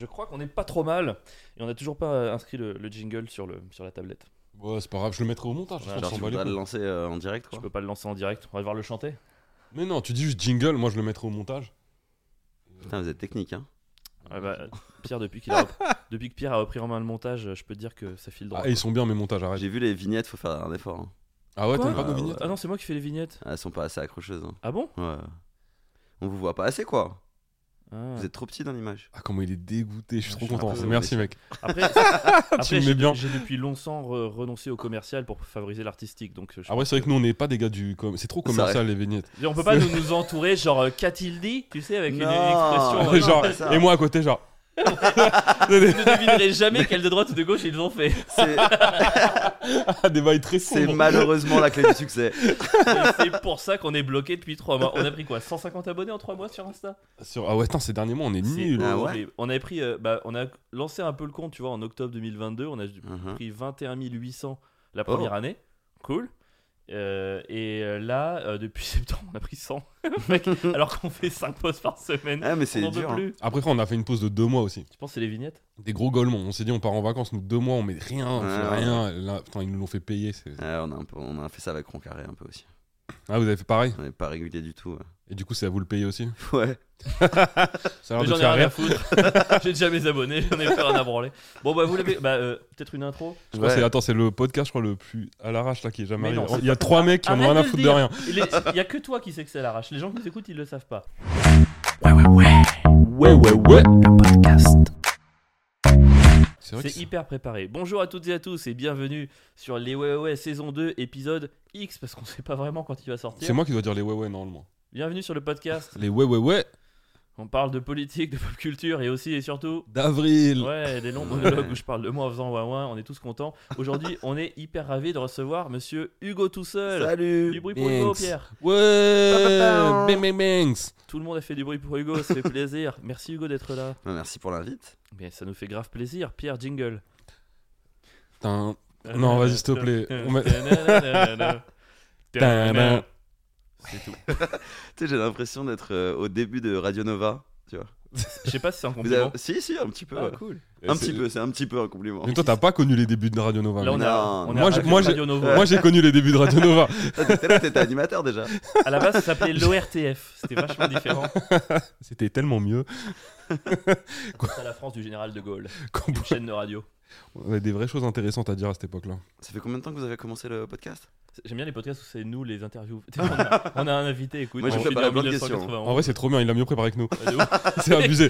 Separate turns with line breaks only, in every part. Je crois qu'on n'est pas trop mal et on n'a toujours pas euh, inscrit le, le jingle sur, le, sur la tablette.
Bon, c'est pas grave, je le mettrai au montage.
Ouais,
je pense
alors
qu'on
tu
va
On va
les-
le lancer euh, en direct
Je
quoi.
peux pas le lancer en direct, on va devoir le chanter.
Mais non, tu dis juste jingle, moi je le mettrai au montage.
Putain, vous êtes technique hein.
Ah bah, Pierre, depuis, qu'il a rep- depuis que Pierre a repris en main le montage, je peux te dire que ça file droit.
Ah, et ils sont bien mes montages, arrête.
J'ai vu les vignettes, faut faire un effort. hein.
Ah ouais,
Quoi
t'aimes pas nos
Ah, ouais.
vignettes
Ah non, c'est moi qui fais les vignettes.
Elles sont pas assez accrocheuses. hein.
Ah bon
Ouais. On vous voit pas assez quoi.
Ah.
Vous êtes trop petit dans l'image.
Ah, comment il est dégoûté, je suis
Ah, je
trop
suis
content.
un peu
Merci, mec.
Après,
Tu
après
me mets
j'ai,
bien.
j'ai depuis longtemps re- renoncé au commercial pour favoriser l'artistique. Donc euh, je-
Ah ouais, c'est vrai que nous on n'est pas des gars du. com- C'est trop
C'est
commercial les vignettes.
on peut pas nous, nous entourer genre euh, qu'a-t-il dit Tu sais, avec une, une expression.
Non,
euh,
Genre,
pas ça.
et moi à côté, genre.
Vous ne devinerez jamais quelle de droite ou de gauche ils ont fait.
C'est
Ah, des bails très
c'est
sombres.
malheureusement la clé du succès.
Et c'est pour ça qu'on est bloqué depuis 3 mois. On a pris quoi 150 abonnés en 3 mois sur Insta
Sur- Ah ouais, attends, ces derniers mois on est
C'est
nuls.
Ah ouais
horrible. On avait pris. euh, bah, on a lancé un peu le compte, tu vois, en octobre 2022. On a
Mhm.
pris 21 800 la première
Oh.
année. Cool. Euh, et euh, là, euh, depuis septembre, on a pris 100. Mec, alors qu'on fait 5 posts par semaine.
Ah mais
On
c'est
n'en peut
dur. hein.
plus.
Après, on a fait une pause de deux mois aussi.
Tu penses que c'est les vignettes
Des gros golemons. On s'est dit, on part en vacances, nous deux mois, on met rien, on fait
Ah ouais.
rien. Là, putain, ils nous l'ont fait payer. c'est-
Ouais, Ah, on, a un peu- on a fait ça avec Roncarré un peu aussi.
Ah, vous avez fait pareil
On n'est pas régulier du tout. ouais.
Et du coup, c'est à vous le payer aussi
Ouais.
Ça a
Mais
l'air de
J'en
te
ai
faire
rien à
rire.
foutre. J'ai déjà mes abonnés, j'en ai plus rien à branler. Bon, bah, vous l'avez. Bah, euh, peut-être une intro
Je crois que c'est-
Ouais.
attends, c'est le podcast, je crois, le plus à l'arrache là qui est jamais
Mais non,
arrivé.
c'est
Il y a trois mecs qui en ont rien à
Arrête
foutre
de
de
le
rien.
Il est- il y a que toi qui sais que c'est à l'arrache. Les gens qui nous écoutent, ils le savent pas.
Ouais, ouais, ouais. C'est vrai que
C'est hyper préparé. Bonjour à toutes et à tous et bienvenue sur les Ouais Ouais Ouais saison 2 épisode X parce qu'on sait pas vraiment quand il va
c'est
sortir.
moi qui dois dire les ouais, ouais, normalement.
Bienvenue sur le podcast.
Les ouais, ouais, ouais
On parle de politique, de pop culture et aussi et surtout
d'avril.
ouais, des longs
Ouais.
monologues où je parle de moi en faisant ouin ouin, on est tous contents. Aujourd'hui, on est hyper ravis de recevoir monsieur Hugo tout seul. Du
Salut.
bruit pour Hugo,
Thanks.
Pierre.
Ouais, bang, bang, bangs.
Tout le monde a fait du bruit pour Hugo, ça fait plaisir. Merci Hugo d'être là.
Bah, Merci pour l'invite.
Mais ça nous fait grave plaisir. Pierre, jingle.
Putain. Non, vas-y, s'il te plaît. On met- Tadam.
C'est tout.
Tu sais, j'ai l'impression d'être euh, au début de Radio Nova. Tu vois.
Je sais pas si c'est un
Vous
compliment.
avez- Si si un petit peu.
Ah,
ouais.
cool.
Un
C'est-
petit peu, c'est un petit peu un compliment.
Mais toi, t'as pas connu les débuts de Radio Nova.
Là, on
mec.
est à-
Non.
on est à
Moi, j'ai-
Radio-
moi, j'ai-
Radio Nova.
Moi, j'ai connu les débuts de Radio Nova.
Ah, T'étais là, t'étais animateur déjà.
À la base, ça s'appelait l'ORTF. C'était vachement différent.
C'était tellement mieux.
C'est à la France du général de Gaulle,
qu'on
une chaîne de radio.
On avait des vraies choses intéressantes à dire à cette époque-là.
Ça fait combien de temps que vous avez commencé le podcast
J'aime bien les podcasts où c'est nous les interviews. T'sais, On a, on a un invité, écoute.
Moi, je
on
prépare
finit en
plein de questions.
1991.
En vrai, c'est trop bien, il l'a mieux préparé que nous.
Ouais, de ouf.
C'est abusé.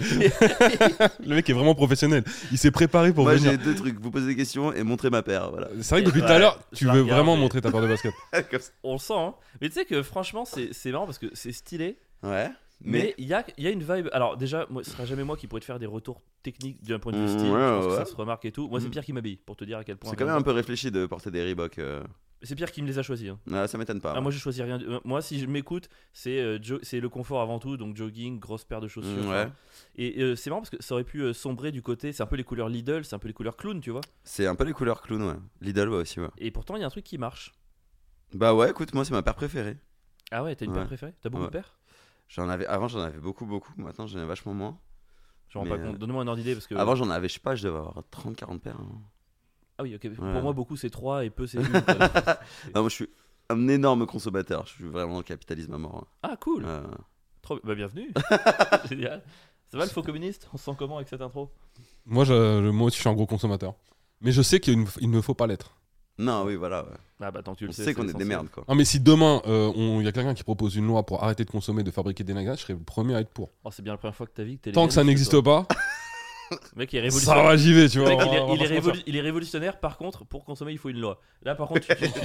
le mec est vraiment professionnel. Il s'est préparé pour
Moi
venir.
j'ai deux trucs, vous posez des questions et montrer ma paire. Voilà.
C'est vrai que depuis
Ouais,
tout à l'heure,
je
tu
la
veux
regarde,
vraiment
mais-
montrer ta paire de basket.
Comme ça.
On le sent, hein. Mais tu sais que franchement, c'est c'est marrant parce que c'est stylé.
Ouais. Mais,
Mais il y, a, il y a une vibe. Alors, déjà, moi, ce sera jamais moi qui pourrais te faire des retours techniques d'un point de vue
Mm,
style.
ouais,
je pense que
ouais.
ça se remarque et tout. Moi, c'est
Mm.
Pierre qui m'habille pour te dire à quel point.
c'est quand même un peu réfléchi de porter des Reebok. euh.
C'est Pierre qui me les a choisis. hein.
Ah, ça m'étonne pas.
Ah, moi je choisis rien. du- euh, Moi si je m'écoute, c'est euh, jo- c'est le confort avant tout, donc jogging, grosse paire de chaussures.
Mm,
hein.
ouais.
Et euh, c'est marrant parce que ça aurait pu euh, sombrer du côté, c'est un peu les couleurs Lidl, c'est un peu les couleurs clown, tu vois.
C'est un peu les couleurs clown, ouais. Lidl, ouais, aussi, ouais.
Et pourtant il y a un truc qui marche.
Bah ouais, écoute, moi c'est ma paire préférée.
Ah ouais, t'as une paire
Ouais.
préférée T'as beaucoup de
Ouais.
paires
J'en avais avant, j'en avais beaucoup, beaucoup. Maintenant, j'en ai vachement moins.
Je me rends
Mais,
pas
euh,
compte. Donne-moi un ordre d'idée parce que.
Avant, j'en avais, je sais pas, je devais avoir 30, 40 paires. hein.
ah oui, ok. Pour
Ouais.
moi beaucoup c'est 3 et peu c'est une, quoi.
Non, Ah, moi je suis un énorme consommateur. Je suis vraiment dans le capitalisme à mort.
ah cool.
hein. Euh,
Trop... Bah bienvenue. Génial. Ça va le faux communiste On se sent comment avec cette intro
Moi, je, je- moi aussi, je suis un gros consommateur. Mais je sais qu'il ne, il ne faut pas l'être.
Non, oui, voilà. ouais.
Ah bah tant que tu
On
le sais.
sait qu'on
c'est
est des
essentiel.
merdes, quoi.
Non, mais si demain, euh, on- il y a quelqu'un qui propose une loi pour arrêter de consommer, de fabriquer des magasins, je serais le premier à être pour.
Oh, c'est bien la première fois que t'as vu que t'es.
Tant que ça n'existe pas,
Le mec il est
ça
révolutionnaire.
va, j'y vais, tu
Le
vois.
mec,
on
il,
va-
est,
on va
il est
pas se mentir.
révolu- il est révolutionnaire, par contre, pour consommer, il faut une loi. Là, par contre, tu- tu- tu-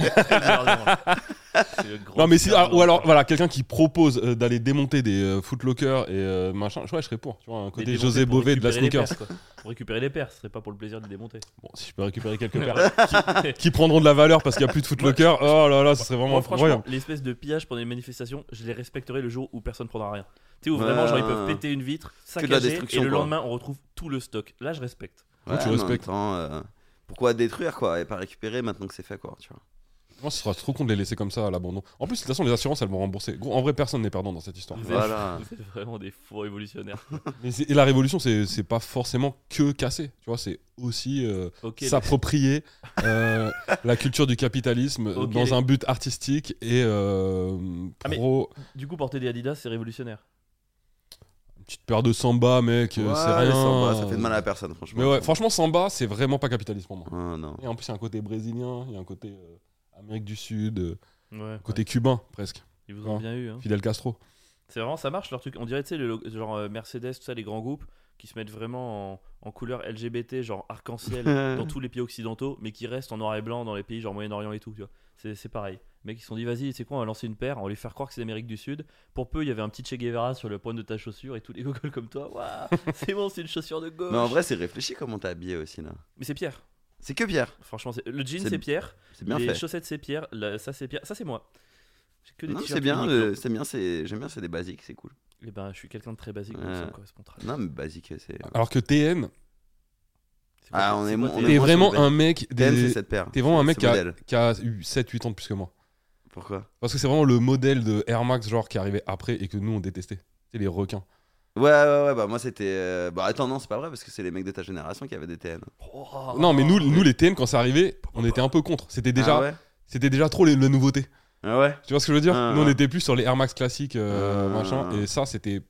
c'est le grand
Non, mais si, ah,
gouvernement.
ou alors, voilà, quelqu'un qui propose euh, d'aller démonter des euh, footlockers et euh, machin, ouais, je serais pour. Tu vois, un
Mais
côté
démonter
José
pour
Bové de la
récupérer les
sneakers.
paires, quoi. Pour récupérer les paires, ce serait pas pour le plaisir de les démonter.
Bon, si je peux récérer quelques paires
Moi,
qui prendront de la valeur parce qu'il n'y a plus de footlocker, oh là là, ce serait vraiment
franchement,
incroyable.
l'espèce de pillage pendant les manifestations, je les respecterai le jour où personne prendra rien. Tu sais, où vraiment,
Ouais.
genre, ils peuvent péter une vitre,
de la
saccager, et
destruction,
le
quoi.
lendemain, on retrouve tout le stock. Là, je respecte.
Ouais, tu
mais en même
respectes.
temps, euh, pourquoi détruire, quoi, et pas récupérer maintenant que c'est fait, quoi, tu vois.
Non, ce sera trop con de les laisser comme ça à l'abandon. En plus, de toute façon, les assurances, elles vont rembourser. Gros, en vrai, personne n'est perdant dans cette histoire.
Vous êtes-
Voilà.
vous êtes vraiment des faux révolutionnaires.
Mais c'est- et la révolution, c'est c'est pas forcément que casser. Tu vois, c'est aussi euh,
Ok,
s'approprier euh, la culture du capitalisme euh,
Ok,
dans
les-
un but artistique et euh,
Ah, mais-
pro.
du coup, porter des Adidas, c'est révolutionnaire.
Une petite paire de samba, mec, euh,
Ouais,
c'est rien.
sympa, ça fait de mal à la personne, franchement.
Mais ouais, franchement, samba, c'est vraiment pas capitaliste pour moi.
Ah, non.
Et en plus, il y a un côté brésilien, il y a un côté euh, Amérique du Sud, euh,
Ouais.
côté cubain presque.
Ils vous ont
Ouais.
bien eu. Hein.
Fidel Castro.
C'est vraiment, ça marche leur truc. On dirait, tu sais, le lo- genre euh, Mercedes, tout ça, les grands groupes qui se mettent vraiment en, en couleur LGBT, genre arc-en-ciel, dans tous les pays occidentaux, mais qui restent en noir et blanc dans les pays genre Moyen-Orient et tout, tu vois. C'est c'est pareil. Les mecs, ils se sont dit, vas-y, c'est quoi, on va lancer une paire, on va lui faire croire que c'est l'Amérique du Sud. Pour peu, il y avait un petit Che Guevara sur le point de ta chaussure et tous les gogoles comme toi. Waouh, c'est bon, c'est une chaussure de gauche.
Mais en vrai, c'est réfléchi comment t'es habillé aussi là.
Mais c'est Pierre.
C'est que Pierre.
Franchement, c'est- le jean,
C'est-
c'est Pierre.
C'est bien
les
fait.
chaussettes, c'est Pierre. la- ça, c'est Pierre. Ça, c'est moi. J'ai que des
Non,
t-shirts hein.
c'est bien,
Uniqlo.
le- c'est bien, c'est j'aime bien, c'est des basiques, c'est cool.
Eh ben, je suis quelqu'un de très basique, donc ça
Ouais.
me correspond très bien.
Non, mais basique, c'est.
Alors que TN,
C'est quoi
Ah,
tes-
on
c'est
est
quoi
mo-
tes-
on est
t'es
moi,
vraiment
je suis
un mec.
TM,
des-
c'est cette paire.
T'es vraiment un
C'est-
mec
ce
qui a,
modèle.
qui a eu 7-8 ans de plus que moi.
Pourquoi
Parce que c'est vraiment le modèle de Air Max genre qui arrivait après et que nous on détestait. C'est les requins.
Ouais, ouais, ouais, bah moi c'était. euh, Bah attends, non, c'est pas vrai parce que c'est les mecs de ta génération qui avaient des TN.
Oh.
non mais nous, nous les TN quand c'est arrivé, on était un peu contre. C'était déjà,
Ah ouais
c'était déjà trop les, la nouveauté.
Ah ouais
Tu vois ce que je veux dire
Ah,
Nous on
ouais.
était plus sur les Air Max classiques euh,
Ah.
machin et ça c'était,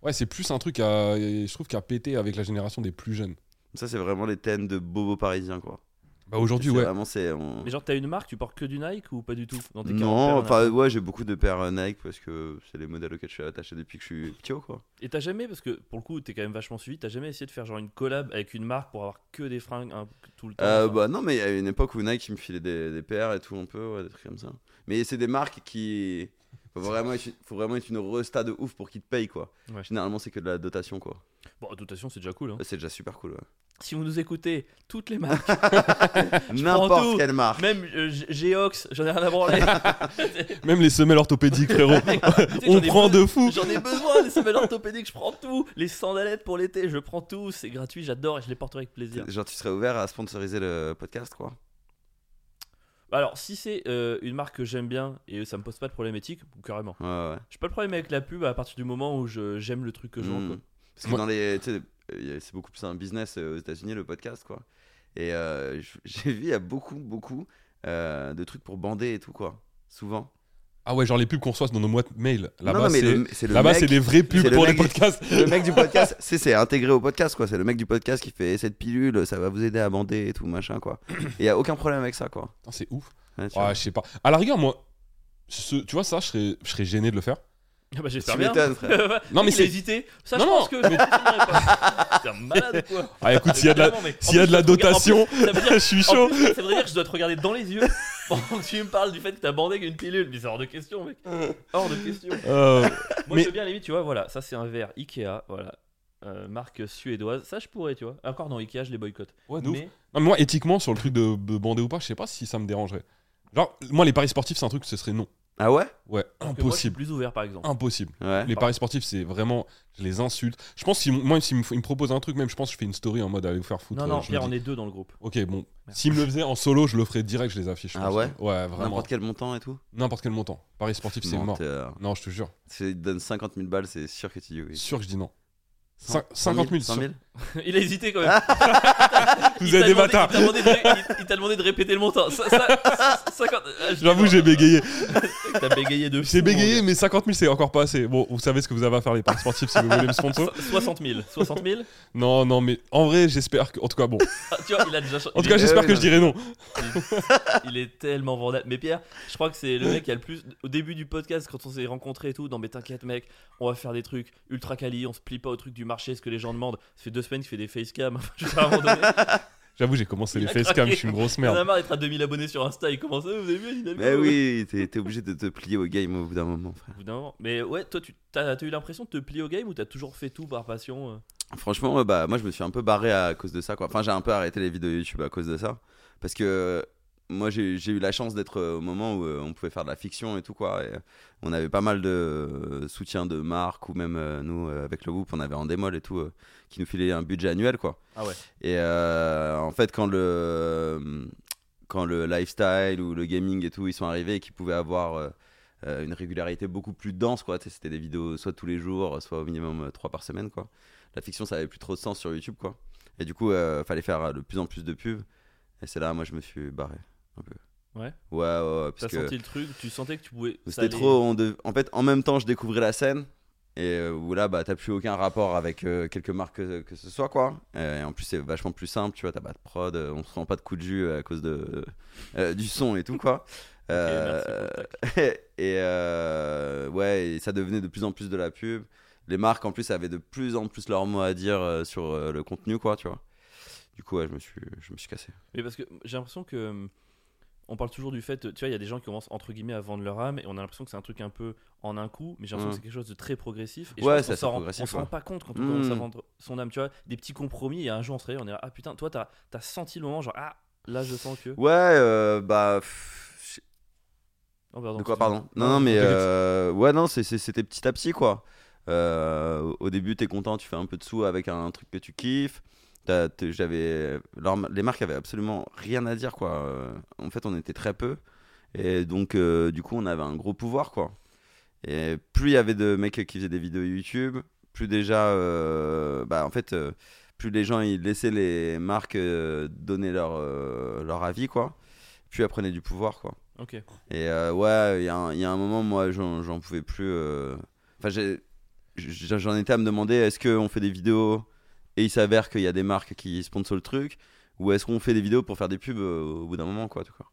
ouais c'est plus un truc à, et je trouve qu'à péter avec la génération des plus jeunes.
Ça c'est vraiment les TN de bobo parisien quoi.
Bah aujourd'hui
C'est
ouais.
Vraiment, c'est. on-
Mais genre, t'as une marque, tu portes que du Nike ou pas du tout dans tes
Non,
40 paires,
enfin
là
ouais, j'ai beaucoup de paires euh, Nike parce que c'est les modèles auxquels je suis attaché depuis que je suis petit quoi.
Et t'as jamais, parce que pour le coup, t'es quand même vachement suivi, t'as jamais essayé de faire genre une collab avec une marque pour avoir que des fringues hein, tout le temps
Euh,
enfin.
bah non, mais il y a une époque où Nike il me filait des, des paires et tout un peu, ouais, des trucs comme ça. Mais c'est des marques qui. Faut vraiment, être, faut vraiment être une resta de ouf pour qu'ils te payent quoi.
Ouais.
Généralement c'est que de la dotation quoi.
Bon, dotation, c'est déjà cool. hein.
Ouais, C'est déjà super cool. ouais.
Si vous nous écoutez, toutes les marques, prends
N'importe
tout.
quelle marque.
même euh, G- Geox, j'en ai rien à branler.
Même les semelles orthopédiques frérot,
Tu sais, j'en
on
ai
prend
besoin-
de fou.
J'en ai besoin, les semelles orthopédiques, je prends tout. Les sandalettes pour l'été, je prends tout. C'est gratuit, j'adore et je les porterai avec plaisir.
Genre tu serais ouvert à sponsoriser le podcast quoi.
Alors, si c'est euh, une marque que j'aime bien et ça me pose pas de problème éthique, carrément.
Ouais ouais.
J'ai pas le problème avec la pub à partir du moment où je- j'aime le truc que je vends.
Mm.
quoi.
Parce que
Moi-
dans les. tu sais, euh, C'est beaucoup plus un business euh, aux États-Unis, le podcast, quoi. Et euh, j- j'ai vu, il y a beaucoup, beaucoup euh, de trucs pour bander et tout, quoi. Souvent.
Ah ouais genre les pubs qu'on reçoit dans nos boîtes mail.
Non,
Là-bas
non, mais
c'est,
le- c'est le
là-bas
mec-
c'est des vrais
c'est
pubs
le
pour les
mec-
podcasts.
Le mec du podcast, c'est, c'est intégré au podcast, quoi. C'est le mec du podcast qui fait cette pilule, ça va vous aider à bander et tout, machin, quoi. Et il y a aucun problème avec ça, quoi.
Putain, c'est ouf.
Ouais, tu vois.
Ouais, je sais pas. À la rigueur, moi, ce- tu vois, ça, je serais, je serais gêné de le faire.
Ah bah j'espère
Tu
bien.
m'étonnes, frère.
non
Non,
mais
mais
c'est
c'est-
hésité. Ça
Non,
je
non.
pense que je continuerai pas. T'es un malade ou quoi.
Ah, écoute, s'il y a de la,
Vraiment, mais-
s'il y a
en
de la
plus, je dois te regarder-
dotation,
en plus, ça veut
je
dire-
suis
en
chaud.
plus, ça veut dire que je dois te regarder dans les yeux pendant que tu me parles du fait que t'as bandé avec une pilule. Mais c'est hors de question, mec. Hors de question.
Euh,
Moi,
Mais-
je veux bien à la limite, tu vois, voilà, ça c'est un verre Ikea, voilà. Euh, marque suédoise, ça je pourrais, tu vois. Encore non, Ikea, je les boycotte.
ouais, de ouf.
Mais
Non, mais moi, éthiquement, sur le truc de, de bander ou pas, je sais pas si ça me dérangerait. Genre, moi, les paris sportifs, c'est un truc, ce serait non.
Ah ouais
Ouais,
alors que moi, je suis
impossible. Ah,
plus ouvert, par exemple.
Impossible.
Ouais.
Les paris sportifs, c'est vraiment. Je les insulte. Je pense, si, moi, s'ils me, f- ils me proposent un truc, même, je pense que je fais une story en mode allez vous faire foutre.
Non, non,
euh, je me
Pierre, on
dis-
est deux dans le groupe.
Ok, bon.
Merde.
S'ils me le faisaient en solo, je le ferais direct, je les affiche. je
Ah
pense.
ouais
Ouais, vraiment.
N'importe quel montant et tout. euh,
N'importe quel montant. Paris sportif, c'est mort.
Menteur.
Non, je te jure.
Si tu donnes 50 000 balles, c'est sûr que tu dis oui.
Sûr que je dis non.
Cent-
Cin- 50 000,
100
sûr.
000
Il a hésité quand même.
Vous
Il
êtes
t'a
des
demandé-
bâtards.
Il t'a demandé, de ré- il- il t'a demandé de répéter le montant. Ça- ça- ça- 50 Ah, je-
J'avoue, j'ai bégayé.
T'as bégayé de
J'ai
fou,
bégayé,
mon
mais 50 000, c'est encore pas assez. Bon, vous savez ce que vous avez à faire, les paris sportifs, si vous voulez me sponsor.
gars. So- 60 000. 60 000
Non, non, mais en vrai, j'espère que. En tout cas, bon.
Ah, Tu vois, il a déjà. cha-
En tout
il
cas,
est-
j'espère
oui,
que
non,
je dirai non.
Il est tellement vendable. Mais Pierre, je crois que c'est le mec qui a le plus. Au début du podcast, quand on s'est rencontrés et tout, non mais t'inquiète, mec, on va faire des trucs ultra quali, on se plie pas au truc du marché, ce que les gens demandent. Ça fait deux semaines qu'il fait des facecams. Je veux dire, à un moment donné,
J'avoue, j'ai commencé les
Il a
facecams,
craqué.
je suis une grosse
il en a
merde.
marre d'être à 2000 abonnés sur Insta. Il commence à. Vous avez vu, Hidalgo
Mais Bah Eh oui, t'es, t'es obligé de te plier au game au bout d'un moment, frère.
Au bout d'un moment. Mais ouais, toi, tu t'as t'as eu l'impression de te plier au game ou t'as toujours fait tout par passion euh
Franchement, ouais, bah, moi je me suis un peu barré à cause de ça. Quoi. Enfin, j'ai un peu arrêté les vidéos YouTube à cause de ça. Parce que euh, moi j'ai j'ai eu la chance d'être euh, au moment où euh, on pouvait faire de la fiction et tout. quoi. Et, euh, on avait pas mal de euh, soutien de marques ou même euh, nous euh, avec le Whoop, on avait en démol et tout euh, qui nous filait un budget annuel. quoi.
Ah ouais.
Et euh, en fait, quand le. quand le lifestyle ou le gaming et tout, ils sont arrivés et qu'ils pouvaient avoir euh, euh, une régularité beaucoup plus dense, quoi. Tu sais, C'était des vidéos soit tous les jours, soit au minimum euh, trois par semaine, quoi. La fiction, ça avait plus trop de sens sur YouTube, quoi. Et du coup, euh, fallait faire de plus en plus de pubs. Et c'est là, moi, je me suis barré un peu.
Ouais.
Ouais, ouais,
T'as
ouais, parce que
senti le truc, tu sentais que tu pouvais. ça
c'était
allait-
trop. on dev- En fait, en même temps, je découvrais la scène. Et euh, où là, bah, t'as plus aucun rapport avec euh, quelques marques que, que ce soit, quoi. Euh, Et en plus, c'est vachement plus simple, tu vois. T'as pas de prod, euh, on se rend pas de coup de jus à cause de, euh, du son et tout, quoi.
Ok, merci
Euh,
pour le tac.
et euh, ouais, et ça devenait de plus en plus de la pub. Les marques en plus avaient de plus en plus leur mot à dire euh, sur euh, le contenu, quoi, tu vois. Du coup, ouais, je me suis, je me suis cassé.
Mais parce que j'ai l'impression que. hum, On parle toujours du fait, tu vois, il y a des gens qui commencent entre guillemets à vendre leur âme et on a l'impression que c'est un truc un peu en un coup, mais j'ai l'impression
Ouais.
que c'est quelque chose de très progressif. Et
Hmm. Ouais,
je pense
c'est
qu'on
assez
s'en rend-
progressif,
On se rend
ouais.
pas compte quand on
Mm.
commence à vendre son âme, tu vois, des petits compromis et un jour on se réveille, on est là, ah putain, toi t'as as senti le moment, genre ah là je sens que.
Ouais, euh, bah. pff, je-
Oh, pardon,
de quoi,
excuse-moi.
pardon Non, non, mais.
t'inquiète.
euh, ouais, non, c'est- c'est- c'était petit à petit, quoi. Euh, au- au début, t'es content, tu fais un peu de sous avec un, truc que tu kiffes. T'as- t'es- J'avais. leur- Les marques avaient absolument rien à dire, quoi. Euh, En fait, on était très peu. Et donc, euh, du coup, on avait un gros pouvoir, quoi. Et plus il y avait de mecs qui faisaient des vidéos YouTube, plus déjà. euh, bah, en fait, euh, plus les gens ils laissaient les marques euh, donner leur, euh, leur avis, quoi. Puis elles prenaient du pouvoir, quoi.
Ok.
Et euh, ouais, il y, a un- il y a un moment, moi, j'en j'en pouvais plus. euh. Enfin, j'ai- j'ai- j'en étais à me demander est-ce qu'on fait des vidéos et il s'avère qu'il y a des marques qui sponsorent le truc Ou est-ce qu'on fait des vidéos pour faire des pubs euh, au bout d'un moment, quoi, tout court.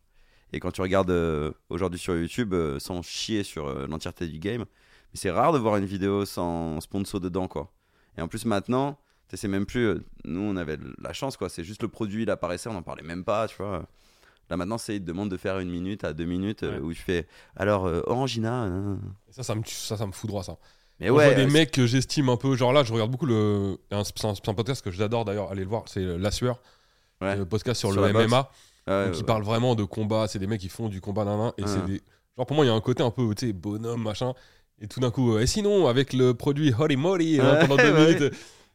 Et quand tu regardes euh, aujourd'hui sur YouTube, euh, sans chier sur euh, l'entièreté du game, mais c'est rare de voir une vidéo sans sponsor dedans, quoi. Et en plus, maintenant, tu sais, c'est même plus. euh, Nous, on avait la chance, quoi. C'est juste le produit, il apparaissait, on n'en parlait même pas, tu vois. Là maintenant, c'est ils te demandent de faire une minute à deux minutes euh,
Ouais.
où tu fais alors euh, Orangina. nan, nan, nan.
Et Ça, ça me, tue- ça, ça me fout droit, ça.
Mais
Quand
ouais,
je vois
euh,
des mecs que j'estime un peu. Genre là, je regarde beaucoup le. un- C'est un, c'est un podcast que j'adore d'ailleurs, allez le voir, c'est La Sueur.
Ouais.
Le podcast sur,
Sur
le
la boxe.
MMA.
c'est- ouais,
Donc,
ouais,
ils parlent vraiment de combat, c'est des mecs qui font du combat d'un et
Ouais.
c'est des genre pour moi il y a un côté un peu tu sais bonhomme machin et tout d'un coup euh, et sinon avec le produit Holy Moly hein,
Ouais,
pendant deux
ouais.
minutes euh,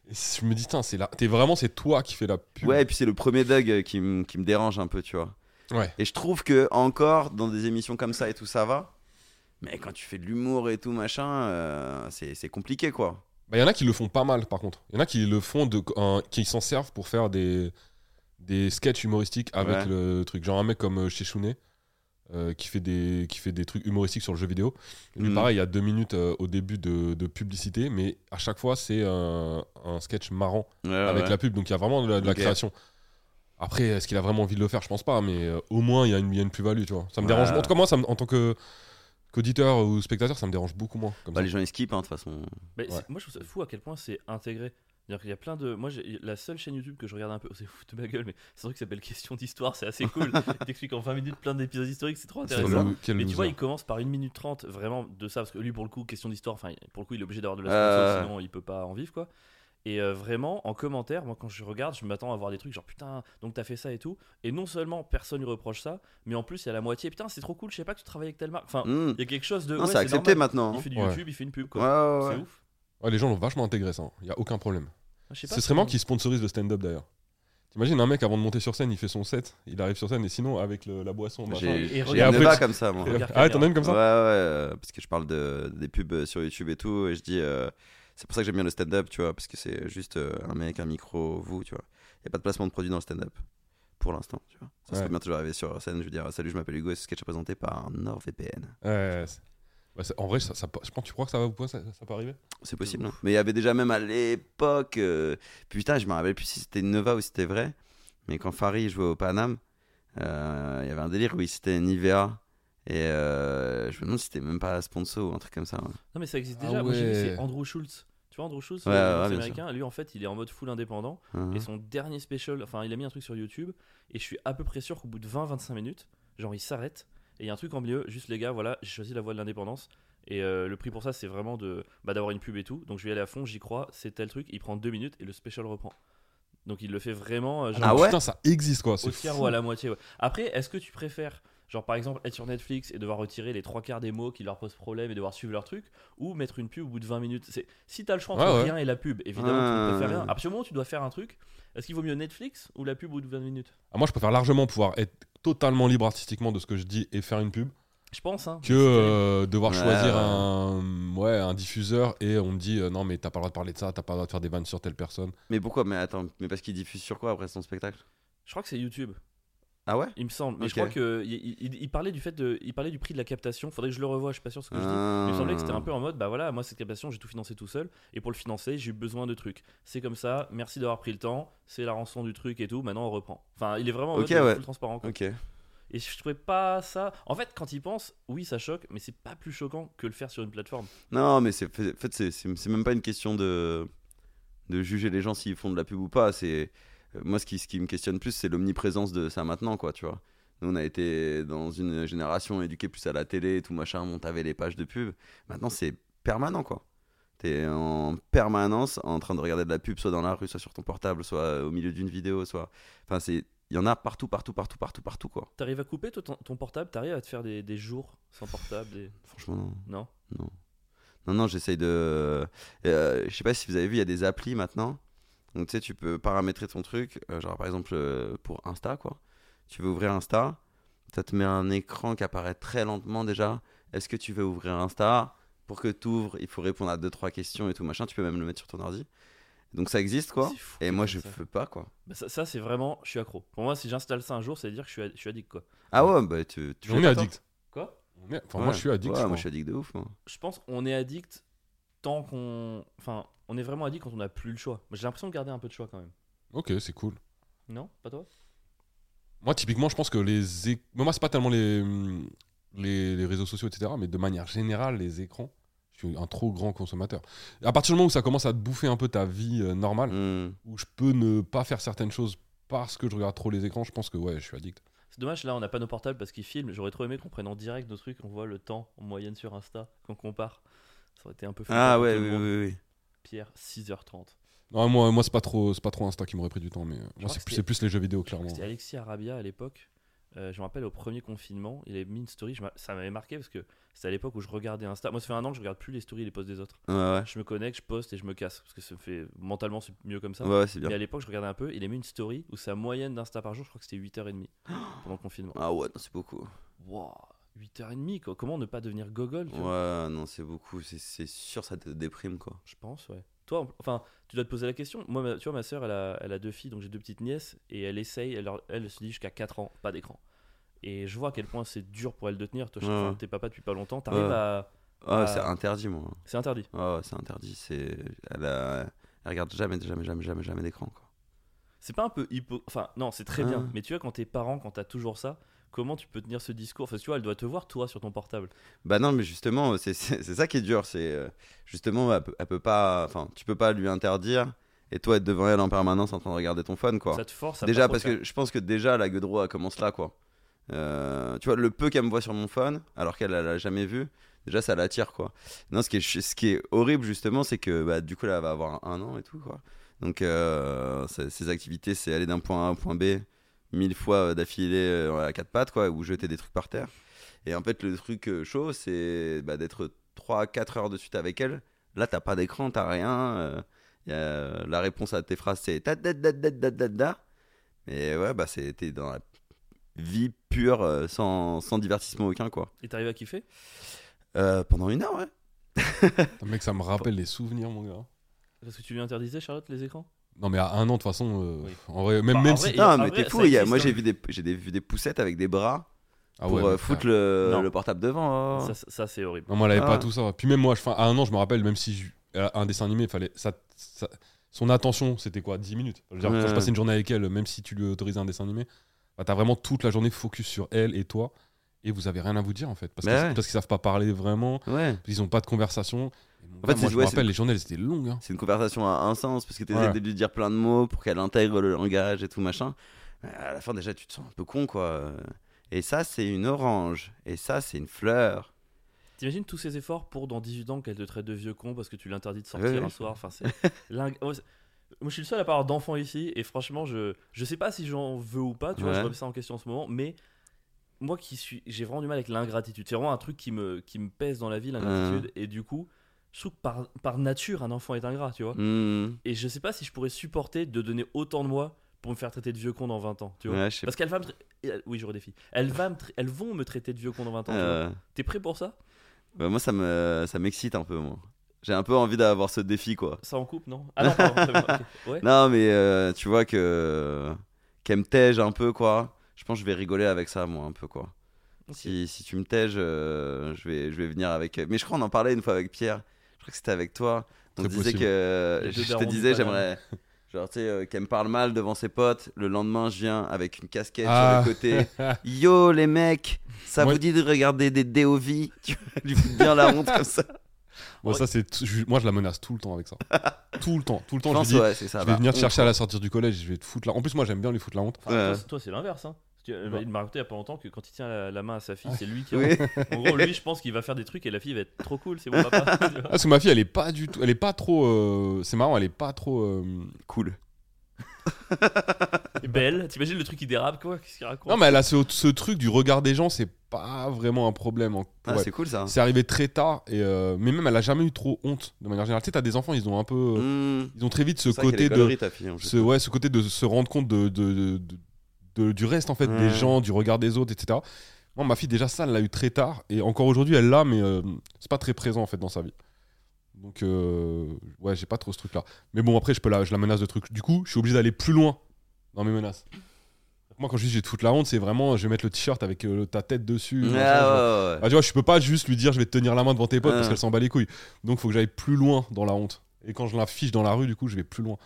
et c- je me dis tiens c'est là t'es vraiment c'est toi qui fais la pub
Ouais, et puis c'est le premier Doug euh, qui me qui me dérange un peu, tu vois.
ouais
Et je trouve que encore dans des émissions comme ça et tout ça va. Mais quand tu fais de l'humour et tout machin, euh, c'est c'est compliqué quoi.
bah il y en a qui le font pas mal par contre il y en a qui le font de un- qui s'en servent pour faire des des sketchs humoristiques avec
Ouais.
le truc genre un mec comme euh, chez Chounet euh, qui fait des qui fait des trucs humoristiques sur le jeu vidéo lui
Mhm.
pareil il y a deux minutes euh, au début de, de publicité mais à chaque fois c'est euh, un sketch marrant avec la pub, donc il y a vraiment de la, de la
Ah Ok.
création. Après, est-ce qu'il a vraiment envie de le faire Je pense pas, mais euh, au moins il y a une, il y a une plus-value, tu vois. Ça me
Ouais.
dérange. En tout cas, moi, ça me- en tant que qu'auditeur ou spectateur, ça me dérange beaucoup moins. Comme
Bah,
ça.
les gens ils skippent hein, de toute façon.
Mais c'est-
Ouais.
moi je trouve ça fou à quel point c'est intégré. C'est-à-dire qu'il y a plein de. Moi, j'ai- la seule chaîne YouTube que je regarde un peu, c'est fou de ma gueule, mais c'est un truc qui s'appelle Question d'histoire, c'est assez cool. Il t'explique en 20 minutes plein d'épisodes historiques, c'est trop
Quel
intéressant.
trop bien.
lo- quel
Mais tu
loser.
vois, il commence par 1 minute 30 vraiment de ça, parce que lui, pour le coup, question d'histoire, enfin, pour le coup, il est obligé d'avoir de la
Euh.
sponsor, sinon il peut pas en vivre, quoi. Et euh, vraiment, en commentaire, moi, quand je regarde, je m'attends à voir des trucs genre putain, donc t'as fait ça et tout. Et non seulement personne lui reproche ça, mais en plus, il y a la moitié, putain, c'est trop cool, je sais pas que tu travailles avec telle marque. Enfin,
Hmm.
Oh, il y a quelque chose de.
Non,
ouais,
c'est accepté
normal.
maintenant.
Il
hein.
fait du
Ouais.
YouTube, il fait une pub,
Ouais,
quoi.
ouais, ouais.
C'est ouf.
Ouais, les gens l'ont vachement intégré ça. hein. Il y a aucun problème.
Je sais pas
C'est
si-
vraiment qui sponsorise le stand-up d'ailleurs. T'imagines un mec avant de monter sur scène, il fait son set, il arrive sur scène et sinon avec le- la boisson. machin.
Et-
J'ai j'ai
et
une
regarde-
neva comme ça moi.
Regarde
Ah, ouais, t'en as
caméra.
une comme ça
Ouais, ouais, euh, parce que je parle de, des pubs sur YouTube et tout, et je dis, euh, c'est pour ça que j'aime bien le stand-up, tu vois, parce que c'est juste euh, un mec, un micro, vous, tu vois. Il n'y a pas de placement de produit dans le stand-up, pour l'instant, tu vois. Ça serait
Ouais.
bien toujours arriver sur scène, je veux dire, salut, je m'appelle Hugo, et ce sketch est présenté par NordVPN.
Ouais, c'est- bah, c'est- en vrai, ça, ça peut- je pense, tu crois que ça va ou pas ça, ça peut arriver
C'est possible, non Mais il y avait déjà même à l'époque, euh, putain, je me rappelle plus si c'était Nova ou si c'était vrai, mais quand Farid jouait au Paname, euh, il y avait un délire où il c'était une IVA. Et euh, je me demande si c'était même pas sponsor ou un truc comme ça. hein. ouais.
Non, mais ça existe
Ah
déjà. Moi, j'ai vu,
ouais.
c'est Andrew Schultz. Tu vois, Andrew Schultz,
Ouais,
le
ouais,
humoriste
ouais, bien
américain, lui, en fait, il est en mode full indépendant.
Hein.
Et son dernier special, enfin, il a mis un truc sur YouTube. Et je suis à peu près sûr qu'au bout de 20-25 minutes, genre, il s'arrête. Et il y a un truc en milieu, juste les gars, voilà, j'ai choisi la voie de l'indépendance. Et euh, le prix pour ça, c'est vraiment de bah, d'avoir une pub et tout. Donc je vais aller à fond, j'y crois, c'est tel truc. Il prend deux minutes et le special reprend. Donc il le fait vraiment. euh, genre,
Ah ouais
Putain, ça existe quoi. c'est
au tiers
fou.
ou à la moitié. ouais. Après, est-ce que tu préfères Genre par exemple être sur Netflix et devoir retirer les trois quarts des mots qui leur posent problème et devoir suivre leur truc, ou mettre une pub au bout de 20 minutes. C'est... Si t'as le choix entre
Ouais, ouais.
rien et la pub, évidemment
Ah.
tu ne préfères rien. À partir du moment où tu dois faire un truc, est-ce qu'il vaut mieux Netflix ou la pub au bout de 20 minutes
Ah, moi, je préfère largement pouvoir être totalement libre artistiquement de ce que je dis et faire une pub
Je pense, hein.
que euh, devoir
Ouais,
choisir
ouais.
un, ouais, un diffuseur et on me dit euh, non, mais t'as pas le droit de parler de ça, t'as pas le droit de faire des vannes sur telle personne.
Mais pourquoi Mais attends, mais parce qu'il diffuse sur quoi après son spectacle
Je crois que c'est YouTube.
Ah ouais
Il me semble. Mais je
Ok.
crois que il, il- il parlait du fait de, il parlait du prix de la captation. Faudrait que je le revoie. Je suis pas sûr de ce que je dis.
Euh,
Mais il me semblait que
Hmm.
c'était un peu en mode, bah voilà, moi cette captation, j'ai tout financé tout seul, et pour le financer, j'ai eu besoin de trucs. C'est comme ça. Merci d'avoir pris le temps. C'est la rançon du truc et tout. Maintenant, on reprend. Enfin, il est vraiment en mode
Ok,
de
ouais.
full transparent. quoi.
Ok.
Et je trouvais pas ça. En fait, quand il pense, oui, ça choque, mais c'est pas plus choquant que le faire sur une plateforme.
Non, mais c'est en fait c'est- c'est c'est même pas une question de de juger les gens s'ils font de la pub ou pas. C'est euh, moi ce qui ce qui me questionne plus c'est l'omniprésence de ça maintenant quoi, tu vois. Nous on a été dans une génération éduquée plus à la télé, et tout machin, on t'avait les pages de pub. Maintenant c'est permanent quoi. T'es en permanence en train de regarder de la pub, soit dans la rue, soit sur ton portable, soit au milieu d'une vidéo, soit. Enfin c'est il y en a partout, partout, partout, partout, partout quoi.
T'arrives à couper toi, ton, ton portable. T'arrives à te faire des, des jours sans portable. des-
Franchement non.
Non.
Non, non, j'essaye de. euh, je sais pas si vous avez vu, il y a des applis maintenant. Donc, tu sais, tu peux paramétrer ton truc. euh, genre, par exemple, euh, pour Insta, quoi. Tu veux ouvrir Insta. Ça te met un écran qui apparaît très lentement déjà. Est-ce que tu veux ouvrir Insta Pour que tu ouvres, il faut répondre à 2-3 questions et tout machin. Tu peux même le mettre sur ton ordi. Donc, ça existe, quoi.
C'est fou,
Et moi, je
ça.
peux pas, quoi.
Bah, ça, ça, c'est vraiment, je suis accro. Pour moi, si j'installe ça un jour, ça veut dire que je suis, ad- je suis addict quoi.
Ah ouais, bah, tu. tu
on est
fais pas
addict.
Quoi
On est- Enfin,
toi
moi,
Ouais.
je suis addict.
Ouais,
je
moi,
crois.
je suis addict de ouf, moi.
je pense qu'on est addict tant qu'on. Enfin, on est vraiment addict quand on n'a plus le choix. Moi, J'ai l'impression de garder un peu de choix quand même.
Ok, c'est cool.
Non Pas toi
Moi, typiquement, je pense que les. é- mais Moi, c'est pas tellement les, hum, les, les réseaux sociaux, etc., mais de manière générale, les écrans. Je suis un trop grand consommateur. À partir du moment où ça commence à te bouffer un peu ta vie euh, normale,
Hmm.
où je peux ne pas faire certaines choses parce que je regarde trop les écrans, je pense que ouais, je suis addict.
C'est dommage, là, on n'a pas nos portables parce qu'ils filment. J'aurais trop aimé qu'on prenne en direct nos trucs, on voit le temps en moyenne sur Insta, qu'on compare. Ça aurait été un peu flippant
Ah
pour
ouais,
tout le
oui,
monde.
oui, oui.
Pierre, 6h30.
Non, moi, moi c'est pas trop, c'est pas trop Insta qui m'aurait pris du temps, mais euh, moi,
crois
c'est
que
plus,
c'était-
c'est plus les jeux vidéo, clairement.
C'était Alexis Arabia à l'époque. Euh, je me rappelle au premier confinement, il avait mis une story. je m'a- ça m'avait marqué parce que c'était à l'époque où je regardais Insta. Moi, ça fait un an que je regarde plus les stories et les posts des autres.
Ouais, ouais.
Je me connecte, je poste et je me casse parce que ça me fait mentalement c'est mieux comme ça.
Ouais, ouais, c'est bien.
Mais à l'époque, je regardais un peu, il a mis une story où sa moyenne d'Insta par jour, je crois que c'était 8h30 pendant le confinement.
Ah ouais, non, c'est beaucoup.
Wow, 8h30 quoi, comment ne pas devenir gogol tu vois
Ouais, non, c'est beaucoup. c'est- C'est sûr, ça te déprime, quoi.
Je pense, ouais. Toi, en- enfin, tu dois te poser la question. Moi, ma- tu vois, ma soeur, elle a, elle a deux filles, donc j'ai deux petites nièces, et elle essaye, elle, leur- elle se dit jusqu'à 4 ans, pas d'écran. Et je vois à quel point c'est dur pour elle de tenir. Toi, je
Ouais.
enfin, t'es papa depuis pas longtemps, t'arrives
Ouais.
à.
Ah,
Ah.
c'est interdit, moi.
C'est interdit.
Ah, c'est interdit. C'est. Elle, a- elle regarde jamais, jamais, jamais, jamais, jamais d'écran, quoi.
C'est pas un peu hypo. Enfin, non, c'est très bien.
Ah.
Mais tu vois, quand t'es parent, quand t'as toujours ça, comment tu peux tenir ce discours Enfin, tu vois, elle doit te voir, toi, sur ton portable.
Bah non, mais justement, c'est c'est- c'est ça qui est dur. C'est euh, justement, elle peut, elle peut pas. Enfin, tu peux pas lui interdire et toi être devant elle en permanence en train de regarder ton phone, quoi.
Ça te force à.
déjà, parce que je pense que déjà la gueudreau elle commence là, quoi. Euh, tu vois, le peu qu'elle me voit sur mon phone, alors qu'elle elle l'a jamais vu, déjà ça l'attire, quoi. Non, ce qui est, ch- ce qui est horrible, justement, c'est que bah, du coup, là, elle va avoir un an et tout, quoi. Donc, euh, c'est- ces activités, c'est aller d'un point A à un point B mille fois euh, d'affilée euh, à quatre pattes, quoi, ou jeter des trucs par terre. Et en fait, le truc euh, chaud, c'est bah, d'être 3-4 heures de suite avec elle. Là, t'as pas d'écran, t'as rien. euh, y a, euh, la réponse à tes phrases, c'est ta da da da da da da. Mais ouais, bah c'est- t'es dans la vie pure, euh, sans, sans divertissement aucun, quoi.
Et t'arrives à kiffer
Euh, pendant une heure, ouais.
Putain, mec, ça me rappelle les souvenirs, mon gars.
Parce que tu lui interdisais, Charlotte, les écrans
Non, mais à un an, de toute façon, euh,
Oui.
en vrai, même,
Bah,
même
en
si.
vrai, Et
non,
en
mais
vrai,
t'es
ça
fou, il y a- moi
existe, hein.
j'ai vu, des, j'ai des- vu des poussettes avec des bras
Ah
pour
ouais,
euh,
mais frère.
foutre le,
Non.
le portable devant.
Ça,
oh.
ça, c'est horrible.
Non, moi, elle avait
Ah.
pas tout ça. Puis même moi, je, enfin, à un an, je me rappelle, même si je- à un dessin animé, fallait ça, ça- son attention, c'était quoi 10 minutes. Je veux dire, Quand
Ouais.
je passais une journée avec elle, même si tu lui autorisais un dessin animé, bah, t'as vraiment toute la journée focus sur elle et toi. Et vous avez rien à vous dire, en fait. Parce
Bah
qu'ils
ouais.
parce qu'ils savent pas parler vraiment,
Ouais.
ils ont pas de conversation. Et mon
En
gars,
fait,
moi,
c'est-
je
ouais,
me rappelle, les journées, elles étaient longues. hein.
C'est une conversation à un sens parce que t'essaies
Ouais.
de lui dire plein de mots pour qu'elle intègre le langage et tout machin. Mais À la fin, déjà, tu te sens un peu con, quoi. Et ça, c'est une orange. Et ça, c'est une fleur.
T'imagines tous ces efforts pour dans 18 ans qu'elle te traite de vieux con parce que tu l'interdis de
Ouais,
sortir
ouais.
un soir. Enfin, c'est ling- Moi, c'est- moi, je suis le seul à parler d'enfant ici et franchement, je je sais pas si j'en veux ou pas. Tu vois, je
Ouais.
remets ça en question en ce moment, mais moi qui suis, j'ai vraiment du mal avec l'ingratitude. C'est vraiment un truc qui me, qui me pèse dans la vie, l'ingratitude. Et du coup, je trouve que par, par nature, un enfant est ingrat, tu vois.
Hmm.
Et je sais pas si je pourrais supporter de donner autant de moi pour me faire traiter de vieux con dans 20 ans, tu vois.
Ouais, je sais
Parce qu'elle va me. tra- et elle- Oui, je redéfie. Elles, va me tra- Elles vont me traiter de vieux con dans 20 ans.
pas.
tu vois.
Euh,
T'es prêt pour ça
bah, moi, ça me, ça m'excite un peu, moi. J'ai un peu envie d'avoir ce défi, quoi.
Ça en coupe, non Ah non, pardon. ça va, ok. Ouais.
Non, mais euh, tu vois que qu'elle me tège un peu, quoi. Je pense que je vais rigoler avec ça, moi, un peu, quoi.
Ok.
Si, si tu me tèges, euh, je, vais, je vais venir avec. euh, Mais je crois qu'on en parlait une fois avec Pierre. Je crois que c'était avec toi. On
Très
disait
possible.
que. euh,
Les deux
Je, je te
darons du
disais,
Paname.
j'aimerais. Genre, tu sais, euh, qu'elle me parle mal devant ses potes. Le lendemain, je viens avec une casquette
Ah.
sur le côté. Yo, les mecs, ça
Moi-
vous dit de regarder des DOV Tu vois, lui foutre bien la honte comme ça.
Moi, ça, c'est t- je- moi, je la menace tout le temps avec ça. tout le temps, tout le
Je
temps. Je, lui
pense,
dis,
ouais, c'est ça.
je vais
bah,
venir te
on-
chercher à la sortir du collège, je vais te foutre la En plus, moi, j'aime bien lui foutre la honte.
Enfin,
Ouais.
toi, toi, c'est l'inverse. Hein. Parce que, euh,
Ouais.
Il m'a raconté il y a pas longtemps que quand il tient la, la main à sa fille, c'est lui qui.
Ah. Oui.
En gros, lui, je pense qu'il va faire des trucs et la fille va être trop cool, c'est mon papa. tu
Ah,
vois.
parce que ma fille, elle est pas du tout. Elle est pas trop. euh, C'est marrant, elle est pas trop. euh,
Cool.
Et Belle, t'imagines le truc qui dérape, quoi Qu'est-ce qu'il raconte
Non, mais elle a ce, ce truc du regard des gens, c'est pas vraiment un problème. en-
Ah,
pour elle.
C'est cool ça.
C'est arrivé très tard, et euh, mais même elle a jamais eu trop honte de manière générale. Tu sais, t'as des enfants, ils ont un peu,
Mmh.
ils ont très vite ce
C'est vrai qu'elle est
côté de,
gaulerie, ta fille, en plus.
ce, ouais, ce côté de se rendre compte de, de- de- de- de- du reste en fait
Ouais.
des gens, du regard des autres, etc. Moi, ma fille déjà ça, elle l'a eu très tard, et encore aujourd'hui elle l'a, mais euh, c'est pas très présent en fait dans sa vie. Donc euh, ouais, j'ai pas trop ce truc-là. Mais bon, après je peux la, je la menace de trucs. Du coup, je suis obligé d'aller plus loin dans mes menaces. Moi, quand je dis je vais te foutre la honte, c'est vraiment je vais mettre le t-shirt avec euh, ta tête dessus.
Ah,
machin,
ouais, Ah.
je-
ouais, ouais.
ah, tu vois, je peux pas juste lui dire je vais te tenir la main devant tes potes
Ouais.
parce qu'elle s'en bat les couilles. Donc faut que j'aille plus loin dans la honte. Et quand je l'affiche dans la rue, du coup, je vais plus loin.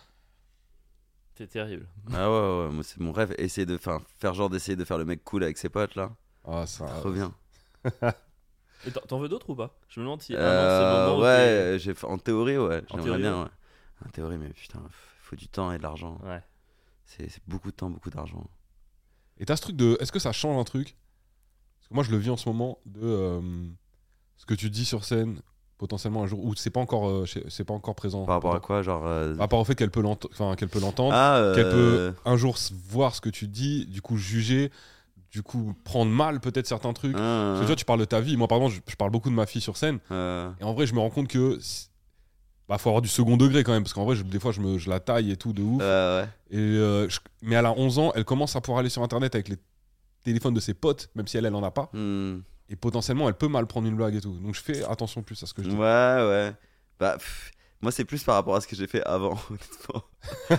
C'est terrible.
Ah ouais, ouais, moi c'est mon rêve. Essayer de faire, faire genre d'essayer de faire le mec cool avec ses potes là.
Ah, ça.
Trop bien.
Et t'en- T'en veux d'autres ou pas Je me demande si.
Euh,
ah non, c'est le moment où
ouais, j'ai fait- en théorie, ouais.
En
J'aimerais
théorie,
bien, ouais. En théorie, mais putain, f- faut du temps et de l'argent.
t'es- Ouais.
C'est c'est beaucoup de temps, beaucoup d'argent.
Et t'as ce truc de. Est-ce que ça change un truc Parce que moi, je le vis en ce moment de euh, ce que tu dis sur scène potentiellement un jour où c'est pas encore euh, chez- c'est pas encore présent.
Par rapport à quoi, genre. euh,
Par rapport au fait qu'elle peut l'ent- enfin, qu'elle peut l'entendre,
Ah, euh,
qu'elle peut un jour s- voir ce que tu dis, du coup juger, du coup prendre mal peut-être certains trucs.
hein,
Parce que tu vois, tu parles de ta vie. Moi, par exemple, je- je parle beaucoup de ma fille sur scène.
euh,
Et en vrai, je me rends compte que c- bah, faut avoir du second degré quand même, parce qu'en vrai, je- des fois, je, me, je la taille et tout de ouf.
ouais, ouais.
Et, euh, je- mais elle a 11 ans, elle commence à pouvoir aller sur Internet avec les téléphones de ses potes, même si elle, elle en a pas.
Hmm.
Et potentiellement, elle peut mal prendre une blague et tout. Donc je fais attention plus à ce que je
Ouais,
dis.
ouais. Bah, pff, moi c'est plus par rapport à ce que j'ai fait avant, honnêtement.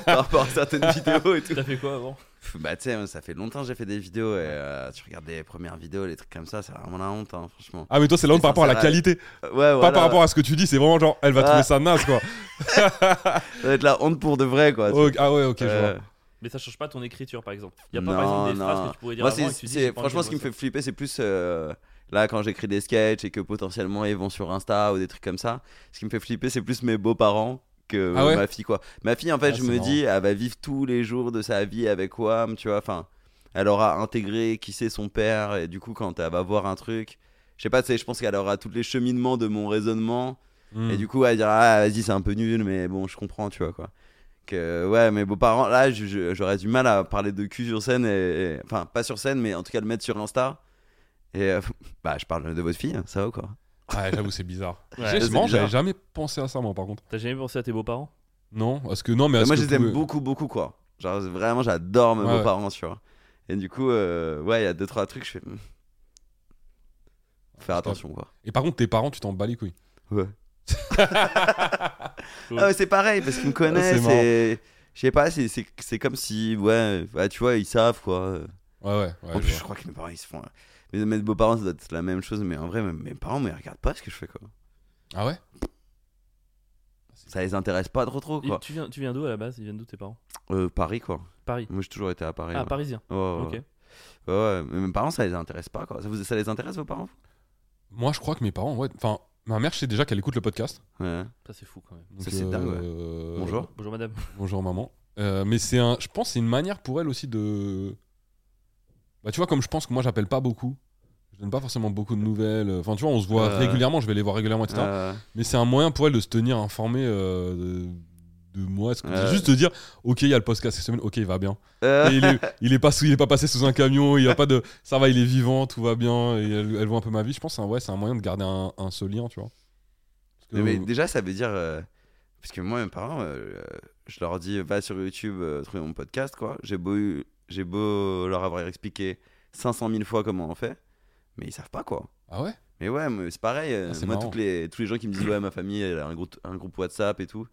par rapport à certaines vidéos et tout.
T'as fait quoi avant
Pff, Bah, tu sais, ça fait longtemps que j'ai fait des vidéos et euh, tu regardes les premières vidéos, les trucs comme ça, c'est vraiment la honte, hein, franchement.
Ah, mais toi, c'est là
Mais
par rapport à la
sincère,
qualité,
Ouais,
pas par rapport à ce que tu dis, c'est vraiment genre, elle va
Ah.
trouver ça naze quoi.
Ça doit être la honte pour de vrai, quoi.
Oh, ah ouais, ok, je
Euh,
vois.
Mais ça change pas ton écriture, par exemple. Il y a pas,
Non,
par exemple, des
non.
phrases que tu pourrais dire
Moi,
avant
c'est,
et que tu dis,
c'est-
j'ai pas envie
franchement,
de
ce qui me
voir
fait flipper, c'est plus euh, là quand j'écris des sketchs et que potentiellement ils vont sur Insta ou des trucs comme ça. Ce qui me fait flipper, c'est plus mes beaux-parents que
Ah ouais
ma fille, quoi. Ma fille, en fait,
Ah,
je
c'est
me
marrant.
dis, elle va vivre tous les jours de sa vie avec Wam, tu vois. Enfin, elle aura intégré qui c'est son père et du coup, quand elle va voir un truc, je sais pas, tu sais, je pense qu'elle aura tous les cheminements de mon raisonnement.
Hmm.
Et du coup, elle dira, ah, vas-y, c'est un peu nul, mais bon, je comprends, tu vois, quoi. Que, ouais, mes beaux-parents, là, je- je- j'aurais du mal à parler de cul sur scène, et, et- enfin, pas sur scène, mais en tout cas, le mettre sur l'Insta. Et, euh, bah, je parle de votre fille, hein, ça va, quoi.
Ouais, Ah, j'avoue, c'est bizarre.
Ouais,
J'ai-
c'est
c'est marrant,
bizarre.
j'avais jamais pensé à ça, moi, par contre.
T'as jamais pensé à tes beaux-parents
Non, parce que non, mais.
Et
est-ce
moi,
que
je les
vous-
aime beaucoup, beaucoup, quoi. Genre, vraiment, j'adore mes
Ouais, ouais.
beaux-parents, tu vois. Et du coup, euh, ouais, il y a deux, trois trucs, je fais. hmm, Faire attention, quoi.
Et par contre, tes parents, tu t'en bats les couilles.
Ouais.
Cool.
Ah ouais, c'est pareil, parce qu'ils me connaissent,
C'est marrant.
et. Je sais pas, c'est- c'est c'est comme si, ouais, bah, tu vois, ils savent, quoi.
Ouais, ouais, ouais.
en
je
plus,
vois.
je crois que mes parents, ils se font. Mes, mes beaux-parents, ça doit être la même chose, mais en vrai, mes, mes parents, mais ils regardent pas ce que je fais, quoi.
Ah ouais
Ça les intéresse pas trop, trop,
Et
quoi.
Tu viens, tu viens d'où à la base Ils viennent d'où tes parents
Euh, Paris, quoi.
Paris.
Moi, j'ai toujours été à Paris.
Ah,
ouais.
parisien.
Ouais, ouais,
Ok.
ouais. Ouais, ouais, mais mes parents, ça les intéresse pas, quoi. Ça, vous, ça les intéresse, vos parents
Moi, je crois que mes parents, ouais. Enfin, ma mère, je sais déjà qu'elle écoute le podcast.
Ouais.
Ça, c'est fou quand même.
Donc,
Ça, c'est dingue, ouais.
euh,
Bonjour.
Bonjour madame.
Bonjour, maman. Euh, mais c'est un, je pense, que c'est une manière pour elle aussi de. Bah, tu vois, comme je pense que moi, j'appelle pas beaucoup. Je donne pas forcément beaucoup de nouvelles. Enfin, tu vois, on se voit
Euh,
régulièrement, je vais les voir régulièrement, etc.
Euh,
Mais c'est un moyen pour elle de se tenir informée euh, de, de de moi. C'est comme-
Ouais.
c'est juste de dire, ok, il y a le podcast cette semaine, ok, il va bien.
Euh,
Et il, est, il est pas sous- il est pas passé sous un camion, il a pas de, ça va, il est vivant, tout va bien. Et elle, elle voit un peu ma vie. Je pense, que c'est un- ouais, c'est un moyen de garder un, un- ce lien, tu vois. Parce que-
Mais déjà, ça veut dire. euh, parce que moi, mes parents, euh, je leur dis va sur YouTube, euh, trouver mon podcast, quoi. J'ai beau, eu- j'ai beau leur avoir expliqué 500 000 fois comment on fait, mais ils savent pas, quoi.
Ah ouais.
Mais ouais, mais c'est pareil. euh,
Ah, c'est
moi,
marrant.
toutes les, tous les gens qui me disent ouais, ma famille, elle a un groupe, un groupe WhatsApp et tout,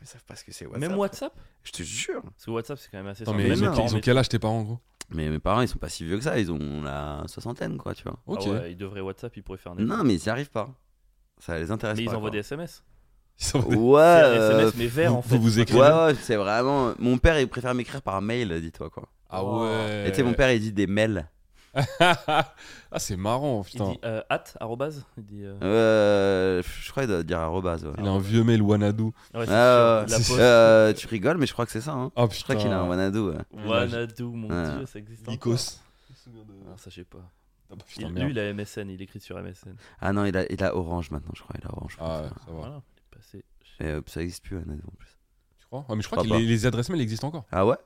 ils savent pas ce que c'est WhatsApp.
Même WhatsApp
Je te jure.
Parce que WhatsApp, c'est quand même assez
Non,
simple.
mais,
Même
ils, ont,
les parents
ils ont quel âge tes parents, gros
Mais mes parents, ils sont pas si vieux que ça. Ils ont la soixantaine, quoi, tu vois.
Ah
Ok.
ouais, ils devraient WhatsApp, ils pourraient faire des.
Non, mais ils y arrivent pas. Ça les intéresse
mais
pas.
ils envoient
quoi.
des SMS.
Ils ont-
Ouais.
C'est des
euh,
SMS, mais verts
vous-
en
vous
fait.
vous
Ouais,
écrivez.
ouais, c'est vraiment. Mon père, il préfère m'écrire par mail, dis-toi quoi.
Ah
Oh.
ouais.
Et tu sais, mon père, il dit des mails.
ah, c'est marrant,
Il
putain.
dit euh, at, arrobase. Il dit. euh,
Euh, je crois qu'il doit dire arrobase. Ouais.
Ah
Il a un vieux mail Wanadu.
ouais, c'est
Ah,
sûr, la
c'est-
poste.
Euh, tu rigoles, mais je crois que c'est ça. Hein.
Ah
Je crois qu'il a un
putain.
Wanadu. ouais.
Wanadu, mon
Ouais.
dieu, ça existe.
Nikos.
encore. Ah, ça, je sais pas.
Ah, bah, putain,
Il,
merde.
lui, il a MSN, il écrit sur MSN.
Ah non, il a, il a orange maintenant, je crois. Il a orange. je crois,
Ah ouais,
ça.
ça va.
Voilà, il est passé.
Et, euh, ça existe plus, Wanadu en plus.
Tu crois Ah, mais je
Je
crois que
crois
les, les adresses mail existent encore.
Ah ouais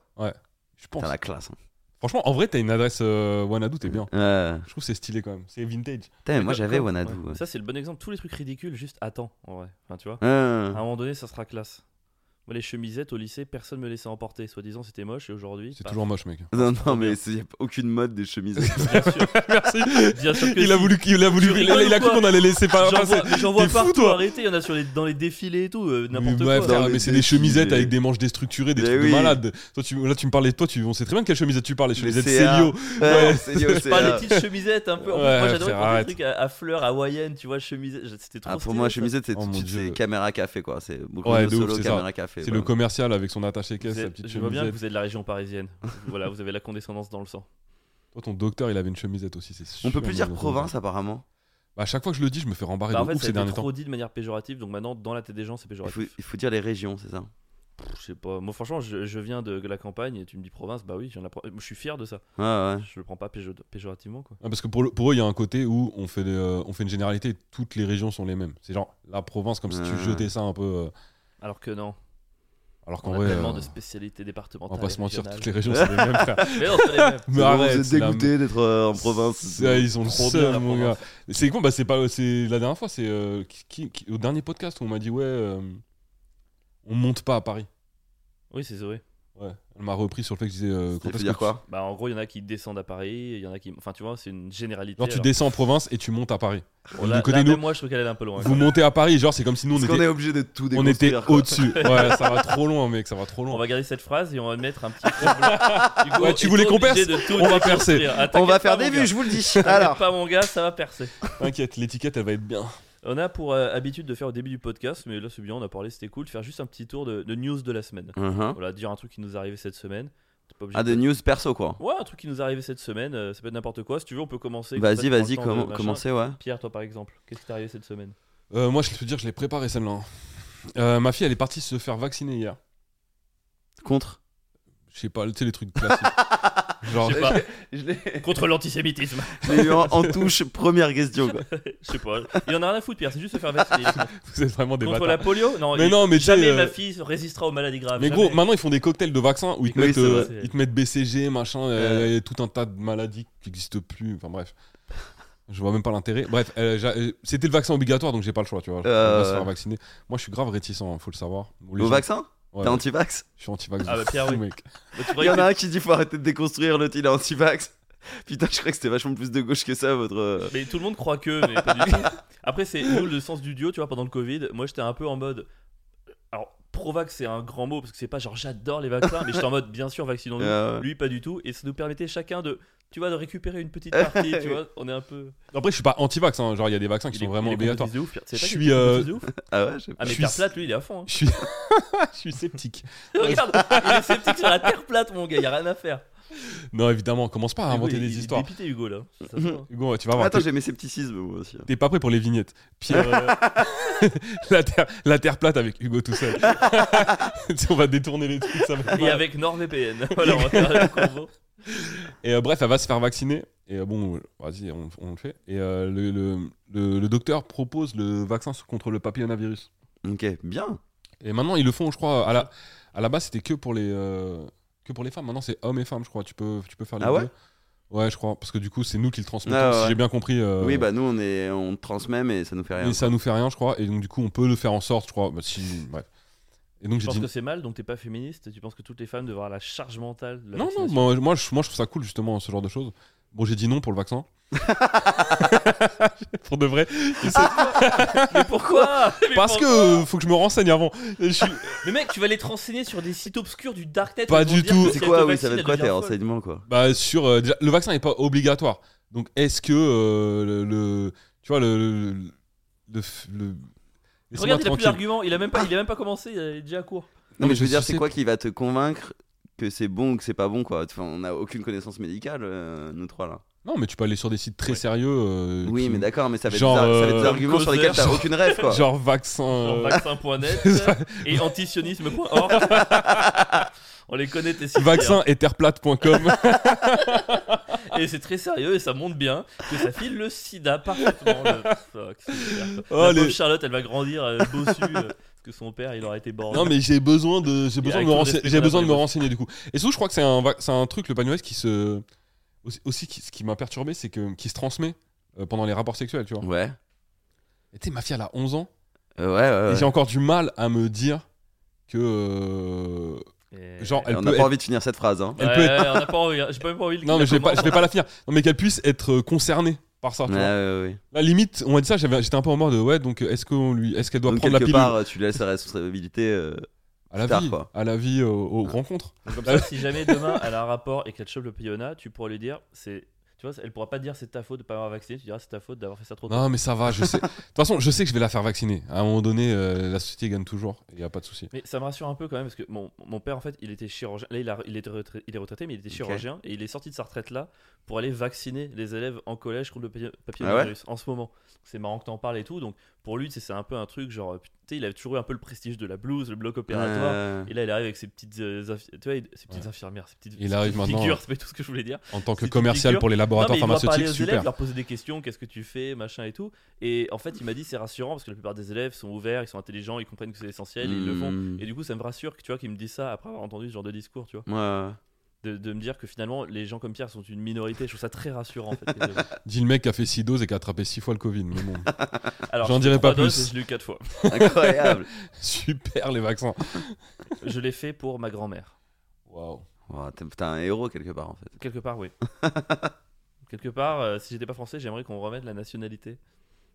Je pense.
T'as la classe. hein.
Franchement, en vrai, t'as une adresse euh, Wanadu, t'es bien.
Euh,
Je trouve que c'est stylé quand même. C'est vintage.
putain, mais moi
Comme-
j'avais
comme-
Wanadu.
ouais.
ouais.
Ça, c'est le bon exemple. Tous les trucs ridicules, juste attends, en vrai. Enfin, tu vois.
Hein.
Euh,
À un moment donné, ça sera classe. Moi, les chemisettes au lycée, personne me laissait emporter. Soi-disant, c'était moche et aujourd'hui.
C'est
bah,
toujours moche, mec.
Non, non, mais il n'y a aucune mode des chemises.
Bien sûr,
Merci.
bien sûr que
Il a
si.
voulu, il a voulu,
Tu
il a,
rigoles
il a
ou
cru
quoi
qu'on allait laisser pas
J'en
passer.
vois, mais j'en vois
T'es fou,
partout
toi
arrêté. Il y en a sur les, dans les défilés et tout, euh,
Oui,
n'importe
ouais,
quoi.
frère,
Dans
mais
les
c'est des
défilés.
chemisettes avec des manches déstructurées, des
Mais
trucs
oui.
de malades. Toi, tu, là, tu me parlais de toi, tu, on sait très bien de quelle chemisette tu parles, les chemisettes
CA.
Célio. Ouais.
c'est dit au
Je parle
CA.
des petites chemisettes un peu. En plus,
euh, Ouais,
moi, j'adorais
frère,
prendre des
arrête.
trucs à, à fleurs hawaïennes, tu vois, chemisette. Je- C'était trop
Ah, pour
stylé,
moi,
ça.
chemisette, c'est
Oh
tout de
mon
suite
Dieu.
c'est caméra café quoi. C'est beaucoup
Ouais,
de
de ouf,
solo,
c'est ça.
caméra café.
C'est
voilà.
le commercial avec son attaché caisse,
Vous
sa
êtes-
petite
Je vois bien que
chemisette.
vous êtes de la région parisienne. voilà, vous avez la condescendance dans le sang.
Toi, ton docteur, il avait une chemisette aussi, c'est
On
sûr,
peut plus
mais
dire
bien entendu.
province apparemment.
Bah, à chaque fois que je le dis, je me fais rembarrer
Bah, en
de
fait,
ouf
ça a
ces
été
derniers temps.
trop dit de manière péjorative, donc maintenant, dans la tête des gens, c'est
Il faut,
péjoratif.
il faut dire les régions, c'est ça.
Pff, Je sais pas. Moi, franchement, je, je viens de la campagne et tu me dis province, bah oui, j'en apprends- je suis fier de ça.
Ouais, ouais.
Je le prends pas péjo- péjorativement, quoi.
Ah, parce que pour, le- pour eux, il y a un côté où on fait, des, euh, on fait une généralité, toutes les régions sont les mêmes. C'est genre la province, comme si tu
Ouais.
jetais ça un peu. euh,
Alors que non,
alors qu'en
on a
vrai,
tellement
euh,
de spécialités départementales.
on va pas se mentir,
régionales.
toutes les régions sont les mêmes. frère.
Mais non, c'est les mêmes.
Mais
C'est bon,
arrête,
vous
c'est
êtes
la-
dégoûté d'être euh, en province.
Ça, ils ont le
Trop
seum,
bien, la
mon gars.
province.
C'est con, bah c'est pas, c'est la dernière fois, c'est euh, qui- qui- qui- au dernier podcast où on m'a dit ouais, euh, on monte pas à Paris.
Oui, c'est Zoé.
Ouais. Elle m'a repris sur le fait que je disais euh, quand est-ce
Ça veut
que
dire
tu-
quoi
Bah, en gros, il y en a qui descendent à Paris, il y en a qui. Enfin, tu vois, c'est une généralité.
Genre tu
alors. Oh,
descends en province et tu montes à Paris.
Bon, là,
du côté
là,
nous-
même moi, je trouve qu'elle est un peu loin.
Vous montez à Paris, genre c'est comme si nous on
Parce qu'on
était,
est obligé de tout
on était
déconstruire. quoi.
au-dessus. Ouais, ça va trop loin, mec, ça va trop
On
loin.
va garder cette phrase et on va mettre un petit. point bleu. Hugo
Ouais, tu
est
voulais qu'on
obligé
perce
de tout
On
déconstruire.
va percer.
Ah,
On
t'inquiète
va
pas,
faire
mon
des
gars.
vues, je vous le dis.
T'inquiète
Alors,
pas, mon gars, ça va percer.
T'inquiète, l'étiquette elle va être bien.
On a pour euh, habitude de faire au début du podcast, mais là c'est bien, on a parlé, c'était cool, de faire juste un petit tour de, de news de la semaine.
Mhm.
Voilà, dire un truc qui nous est arrivé cette semaine. T'es pas obligé
ah, de news perso quoi.
Ouais, un truc qui nous est arrivé cette semaine, euh, ça peut être n'importe quoi. Si tu veux, on peut commencer. comme ça,
Vas-y,
tu prends le
vas-y,
temps
comment-
de machin.
commencez, ouais.
Pierre, toi par exemple, qu'est-ce qui t'est arrivé cette semaine
Euh, moi je peux te dire, je l'ai préparée celle-là. hein. Euh, ma fille elle est partie se faire vacciner hier.
Contre
Je sais pas, tu sais les trucs classiques. Genre,
Je sais pas.
Je l'ai
Contre l'antisémitisme.
je l'ai eu en, en touche, première question. Quoi.
Je sais pas. Il y en a rien à foutre, Pierre, c'est juste se faire vacciner.
vous êtes vraiment des
Contre la
bâtards.
polio Non,
Mais
il-
non, mais tu sais,
jamais
euh,
ma fille se résistera aux maladies graves.
Mais
jamais.
gros, maintenant ils font des cocktails de vaccins où ils te,
Oui,
mettent,
c'est
euh,
vrai.
ils te mettent BCG, machin, euh, et tout un tas de maladies qui n'existent plus. Enfin bref, je vois même pas l'intérêt. Bref, euh, j'a- euh, c'était le vaccin obligatoire donc j'ai pas le choix, tu vois.
Euh,
On va se faire
ouais.
vacciner. Moi je suis grave réticent, hein, faut le savoir. Les
Au
gens-
vaccin
Ouais,
T'es anti-vax
Je suis anti-vax.
Ah bah, Pierre,
fou,
oui.
mec.
Bah, tu
Il
pourrais-
y en a un qui dit faut arrêter de déconstruire, l'autre il est anti-vax. Putain, je crois que c'était vachement plus de gauche que ça, votre. euh,
Mais tout le monde croit que, mais pas du tout. Après, c'est nous le sens du duo, tu vois, pendant le Covid. Moi, j'étais un peu en mode. Alors, pro-vax, c'est un grand mot, parce que c'est pas genre j'adore les vaccins, mais j'étais en mode bien sûr, vaccinons-nous.
euh,
Lui, pas du tout. Et ça nous permettait chacun de. Tu vois, de récupérer une petite partie, tu vois. On est un peu.
Après je suis pas anti-vax, hein, genre il y a des vaccins qui
Il est-
sont vraiment
il est
obligatoires.
complotiste de ouf, Pierre. C'est
Je
pas
suis,
qu'il est complotiste
euh,
de ouf
Ah ouais, j'ai
Ah, mais
je suis-
Terre plate, lui, il est à fond. hein.
Je suis... je suis sceptique.
Regarde, il est sceptique sur la Terre plate, mon gars, il y a rien à faire.
Non évidemment, on commence pas à
Hugo,
Ah, inventer
il-
des
il est
histoires.
dépité, Hugo, là. Ça se voit.
Hugo, tu vas voir.
Attends,
Ah, t'es-
j'ai mes scepticismes moi aussi.
T'es pas prêt pour les vignettes. Pierre, euh, la, terre, la terre plate avec Hugo tout seul. Tu sais, on va détourner les trucs. Ça va pas.
Et avec NordVPN. Voilà, on va faire le combo.
Et euh, bref, elle va se faire vacciner. Et euh, bon, vas-y, on, on le fait. Et euh, le, le- le- le docteur propose le vaccin contre le papillomavirus.
Ok, bien.
Et maintenant, ils le font, je crois. À la, à la base, c'était que pour les euh, que pour les femmes. Maintenant, c'est hommes et femmes, je crois. Tu peux, tu peux faire les
Ah ouais
deux. Ouais, je crois. Parce que du coup, c'est nous qui le transmettons,
Ah ouais,
si
ouais.
j'ai bien compris. euh,
Oui, bah nous, on, est, on transmet, mais ça nous fait rien.
mais ça nous fait rien, je crois. Et donc, du coup, on peut le faire en sorte, je crois. Bah, si, bref. Et donc,
Tu
j'ai
penses
dit.
que c'est mal, donc t'es pas féministe Tu penses que toutes les femmes devraient avoir la charge mentale de la
Non, non,
vaccination
moi, moi, je, moi, je trouve ça cool, justement, ce genre de choses. Bon, j'ai dit non pour le vaccin. pour de vrai. Et c'est-
Mais pourquoi Ah, Mais
Parce que euh, faut que je me renseigne avant. Et je suis-
Mais mec, tu vas les te renseigner sur des sites obscurs du Darknet.
Pas
ils vont
du
dire
tout.
que si
C'est
elle
quoi,
te
oui,
vaccine,
ça va
elle
être quoi
devient
tes
folle.
renseignements, quoi
Bah sur euh, déjà, le vaccin n'est pas obligatoire. Donc est-ce que euh, le, le- tu vois le le, le, le-
Regarde,
laissez-moi
il a plus
tranquille.
d'arguments, il a même pas, il a même pas commencé, il est déjà à court.
Non, mais je veux
mais
dire,
si
c'est
c'est-
quoi qui va te convaincre que c'est bon ou que c'est pas bon, quoi Enfin, on n'a aucune connaissance médicale, euh, nous trois, là.
Non, mais tu peux aller sur des sites très
Ouais.
sérieux. euh,
Oui,
qui-
mais d'accord, mais ça va être,
Genre,
bizarre, ça va être
euh,
des arguments sur lesquels t'as
genre-
aucune rêve, quoi.
Genre vaccin.
Genre
euh,
vaccin.net et antisionisme.org. On les connaît tes sites.
Vaccin etherplate.com
Et c'est très sérieux et ça monte bien que ça file le sida parfaitement. Le... Fuck, c'est super.
Oh,
la
les-
pauvre Charlotte, elle va grandir euh, bossu euh, parce que son père, il aurait été borné.
Non mais j'ai besoin de j'ai
Il
besoin
a
de me
tout
renseigner
respecté
j'ai
dans la
besoin de me
police.
renseigner du coup. Et surtout je crois que c'est un vac- c'est un truc le panuès qui se aussi, aussi qui- ce qui m'a perturbé c'est que qui se transmet euh, pendant les rapports sexuels, tu vois.
Ouais.
Et tu sais ma fille elle a 11 ans
Euh, ouais,
et
ouais,
j'ai encore du mal à me dire que euh,
Et-
genre
ouais.
elle
On
peut
n'a
être-
pas envie de finir cette phrase, hein.
Ouais,
elle peut être-
ouais, on n'a pas envie, hein. j'ai pas même pas envie de
Non, mais je vais, pas,
comment-
je vais pas la finir. Non, mais qu'elle puisse être euh, concernée par ça. tu
Ouais,
vois.
ouais, ouais.
La limite, on m'a dit ça, j'avais- j'étais un peu en mode de, ouais, donc euh, est-ce qu'on lui, est-ce qu'elle doit
Donc,
prendre la
quelque
pilule
part, euh, tu laisses la responsabilité. euh,
à la
tard,
vie,
quoi.
à la vie, euh, aux, rencontres.
Comme ça, si jamais demain elle a un rapport et qu'elle chope le piona, tu pourras lui dire c'est. Tu vois, elle pourra pas dire c'est ta faute de pas avoir vacciné, tu diras c'est ta faute d'avoir fait ça trop tôt.
Non, mais ça va, je sais. De toute façon, je sais que je vais la faire vacciner. À un moment donné, euh, la société gagne toujours. Il y a pas de souci.
Mais ça me rassure un peu quand même parce que mon, mon père en fait il était chirurgien, là il, a- il est, retraité, il est retraité mais il était
Ok.
chirurgien et il est sorti de sa retraite là pour aller vacciner les élèves en collège contre le papi-
Ah
papillomavirus en ce moment. C'est marrant que t'en parles et tout donc pour lui tu sais, c'est un peu un truc genre tu sais il avait toujours eu un peu le prestige de la blouse, le bloc opératoire
euh,
et là il arrive avec ses petites, euh, infi- tu vois, il- ses petites
Ouais.
infirmières, ses petites,
Il arrive
ses petites
maintenant,
figures, c'est pas tout ce que je voulais dire.
En tant que
C'est une
commercial
figure.
pour les laboratoires
Non, mais il doit parler
pharmaceutiques,
aux
super.
élèves, leur poser des questions, qu'est-ce que tu fais, machin et tout. Et en fait, il m'a dit c'est rassurant parce que la plupart des élèves sont ouverts, ils sont intelligents, ils comprennent que c'est essentiel, ils le font.
hmm,
Et du coup, ça me rassure que tu vois qu'il me dise ça après avoir entendu ce genre de discours, tu vois,
ouais, ouais.
de, de me dire que finalement les gens comme Pierre sont une minorité. Je trouve ça très rassurant. En fait, les élèves.
Dis le mec qui a fait 6 doses et qui a attrapé 6 fois le Covid. Mais bon,
Alors,
J'en
j'ai
dirai
fait trois
pas plus.
doses et Je l'ai eu quatre fois.
Incroyable.
super les vaccins.
Je l'ai fait pour ma grand-mère.
Waouh.
Wow, Oh, t'es t'es un héros quelque part en fait.
Quelque part, oui. Quelque part, euh, si j'étais pas français, j'aimerais qu'on remette la nationalité.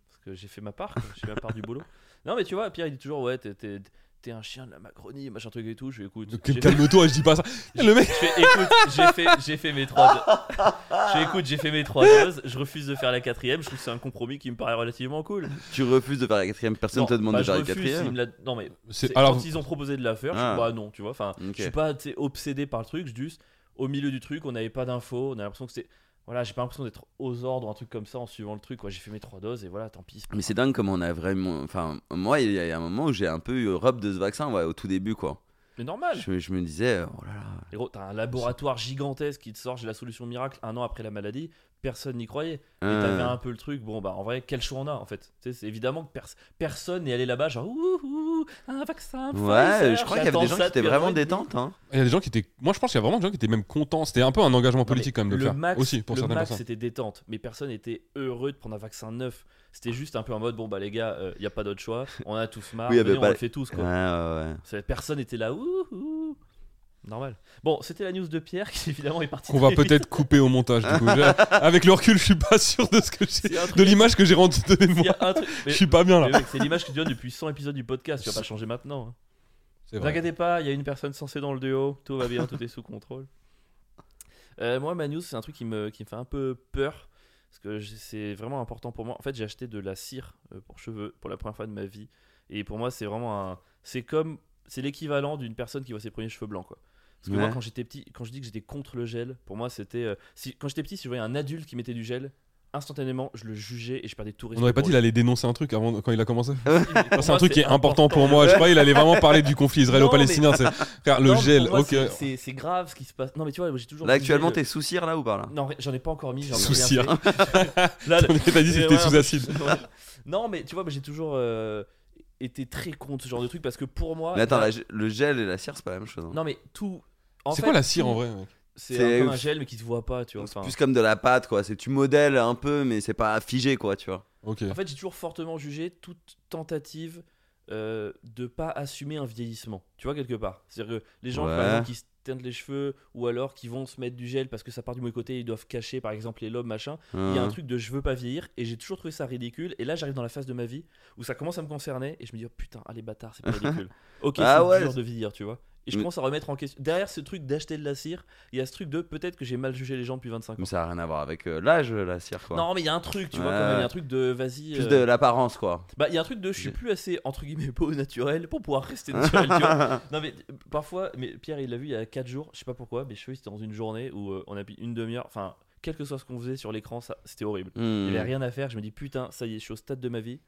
Parce que j'ai fait ma part, quoi. j'ai fait ma part du boulot. Non, mais tu vois, Pierre, il dit toujours Ouais, t'es- t'es t'es un chien de la Macronie, machin truc et tout. Je lui écoute.
Donc,
J'ai fait,
Calme-toi, je dis pas ça. Le mec,
je fais, écoute, j'ai fait, j'ai fait mes trois doses. Je fais, écoute, j'ai fait mes trois doses. Je refuse de faire la quatrième. Je trouve que c'est un compromis qui me paraît relativement cool.
Tu refuses de faire la quatrième, personne
Non,
te demande
bah,
de faire
je
la
refuse, ils
quatrième.
me la- Non, mais
c'est
c'est-
alors.
quand ils ont proposé de la faire, je
Ah.
suis bah non, tu vois. Enfin,
Ok.
je suis pas tu sais, obsédé par le truc, je juste au milieu du truc, on n'avait pas d'infos, on a l'impression que c'était voilà, j'ai pas l'impression d'être aux ordres, un truc comme ça en suivant le truc quoi. J'ai fait mes trois doses et voilà, tant pis.
Mais c'est dingue comment on a vraiment. Enfin, moi, il y a il y a un moment où j'ai un peu eu robe de ce vaccin, ouais, au tout début, quoi.
Mais normal.
Je, je me disais, oh là là.
Les gros, t'as un laboratoire gigantesque qui te sort j'ai la solution miracle un an après la maladie, personne n'y croyait. Et
euh,
t'avais un peu le truc, bon bah en vrai, quel choix on a en fait Tu sais, c'est évidemment que pers- personne n'est allé là-bas genre ouh, ouh, un vaccin.
Ouais,
Pfizer,
je crois qu'il y avait
j'attends
des gens qui
ça
étaient
depuis un an
vraiment
et demi.
détentes. Hein.
Il y a des gens qui étaient. Moi, je pense qu'il y a vraiment des gens qui étaient même contents. C'était un peu un
Non,
engagement
mais
politique quand même de le,
le
faire.
Max,
aussi pour
le
certaines
max,
personnes.
c'était détente, mais personne n'était heureux de prendre un vaccin neuf. C'était juste un peu en mode bon bah les gars, il y a pas d'autre choix, on a tous marre,
Oui, y avait
venez, on
pas-
le fait tous
Ouais, ouais,
quoi.
ouais.
C'est- Personne n'était là ouh, ouh. normal. Bon, c'était la news de Pierre qui évidemment est partie.
Qu'on va
très vite.
peut-être couper au montage. Du coup. J'ai- Avec le recul, je suis pas sûr de ce que j'ai-
C'est un truc-
de l'image que j'ai rendue de
il y
moi.
a un truc- mais-
Je suis pas bien
mais
là.
mec, c'est l'image que tu donnes depuis 100 épisodes du podcast, tu vas pas changer maintenant. hein.
C'est
Ne vous
vrai.
inquiétez pas, il y a une personne censée dans le duo, tout va bien, tout est sous contrôle. Euh, moi, ma news, c'est un truc qui me, qui me fait un peu peur, parce que j'ai- c'est vraiment important pour moi. En fait, j'ai acheté de la cire euh, pour cheveux pour la première fois de ma vie, et pour moi, c'est vraiment un... C'est comme... C'est l'équivalent d'une personne qui voit ses premiers cheveux blancs, quoi. Parce que moi,
Ouais.
quand j'étais petit, quand je dis que j'étais contre le gel, pour moi, c'était... euh, si, quand j'étais petit, si je voyais un adulte qui mettait du gel, instantanément, je le jugeais et je perdais tout
On
respect.
n'aurait pas
pour
dit il allait dénoncer un truc avant quand il a commencé.
lui. Mais pour
C'est un
moi,
truc qui est important pour moi. Je sais pas, il allait vraiment parler du conflit israélo-palestinien. c'est- Frère, Ah, le
Non, mais pour
gel,
moi,
ok.
c'est- C'est c'est grave ce qui se passe. Non, mais tu vois, j'ai toujours.
Là,
utilisé
actuellement,
le-
t'es sous cire là ou pas là
Non, j'en ai pas encore mis. j'en ai
Sous
rien
cire.
fait. Là, le-
T'as dit que
Ouais,
t'es
ouais,
sous acide.
non, mais tu vois, mais j'ai toujours euh, été très contre ce genre de truc parce que pour moi.
Mais attends,
la-
la ge- le gel et la cire, c'est pas la même chose. hein.
Non, mais tout. en
C'est
fait,
quoi la cire
tout-
en vrai mec
C'est
C'est-
un, peu un gel, mais qui se voit pas, tu vois.
Donc, c'est
enfin.
plus comme de la pâte, quoi. C'est tu modèles un peu, mais c'est pas figé, quoi, tu vois.
Ok.
En fait, j'ai toujours fortement jugé toute tentative euh, de pas assumer un vieillissement. Tu vois, quelque part. C'est-à-dire que les gens
Ouais.
par exemple, qui se teintent les cheveux ou alors qui vont se mettre du gel parce que ça part du mauvais côté, ils doivent cacher par exemple les lobes, machin. Il y a un
Hein.
truc de je veux pas vieillir et j'ai toujours trouvé ça ridicule. Et là, j'arrive dans la phase de ma vie où ça commence à me concerner et je me dis oh, putain, allez, bâtard, c'est pas ridicule. ok,
Ah
c'est
ouais,
dur
c'est-
de vieillir, tu vois. Et je
Mais-
commence à remettre en question. Derrière ce truc d'acheter de la cire, il y a ce truc de peut-être que j'ai mal jugé les gens depuis 25 ans.
Mais ça a rien à voir avec euh, l'âge, la cire, quoi.
Non, mais il y a un truc, tu vois,
Ouais.
quand même, il y a un truc de vas-y.
Plus
euh,
de l'apparence, quoi.
bah, il y a un truc de je suis
J'ai-
plus assez entre guillemets beau au naturel pour pouvoir rester naturel. tu vois. Non mais euh, parfois, mais Pierre il l'a vu il y a 4 jours, je sais pas pourquoi, mais je cheveux c'était dans une journée où euh, on a pris une demi-heure, enfin, quel que soit ce qu'on faisait sur l'écran, ça c'était horrible. Il y
Hmm.
avait rien à faire, je me dis putain, ça y est, je suis au stade de ma vie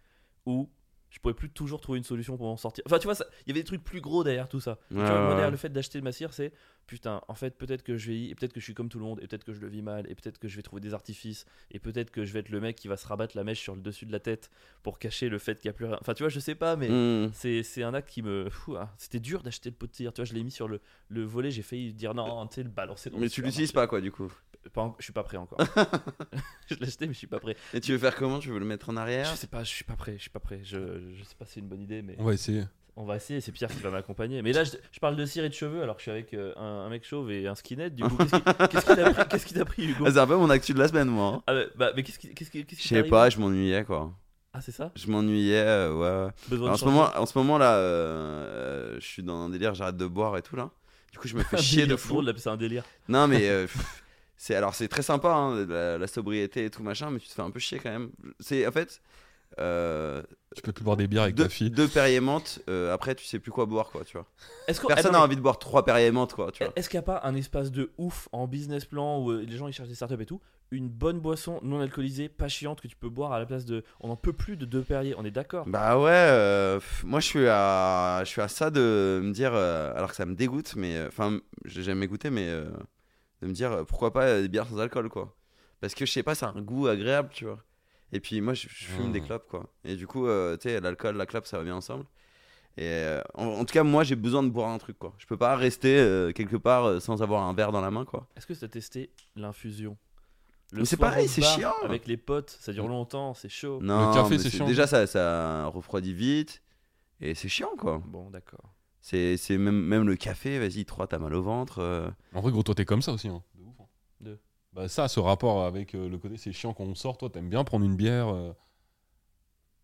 où je pourrais plus toujours trouver une solution pour m'en sortir. Enfin, tu vois, ça- il y avait des trucs plus gros derrière tout ça. Tu
Ouais,
vois, moi,
ouais,
derrière
ouais.
le fait d'acheter ma cire, c'est putain, en fait, peut-être que je vieillis, et peut-être que je suis comme tout le monde, et peut-être que je le vis mal, et peut-être que je vais trouver des artifices, et peut-être que je vais être le mec qui va se rabattre la mèche sur le dessus de la tête pour cacher le fait qu'il n'y a plus rien. Enfin, tu vois, je sais pas, mais
Hmm.
c'est c'est un acte qui me. Fou, hein. C'était dur d'acheter le pot de cire, tu vois, je l'ai mis sur le, le volet, j'ai failli dire non, tu sais, le balancer dans
Mais
le
tu l'utilises pas, quoi, du coup.
supermarché. Pas en- Je suis pas prêt encore. je l'ai acheté, mais je suis pas prêt.
Et tu veux faire comment Tu veux le mettre en arrière
Je sais pas, je suis pas prêt, je suis pas prêt. Je, je sais pas si c'est une bonne idée, mais
Mm.
On va essayer.
on va essayer. C'est Pierre qui va m'accompagner. Mais là, je, je parle de cire et de cheveux alors que je suis avec euh, un, un mec chauve et un skinhead. Du coup, qu'est-ce qui- qu'est-ce qu'il a pris, qu'est-ce qu'il t'a pris, Hugo
Ah, C'est un peu mon actu de la semaine, moi. hein.
Ah, bah, bah, mais qu'est-ce qui, qu'est-ce qui, qu'est-ce qui
Je sais
t'arrive
pas, je m'ennuyais, quoi.
Ah, c'est ça
Je m'ennuyais, euh, ouais, ouais.
Besoin
En
de
ce,
changer. Ah,
moment, en ce moment là, euh, je suis dans un délire, j'arrête de boire et tout là. Du coup, je me
Un
fais chier de
délire,
fou.
drôle, là, C'est un délire.
Non, mais euh, pff, c'est alors c'est très sympa, hein, la, la sobriété et tout machin, mais tu te fais un peu chier quand même. C'est en fait euh,
Tu peux plus boire des bières avec
deux,
ta fille.
deux Perrier menthe, euh, après tu sais plus quoi boire quoi, tu vois.
Est-ce qu'on-
Personne
attends,
n'a envie de boire trois Perrier menthe quoi, tu vois.
Est-ce qu'il n'y a pas un espace de ouf en business plan où euh, les gens ils cherchent des startups et tout Une bonne boisson non alcoolisée, pas chiante que tu peux boire à la place de. On n'en peut plus de deux Perrier, on est d'accord
Bah ouais, euh, pff, moi je suis à je suis à ça de me dire euh, alors que ça me dégoûte mais euh, enfin j'ai jamais goûté mais euh, de me dire euh, pourquoi pas euh, des bières sans alcool quoi. Parce que je sais pas, ça a un goût agréable, tu vois. Et puis moi je, je fume des
Hmm.
clopes quoi. Et du coup euh, tu sais l'alcool, la clope ça va bien ensemble. Et euh, en, en tout cas moi j'ai besoin de boire un truc quoi. Je peux pas rester euh, quelque part euh, sans avoir un verre dans la main quoi.
Est-ce que tu as testé l'infusion Le
Mais c'est
soir
pareil,
au
c'est
bar
chiant.
Avec les potes, ça dure longtemps, c'est chaud.
Non,
café,
mais
c'est chiant.
déjà ça ça refroidit vite et c'est chiant quoi.
Bon, d'accord.
C'est c'est même, même le café, vas-y, 3, t'as mal au ventre. euh.
En vrai, gros, toi, t'es comme ça aussi. Hein. De ouf. hein.
De-
Bah, ça, ce rapport avec euh, le côté, c'est chiant quand on sort. Toi, t'aimes bien prendre une bière. euh,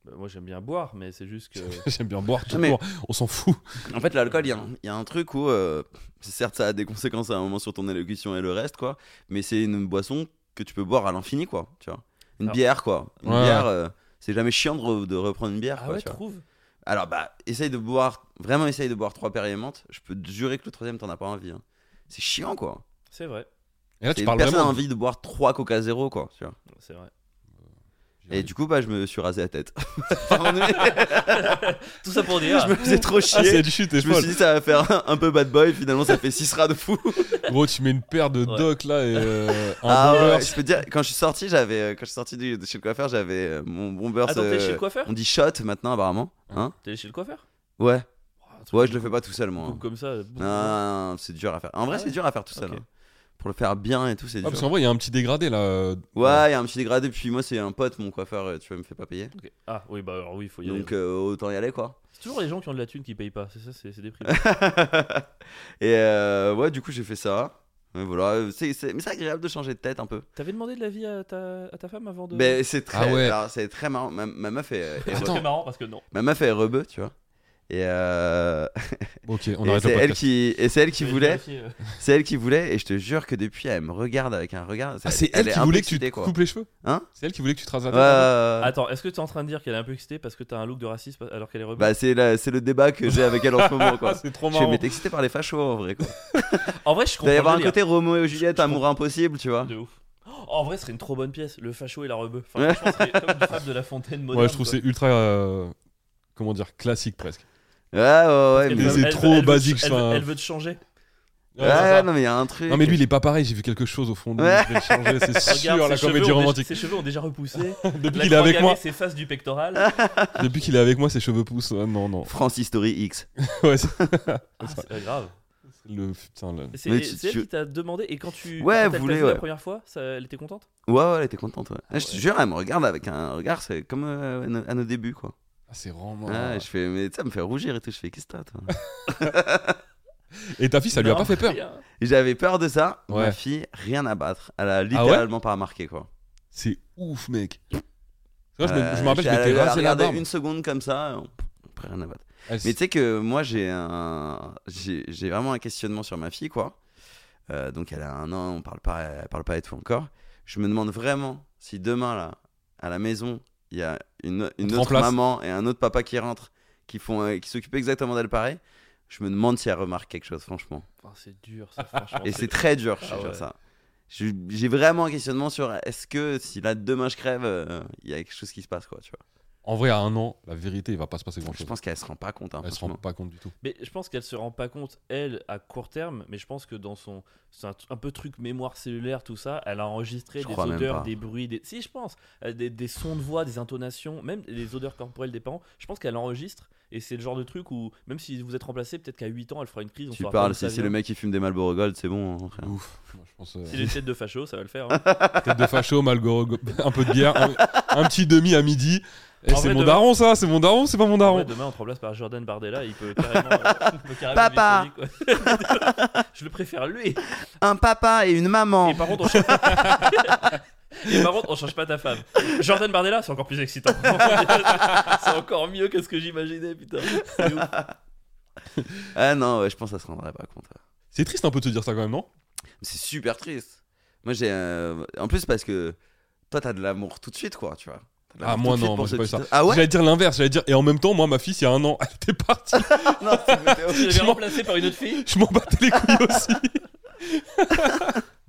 Bah, moi j'aime bien boire, mais c'est juste que.
J'aime bien boire tout
mais-
court. On s'en fout.
En fait, l'alcool, il y a un- il y, a un truc où, euh, certes, ça a des conséquences à un moment sur ton élocution et le reste, quoi, mais c'est une boisson que tu peux boire à l'infini, quoi, tu vois. Une
Ah.
bière, quoi. Une
Ouais.
bière, euh, c'est jamais chiant de, re- de reprendre une bière,
ah
quoi,
ouais,
tu vois.
trouve
Alors, bah, essaye de boire, vraiment essaye de boire 3 Perrier menthe. Je peux te jurer que le troisième, t'en as pas envie. hein. C'est chiant, quoi.
C'est vrai,
Et là,
Et
tu parles
personne n'a
vraiment.
envie de boire 3 Coca Zéro, quoi, tu vois.
c'est vrai.
Et du coup, bah, je me suis rasé la tête.
Tout ça pour dire.
je me faisais trop
Ah,
chier.
cette chute est
Je me suis
folle.
dit ça va faire un, un peu bad boy, finalement ça fait 6 rats de fou.
Gros, tu mets une paire de
Ouais.
docs là et euh, un
Ah ouais,
bomber.
je peux dire, quand je suis sorti, j'avais, euh, quand je suis sorti du- de chez le coiffeur, j'avais euh, mon bomber.
ah, Attends,
euh,
t'es chez le coiffeur Ah.
on dit shot maintenant apparemment, hein
T'es chez le coiffeur
Ouais,
Oh, un truc
ouais, je le fais pas tout seul moi. hein.
coupe comme ça.
Non, non, non, c'est dur à faire. En vrai,
Ah
c'est
ouais
dur à faire tout seul.
Ok.
hein. Pour le faire bien et tout, c'est
Ah, parce
dur.
qu'en vrai, il y a un petit dégradé là. euh,
Ouais, il y a un petit dégradé, puis moi c'est un pote, mon coiffeur, euh, tu vois, il me fait pas payer.
Ok. Ah oui, bah alors oui, il faut y aller.
Donc euh, autant y aller quoi.
C'est toujours les gens qui ont de la thune qui payent pas, c'est ça, c'est c'est déprimant.
et euh, ouais, du coup j'ai fait ça. Mais voilà, c'est, c'est- mais c'est agréable de changer de tête un peu.
T'avais demandé de l'avis à ta, à ta femme avant de.
Mais Ben, c'est très,
Ah ouais.
alors, c'est très marrant. Ma, ma meuf est, est
c'est
Attends.
très marrant parce que non.
Ma meuf est rebeu, tu vois. Et, euh,
Ok, on
et
arrête
c'est
le
elle
podcast.
qui et c'est elle qui
Mais
voulait,
vérifier, euh,
c'est elle qui voulait et je te jure que depuis elle me regarde avec un regard.
Ah, c'est elle,
est
qui
un peu
voulait que tu
excitée,
te
quoi.
coupes Ah, les cheveux
Hein
C'est elle qui voulait que tu te rases la
Ouais,
tête
ouais, ouais.
Attends, est-ce que t'es en train de dire qu'elle est un peu excitée parce que t'as un look de raciste pa- alors qu'elle est rebelle
Bah c'est la- c'est le débat que j'ai avec elle en ce moment
Ah,
quoi.
c'est trop
Je fais,
marrant.
mais t'es excité par les fachos en vrai quoi.
En vrai, je
Il doit y
comprends.
avoir
le délire.
un côté Roméo et Juliette,
je
amour impossible, tu vois.
De ouf. Oh, en vrai, ce serait une trop bonne pièce, le facho et la rebeu. Enfin,
Ouais.
franchement, c'est comme une fable de la fontaine moderne.
Ouais, je trouve c'est ultra. euh, Comment dire Classique presque.
Ouais, ouais, ouais.
quoi.
mais-
Elle veut-
c'est
elle
trop
veut- elle veut-
basique,
Elle
ça.
veut, elle veut te changer.
Ouais,
c'est ça.
non, mais il y a un truc.
Non mais lui il est pas pareil, j'ai vu quelque chose au fond de lui,
Ouais.
je vais le changer, c'est
Regarde,
sûr
ses,
la
cheveux
comédie
ont déjà-
romantique.
ses cheveux ont déjà repoussé.
Depuis
La
qu'il est
croix
avec
gammée
moi,
s'efface du
Ah.
pectoral.
depuis qu'il est avec moi ses cheveux poussent. Ah, non non.
France History X.
Ouais, c'est
Ah, c'est euh, grave.
le putain le-
C'est
Mais
c'est
tu-
elle
tu-
qui t'a demandé et quand tu
Ouais,
quand elle
vous
t'a
voulez,
vu
ouais.
la première fois, ça- elle était contente.
Ouais, ouais, elle était contente. ouais. Ah, je te
Ouais.
jure, elle me regarde avec un regard, c'est comme euh, à nos- à nos débuts, quoi.
Ah, c'est vraiment.
Ah, je fais, mais ça me fait rougir et tout. Je fais, qu'est-ce que t'as, toi
Et ta fille ça lui a
Non,
pas fait peur.
rien.
J'avais peur de ça. Ma
Ouais. Ah
fille, rien à battre. Elle a
ouais
littéralement pas remarqué, quoi.
C'est ouf mec. C'est vrai, je, me,
Euh,
je me rappelle je
j'ai-
m'étais
elle a
rasé la
regardé
barbe.
une seconde comme ça. euh, pff, Rien à battre.
Elle
Mais
s-
tu sais que moi, j'ai un, j'ai j'ai vraiment un questionnement sur ma fille, quoi. Euh, donc elle a un an, on parle pas, elle parle pas et tout encore. Je me demande vraiment si demain là, à la maison, il y a une, une
te
autre
remplace.
maman et un autre papa qui rentrent, qui font, euh, qui s'occupent exactement d'elle pareil. Je me demande si elle remarque quelque chose, franchement.
Enfin, c'est dur, ça, franchement.
Et c'est très dur, je suis
Ah
sûr,
ouais.
ça. Je- J'ai vraiment un questionnement sur est-ce que si là demain je crève, euh, il y a quelque chose qui se passe, quoi. Tu vois.
En vrai à un an, la vérité il va pas se passer grand
Je
chose.
pense qu'elle se rend pas compte, hein,
Elle se
franchement.
rend pas compte du tout.
Mais je pense qu'elle se rend pas compte, elle, à court terme, mais je pense que dans son. C'est un, un peu truc mémoire cellulaire, tout ça, elle a enregistré
Je
des
crois même
odeurs,
pas.
des bruits, des. Si, je pense, euh, des, des sons de voix, des intonations, même des odeurs corporelles des parents. Je pense qu'elle enregistre, et c'est le genre de truc où, même si vous êtes remplacé, peut-être qu'à 8 ans, elle fera une crise. on
Tu
saura pas
parles,
d'où ça
si c'est le
vient.
mec qui fume des Marlboro Gold, c'est bon. hein, frère.
Ouf. Moi, je pense euh,
S'il est tête de facho, ça va le faire. hein.
tête de facho, Malgoro, un peu de bière, un, un petit demi à midi. Et
En
c'est
vrai,
mon
demain-
daron ça, c'est mon daron, c'est pas mon
Ah,
En vrai,
daron.
demain, on te remplace par Jordan Bardella, il peut carrément. il peut carrément
Papa.
vivre son lit, quoi. Je le préfère lui
Un papa et une maman.
Et par contre, on change... Et par contre, on change pas ta femme. Jordan Bardella, c'est encore plus excitant. c'est encore mieux que ce que j'imaginais, putain. C'est ouf.
Ah non, ouais, je pense qu'elle se rendrait pas compte. ouais.
C'est triste un peu de te dire ça quand même, non
C'est super triste. Moi j'ai. euh, En plus, parce que toi, t'as de l'amour tout de suite, quoi, tu vois. T'as de
Ah, moi,
l'amour tout de suite
non,
pour
moi, j'ai
ce
pas eu ça.
petit- Ah ouais
J'allais dire l'inverse, j'allais dire et en même temps moi ma fille il y a un an, elle était partie.
Non, c'était
Tu
horrible.
l'avais
Je m'en-
remplacé par une autre fille
Je m'en battais les couilles aussi.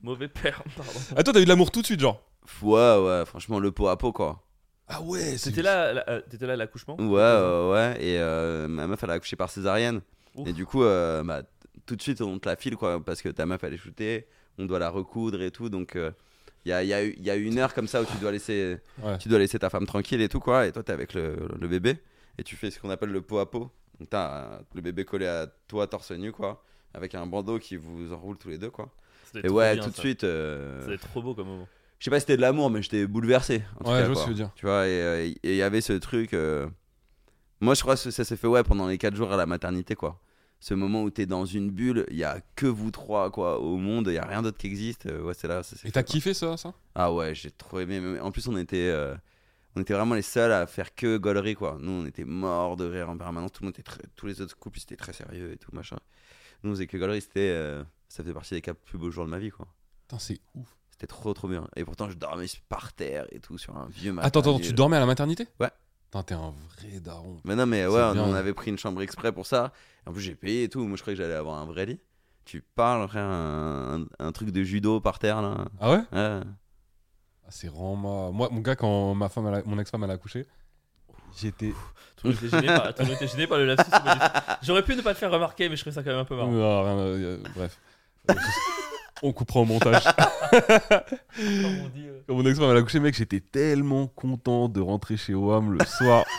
Mauvais père, pardon.
Ah toi t'as eu de l'amour tout de suite genre.
Ouais, ouais, franchement, le pot à pot, quoi.
Ah ouais,
T'étais là, là, euh, t'étais là à l'accouchement
Ouais, ouais, ouais. Et euh, ma meuf, elle a accouché par césarienne.
Ouf.
Et du coup, euh, bah, tout de suite, on te la file, quoi, parce que ta meuf, elle est shootée. On doit la recoudre et tout. Donc, il y, a, y a eu- y a une heure comme ça où tu dois laisser.
Ouais.
tu dois laisser ta femme tranquille et tout quoi et toi t'es avec le, le bébé et tu fais ce qu'on appelle le pot à pot donc t'as euh, le bébé collé à toi torse nu quoi avec un bandeau qui vous enroule tous les deux quoi
C'était
et
trop
ouais
bien,
tout de
ça.
suite euh,
C'était trop beau comme moment.
je sais pas si c'était de l'amour mais j'étais bouleversé en tout
Ouais,
cas,
je vois ce
quoi.
que tu veux dire.
tu vois et euh, et il y avait ce truc euh, moi je crois que ça s'est fait ouais pendant les 4 jours à la maternité quoi ce moment où t'es dans une bulle, il y a que vous trois quoi au monde, il y a rien d'autre qui existe. euh, Ouais, c'est là. ça s'est
Et
fait,
t'as
quoi.
kiffé ça, ça
Ah ouais, j'ai trop aimé. mais- mais En plus, on était, euh, on était vraiment les seuls à faire que gaulerie, quoi. Nous, on était morts de rire en permanence. Tout le monde était très- tous les autres couples, c'était très sérieux et tout, machin. Nous, on faisait que gaulerie, c'était... euh, ça faisait partie des quatre plus beaux jours de ma vie, quoi.
Putain, c'est ouf.
C'était trop, trop bien. Et pourtant, je dormais par terre et tout, sur un vieux matelas
Attends, attends, tu
vieux.
dormais à la maternité
Ouais.
Putain, t'es un vrai daron.
Mais non, mais
C'est
ouais, on,
bien.
on avait pris une chambre exprès pour ça. En plus, j'ai payé et tout. Moi, je croyais que j'allais avoir un vrai lit. Tu parles, frère, un, un- un truc de judo par terre, là.
Ah ouais
Ouais.
Ah, C'est vraiment ma- Moi, mon gars, quand ma femme, elle a- mon ex-femme, elle a accouché, j'étais.
Tout le monde était gêné par, tout le monde était gêné par le lapsus. c'est pas du- J'aurais pu ne pas le faire remarquer, mais je trouvais ça quand même un peu marrant.
Ah, rien, euh, euh, bref. Euh, je- On coupera au montage.
Mm.
Comme on dit, euh,
Quand mon ex-femme, elle a accouché, mec, j'étais tellement content de rentrer chez OAM le soir.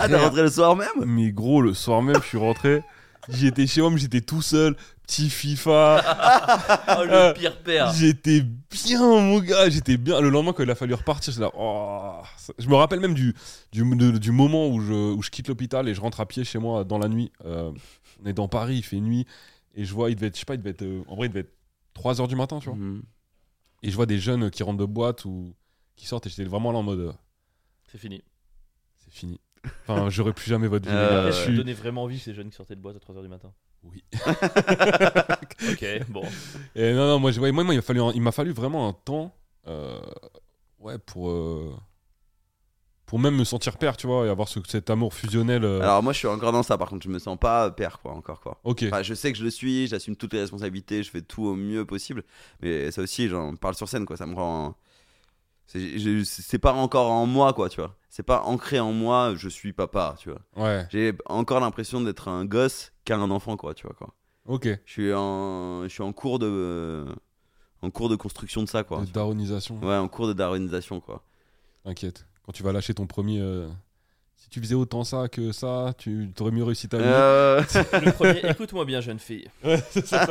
Ah, t'es
Rien.
rentré le soir même
Mais gros, le soir même, je suis rentré. J'étais chez OAM, j'étais tout seul. Petit FIFA.
Ah,
Oh, le pire père
J'étais bien, mon gars, j'étais bien. Le lendemain, quand il a fallu repartir, j'étais là. oh, ça- Je me rappelle même du, du, de- du moment où je, où je quitte l'hôpital et je rentre à pied chez moi dans la nuit. Euh, on est dans Paris, il fait nuit. Et je vois, il devait être, je sais pas, il devait être, euh, en vrai, il devait être 3h du matin, tu vois.
Mhm.
Et je vois des jeunes qui rentrent de boîte ou qui sortent et j'étais vraiment là en mode. euh,
C'est fini.
c'est fini. Enfin, j'aurai plus jamais votre vie. les
Euh,
gars.
Après,
je
ça
suis-
donnait vraiment envie ces jeunes qui sortaient de boîte à 3h du matin.
Oui.
Ok, bon.
Et non, non, moi, j'ai- ouais, moi, moi, il m'a fallu, un- il m'a fallu vraiment un temps, euh, ouais, pour euh, pour même me sentir père, tu vois, et avoir ce- cet amour fusionnel. euh,
Alors moi je suis encore dans ça par contre je me sens pas père quoi encore quoi.
ok.
Enfin, je sais que je le suis, j'assume toutes les responsabilités, je fais tout au mieux possible, mais ça aussi j'en parle sur scène quoi, ça me rend c'est je- c'est pas encore en moi quoi, tu vois. C'est pas ancré en moi, je suis papa, tu vois.
ouais.
J'ai encore l'impression d'être un gosse qu'un enfant quoi, tu vois quoi.
Ok.
Je suis en, je suis en cours de, en cours de construction de ça, quoi.
De daronisation.
Ouais, en cours de daronisation, quoi.
Inquiète. Quand tu vas lâcher ton premier. euh, Si tu faisais autant ça que ça, tu aurais mieux réussi ta vie.
Euh,
Le premier, écoute-moi bien, jeune fille.
Ouais, c'est ça.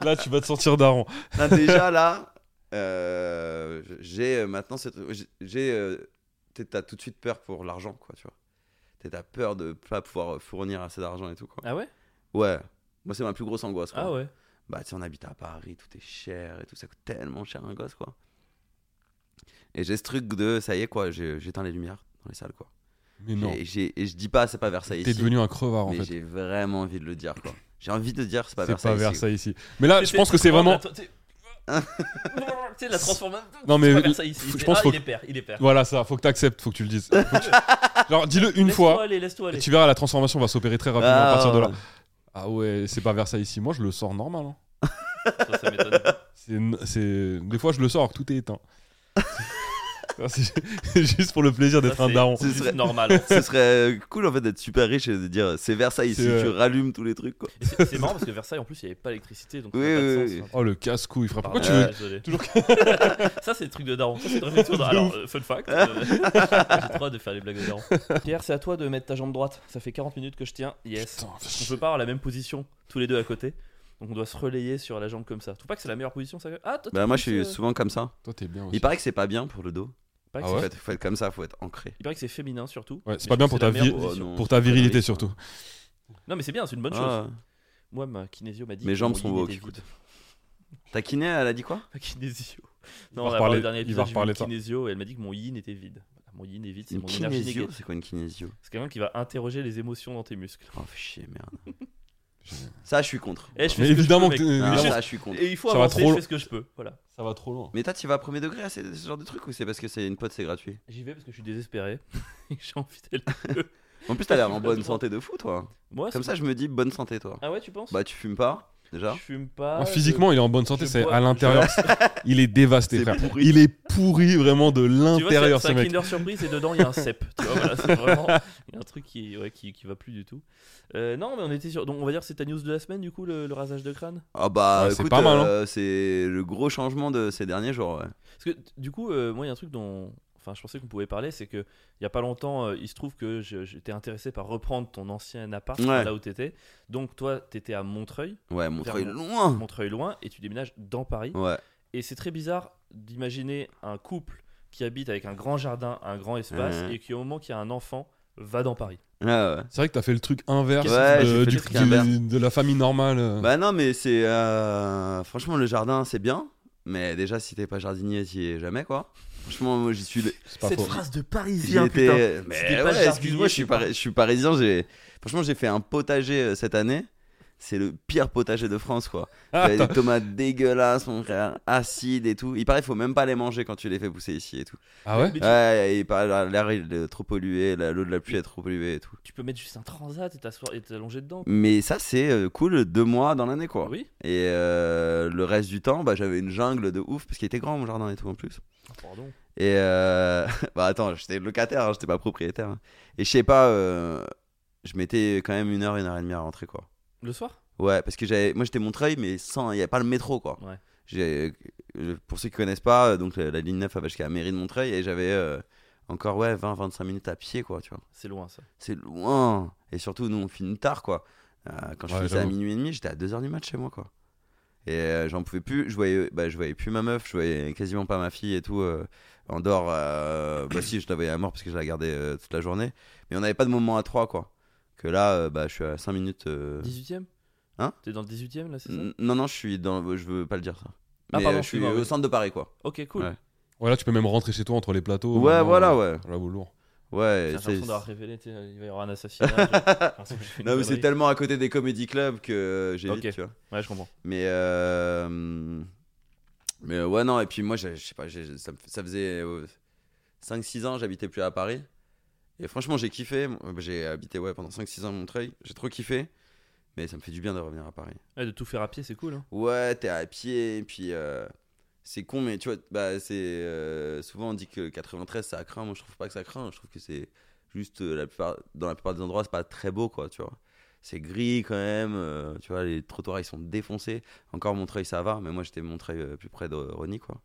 Là, tu vas te sentir daron.
là, déjà là, euh, j'ai euh, maintenant cette, j'ai- j'ai, euh, t'es- t'as tout de suite peur pour l'argent, quoi, tu vois. T'es- T'as peur de pas pouvoir fournir assez d'argent et tout, quoi.
Ah ouais
Ouais. Moi, c'est ma plus grosse angoisse. Quoi.
Ah ouais.
Bah, tu sais, on habite à Paris, tout est cher et tout, ça coûte tellement cher un gosse, quoi. Et j'ai ce truc de, ça y est, quoi, j'ai- j'éteins les lumières dans les salles, quoi.
Mais non.
Et, j'ai- et je dis pas, c'est pas Versailles
T'es
ici,
devenu un crevard en
mais
fait.
j'ai vraiment envie de le dire, quoi. J'ai envie de dire, c'est pas
C'est
Versailles
pas
ici.
Versailles ici. Mais là, Ah, je pense que c'est vraiment.
Tu sais, la transformation.
Non, mais-
C'est pas Versailles ici.
faut- je
C'est-
pense
ah,
faut
il est père, il est père.
Voilà, ça, faut que t'acceptes, faut que tu le dises. Faut que tu- Genre, dis-le une
Laisse-toi
fois,
aller, laisse-toi
et
aller.
tu verras, la transformation va s'opérer très rapidement
Ah,
à partir de là. Ah ouais, c'est pas Versailles ici. Moi, je le sors normal. hein.
Ça, ça m'étonne pas.
C'est, c'est... Des fois, je le sors, tout est éteint. c'est juste pour le plaisir d'être
Ça,
un
c'est-
daron.
C'est
Ce serait-
juste normal.
Ce serait euh, cool en fait d'être super riche et de dire c'est Versailles ici,
C'est,
tu
euh,
rallumes tous les trucs quoi.
Et C'est c'est marrant parce que Versailles, en plus, il n'y avait pas l'électricité, donc ça
Oui,
n'a pas de
oui,
sens,
oui.
hein.
Oh, le casse-couille, frère. Pourquoi
Pardon,
tu
désolé.
veux. toujours-
Ça, c'est le truc de Daron. Ça, c'est une réflexion. de- Alors, euh, fun fact. euh, J'ai trop hâte de faire les blagues de Daron. Pierre, c'est à toi de mettre ta jambe droite. Ça fait 40 minutes que je tiens. Yes.
Putain, fais
On
chier.
peut pas avoir la même position, tous les deux à côté. Donc on doit se relayer sur la jambe comme ça. Tu trouves pas que c'est la meilleure position ça Ah, toi,
Bah
t'es
moi je
plus,
suis
euh,
souvent comme ça.
Toi, t'es bien
Il
aussi.
paraît que c'est pas bien pour le dos.
il paraît que
Ah
c'est-
ouais
Faut, être, faut être comme ça, faut être ancré.
Il paraît que c'est féminin surtout.
Ouais, c'est
Mais
pas
je
bien
trouve
pour
que
ta
c'est la
vie.
meilleure
vie-
position.
non.
Pour ta virilité
Ouais.
surtout.
Non, mais c'est bien, c'est une bonne chose.
Ah,
Moi, ma kinésio m'a dit.
mes
que
jambes
mon
sont
yin
woke,
était
écoute.
vide.
Ta kiné, elle a dit quoi
Ma kinésio.
va
Non, on a
reparler-
parlé dernier
il va
épisode. j'ai vu
reparler
une
de ça.
kinésio et elle m'a dit que mon yin était vide. Voilà, Mon yin est vide, c'est
Une
mon énergie
kinésio
négative.
C'est quoi une kinésio
C'est quelqu'un qui va interroger les émotions dans tes muscles.
Oh fais chier, merde. ça je suis contre.
Eh, je fais
Mais
ce que
évidemment
je
que.
peux, mec.
Non,
Mais
évidemment-
je-
ça je suis contre.
Et il faut
Ça va
avancer,
trop
je
lo-
fais ce que je peux. Voilà.
Ça va trop loin.
Mais toi tu vas à premier degré à ces- ce genre de truc ou c'est parce que c'est une pote, c'est gratuit
J'y vais parce que je suis désespéré. j'ai envie d'aller.
En plus t'as l'air en
Pas le
bonne
droit.
santé de fou toi.
Moi,
Comme
c'est-
ça je me dis bonne santé toi.
Ah ouais, tu penses
Bah tu fumes pas déjà
Je fume pas.
Moi,
je-
physiquement, il est en bonne santé,
je
c'est
bois-
à
je-
l'intérieur. Il est dévasté,
C'est
frère.
pourri.
Il est pourri vraiment de
Tu vois,
l'intérieur,
c'est-
ce
c'est un
mec.
Kinder Surprise et dedans il y a un cep. tu vois, voilà, c'est vraiment il y a un truc qui, ouais, qui, qui va plus du tout. Euh, non, mais on était sur. Donc on va dire que c'est ta news de la semaine du coup, le, le rasage de crâne.
Ah bah
Ouais, c'est
écoute,
pas mal, hein.
euh, c'est le gros changement de ces derniers jours. ouais.
Parce que t- du coup, euh, moi il y a un truc dont. Enfin, je pensais qu'on pouvait parler, c'est que il y a pas longtemps, euh, il se trouve que je- j'étais intéressé par reprendre ton ancien appart
Ouais.
là où t'étais. Donc toi, t'étais à Montreuil,
Ouais, Montreuil
Clairement.
loin.
Montreuil loin, et tu déménages dans Paris.
Ouais.
Et c'est très bizarre d'imaginer un couple qui habite avec un grand jardin, un grand espace,
Ouais.
et qui au moment qu'il y a un enfant va dans Paris.
Ah ouais.
C'est vrai que t'as fait le truc inverse de,
Ouais, j'ai fait
du-
le truc inverse.
du- de la famille normale. euh.
Bah non, mais c'est euh, franchement le jardin, c'est bien. Mais déjà, si t'es pas jardinier, t'y es jamais quoi. Franchement, moi j'y suis. le-
c'est pas
Cette
faux.
phrase de
J'y
Parisien, hein, putain.
étais.
t'es
Mais
pas
ouais,
jardinier,
excuse-moi, je suis
c'est pas-
pari- je suis parisien. J'ai franchement, j'ai fait un potager euh, cette année. C'est le pire potager de France quoi.
Ah,
J'avais
t'as-
des tomates dégueulasses, mon frère, acides et tout. Il paraît, faut même pas les manger quand tu les fais pousser ici et tout.
ah ouais
Mais tu-
Ouais, il paraît, l'air il est trop pollué, la- l'eau de la pluie est trop polluée et tout.
Tu peux mettre juste un transat et t'asseoir et t'allonger dedans.
Mais ça, c'est euh, cool deux mois dans l'année, quoi.
Oui,
Et euh, le reste du temps, bah, j'avais une jungle de ouf, parce qu'il était grand mon jardin et tout en plus.
Ah, pardon.
Et euh, bah attends, j'étais locataire, hein, j'étais pas propriétaire. hein. Et je sais pas, euh, je mettais quand même une heure, une heure et demie à rentrer, quoi.
Le soir
Ouais, parce que j'avais, moi j'étais Montreuil, mais sans, il n'y avait pas le métro, quoi.
Ouais.
J'ai- euh, Pour ceux qui connaissent pas, euh, donc la, la ligne 9 elle va jusqu'à la mairie de Montreuil, et j'avais euh, encore, ouais, 20-25 minutes à pied, quoi, tu vois.
C'est loin ça.
C'est loin. Et surtout, nous, on finit tard, quoi. Euh, quand je
Ouais,
finissais à
j'avoue.
minuit et demi, j'étais à 2h du match chez moi, quoi. Et euh, j'en pouvais plus. Je voyais, bah, je voyais plus ma meuf, je voyais quasiment pas ma fille et tout. euh, en dehors, euh, bah si, je la voyais à mort parce que je la gardais euh, toute la journée. Mais on n'avait pas de moment à 3, quoi. Que là, euh, bah, je suis à 5 minutes. euh,
18ème
Hein Mm.
T'es dans le 18ème là, c'est ça
n- Non, non, je suis dans. Je veux pas le dire, ça.
Ah,
Mais
pardon,
euh, je suis
excuse-moi,
au
oui.
centre de Paris, quoi.
Ok, cool.
Ouais.
Ouais, là, tu peux même rentrer chez toi entre les plateaux.
Ouais,
maintenant,
voilà,
euh,
ouais.
Là, vous lourd.
J'ai
Ouais,
l'impression
c'est-
d'avoir révélé, tu sais, il va y avoir un assassinat. je- Enfin, j'ai fait une
Non, mais c'est
connerie.
tellement à côté des comédie clubs que euh, j'évite,
Ok.
tu vois.
Ouais, je comprends.
Mais euh, mais euh, ouais non et puis moi j'ai- je sais pas j'ai- ça, me- ça faisait 5 6 ans j'habitais plus à Paris et franchement j'ai kiffé j'ai habité ouais pendant 5 6 ans à Montreuil, j'ai trop kiffé mais ça me fait du bien de revenir à Paris.
Ouais, de tout faire à pied, c'est cool. hein.
Ouais, t'es à pied et puis euh, c'est con mais tu vois bah c'est euh, souvent on dit que le 93 ça craint, moi je trouve pas que ça craint, je trouve que c'est juste euh, la plupart dans la plupart des endroits c'est pas très beau quoi, tu vois. c'est gris quand même. euh, tu vois, les trottoirs ils sont défoncés. Encore Montreuil, ça va, mais moi j'étais Montreuil euh, plus près de Rony, quoi.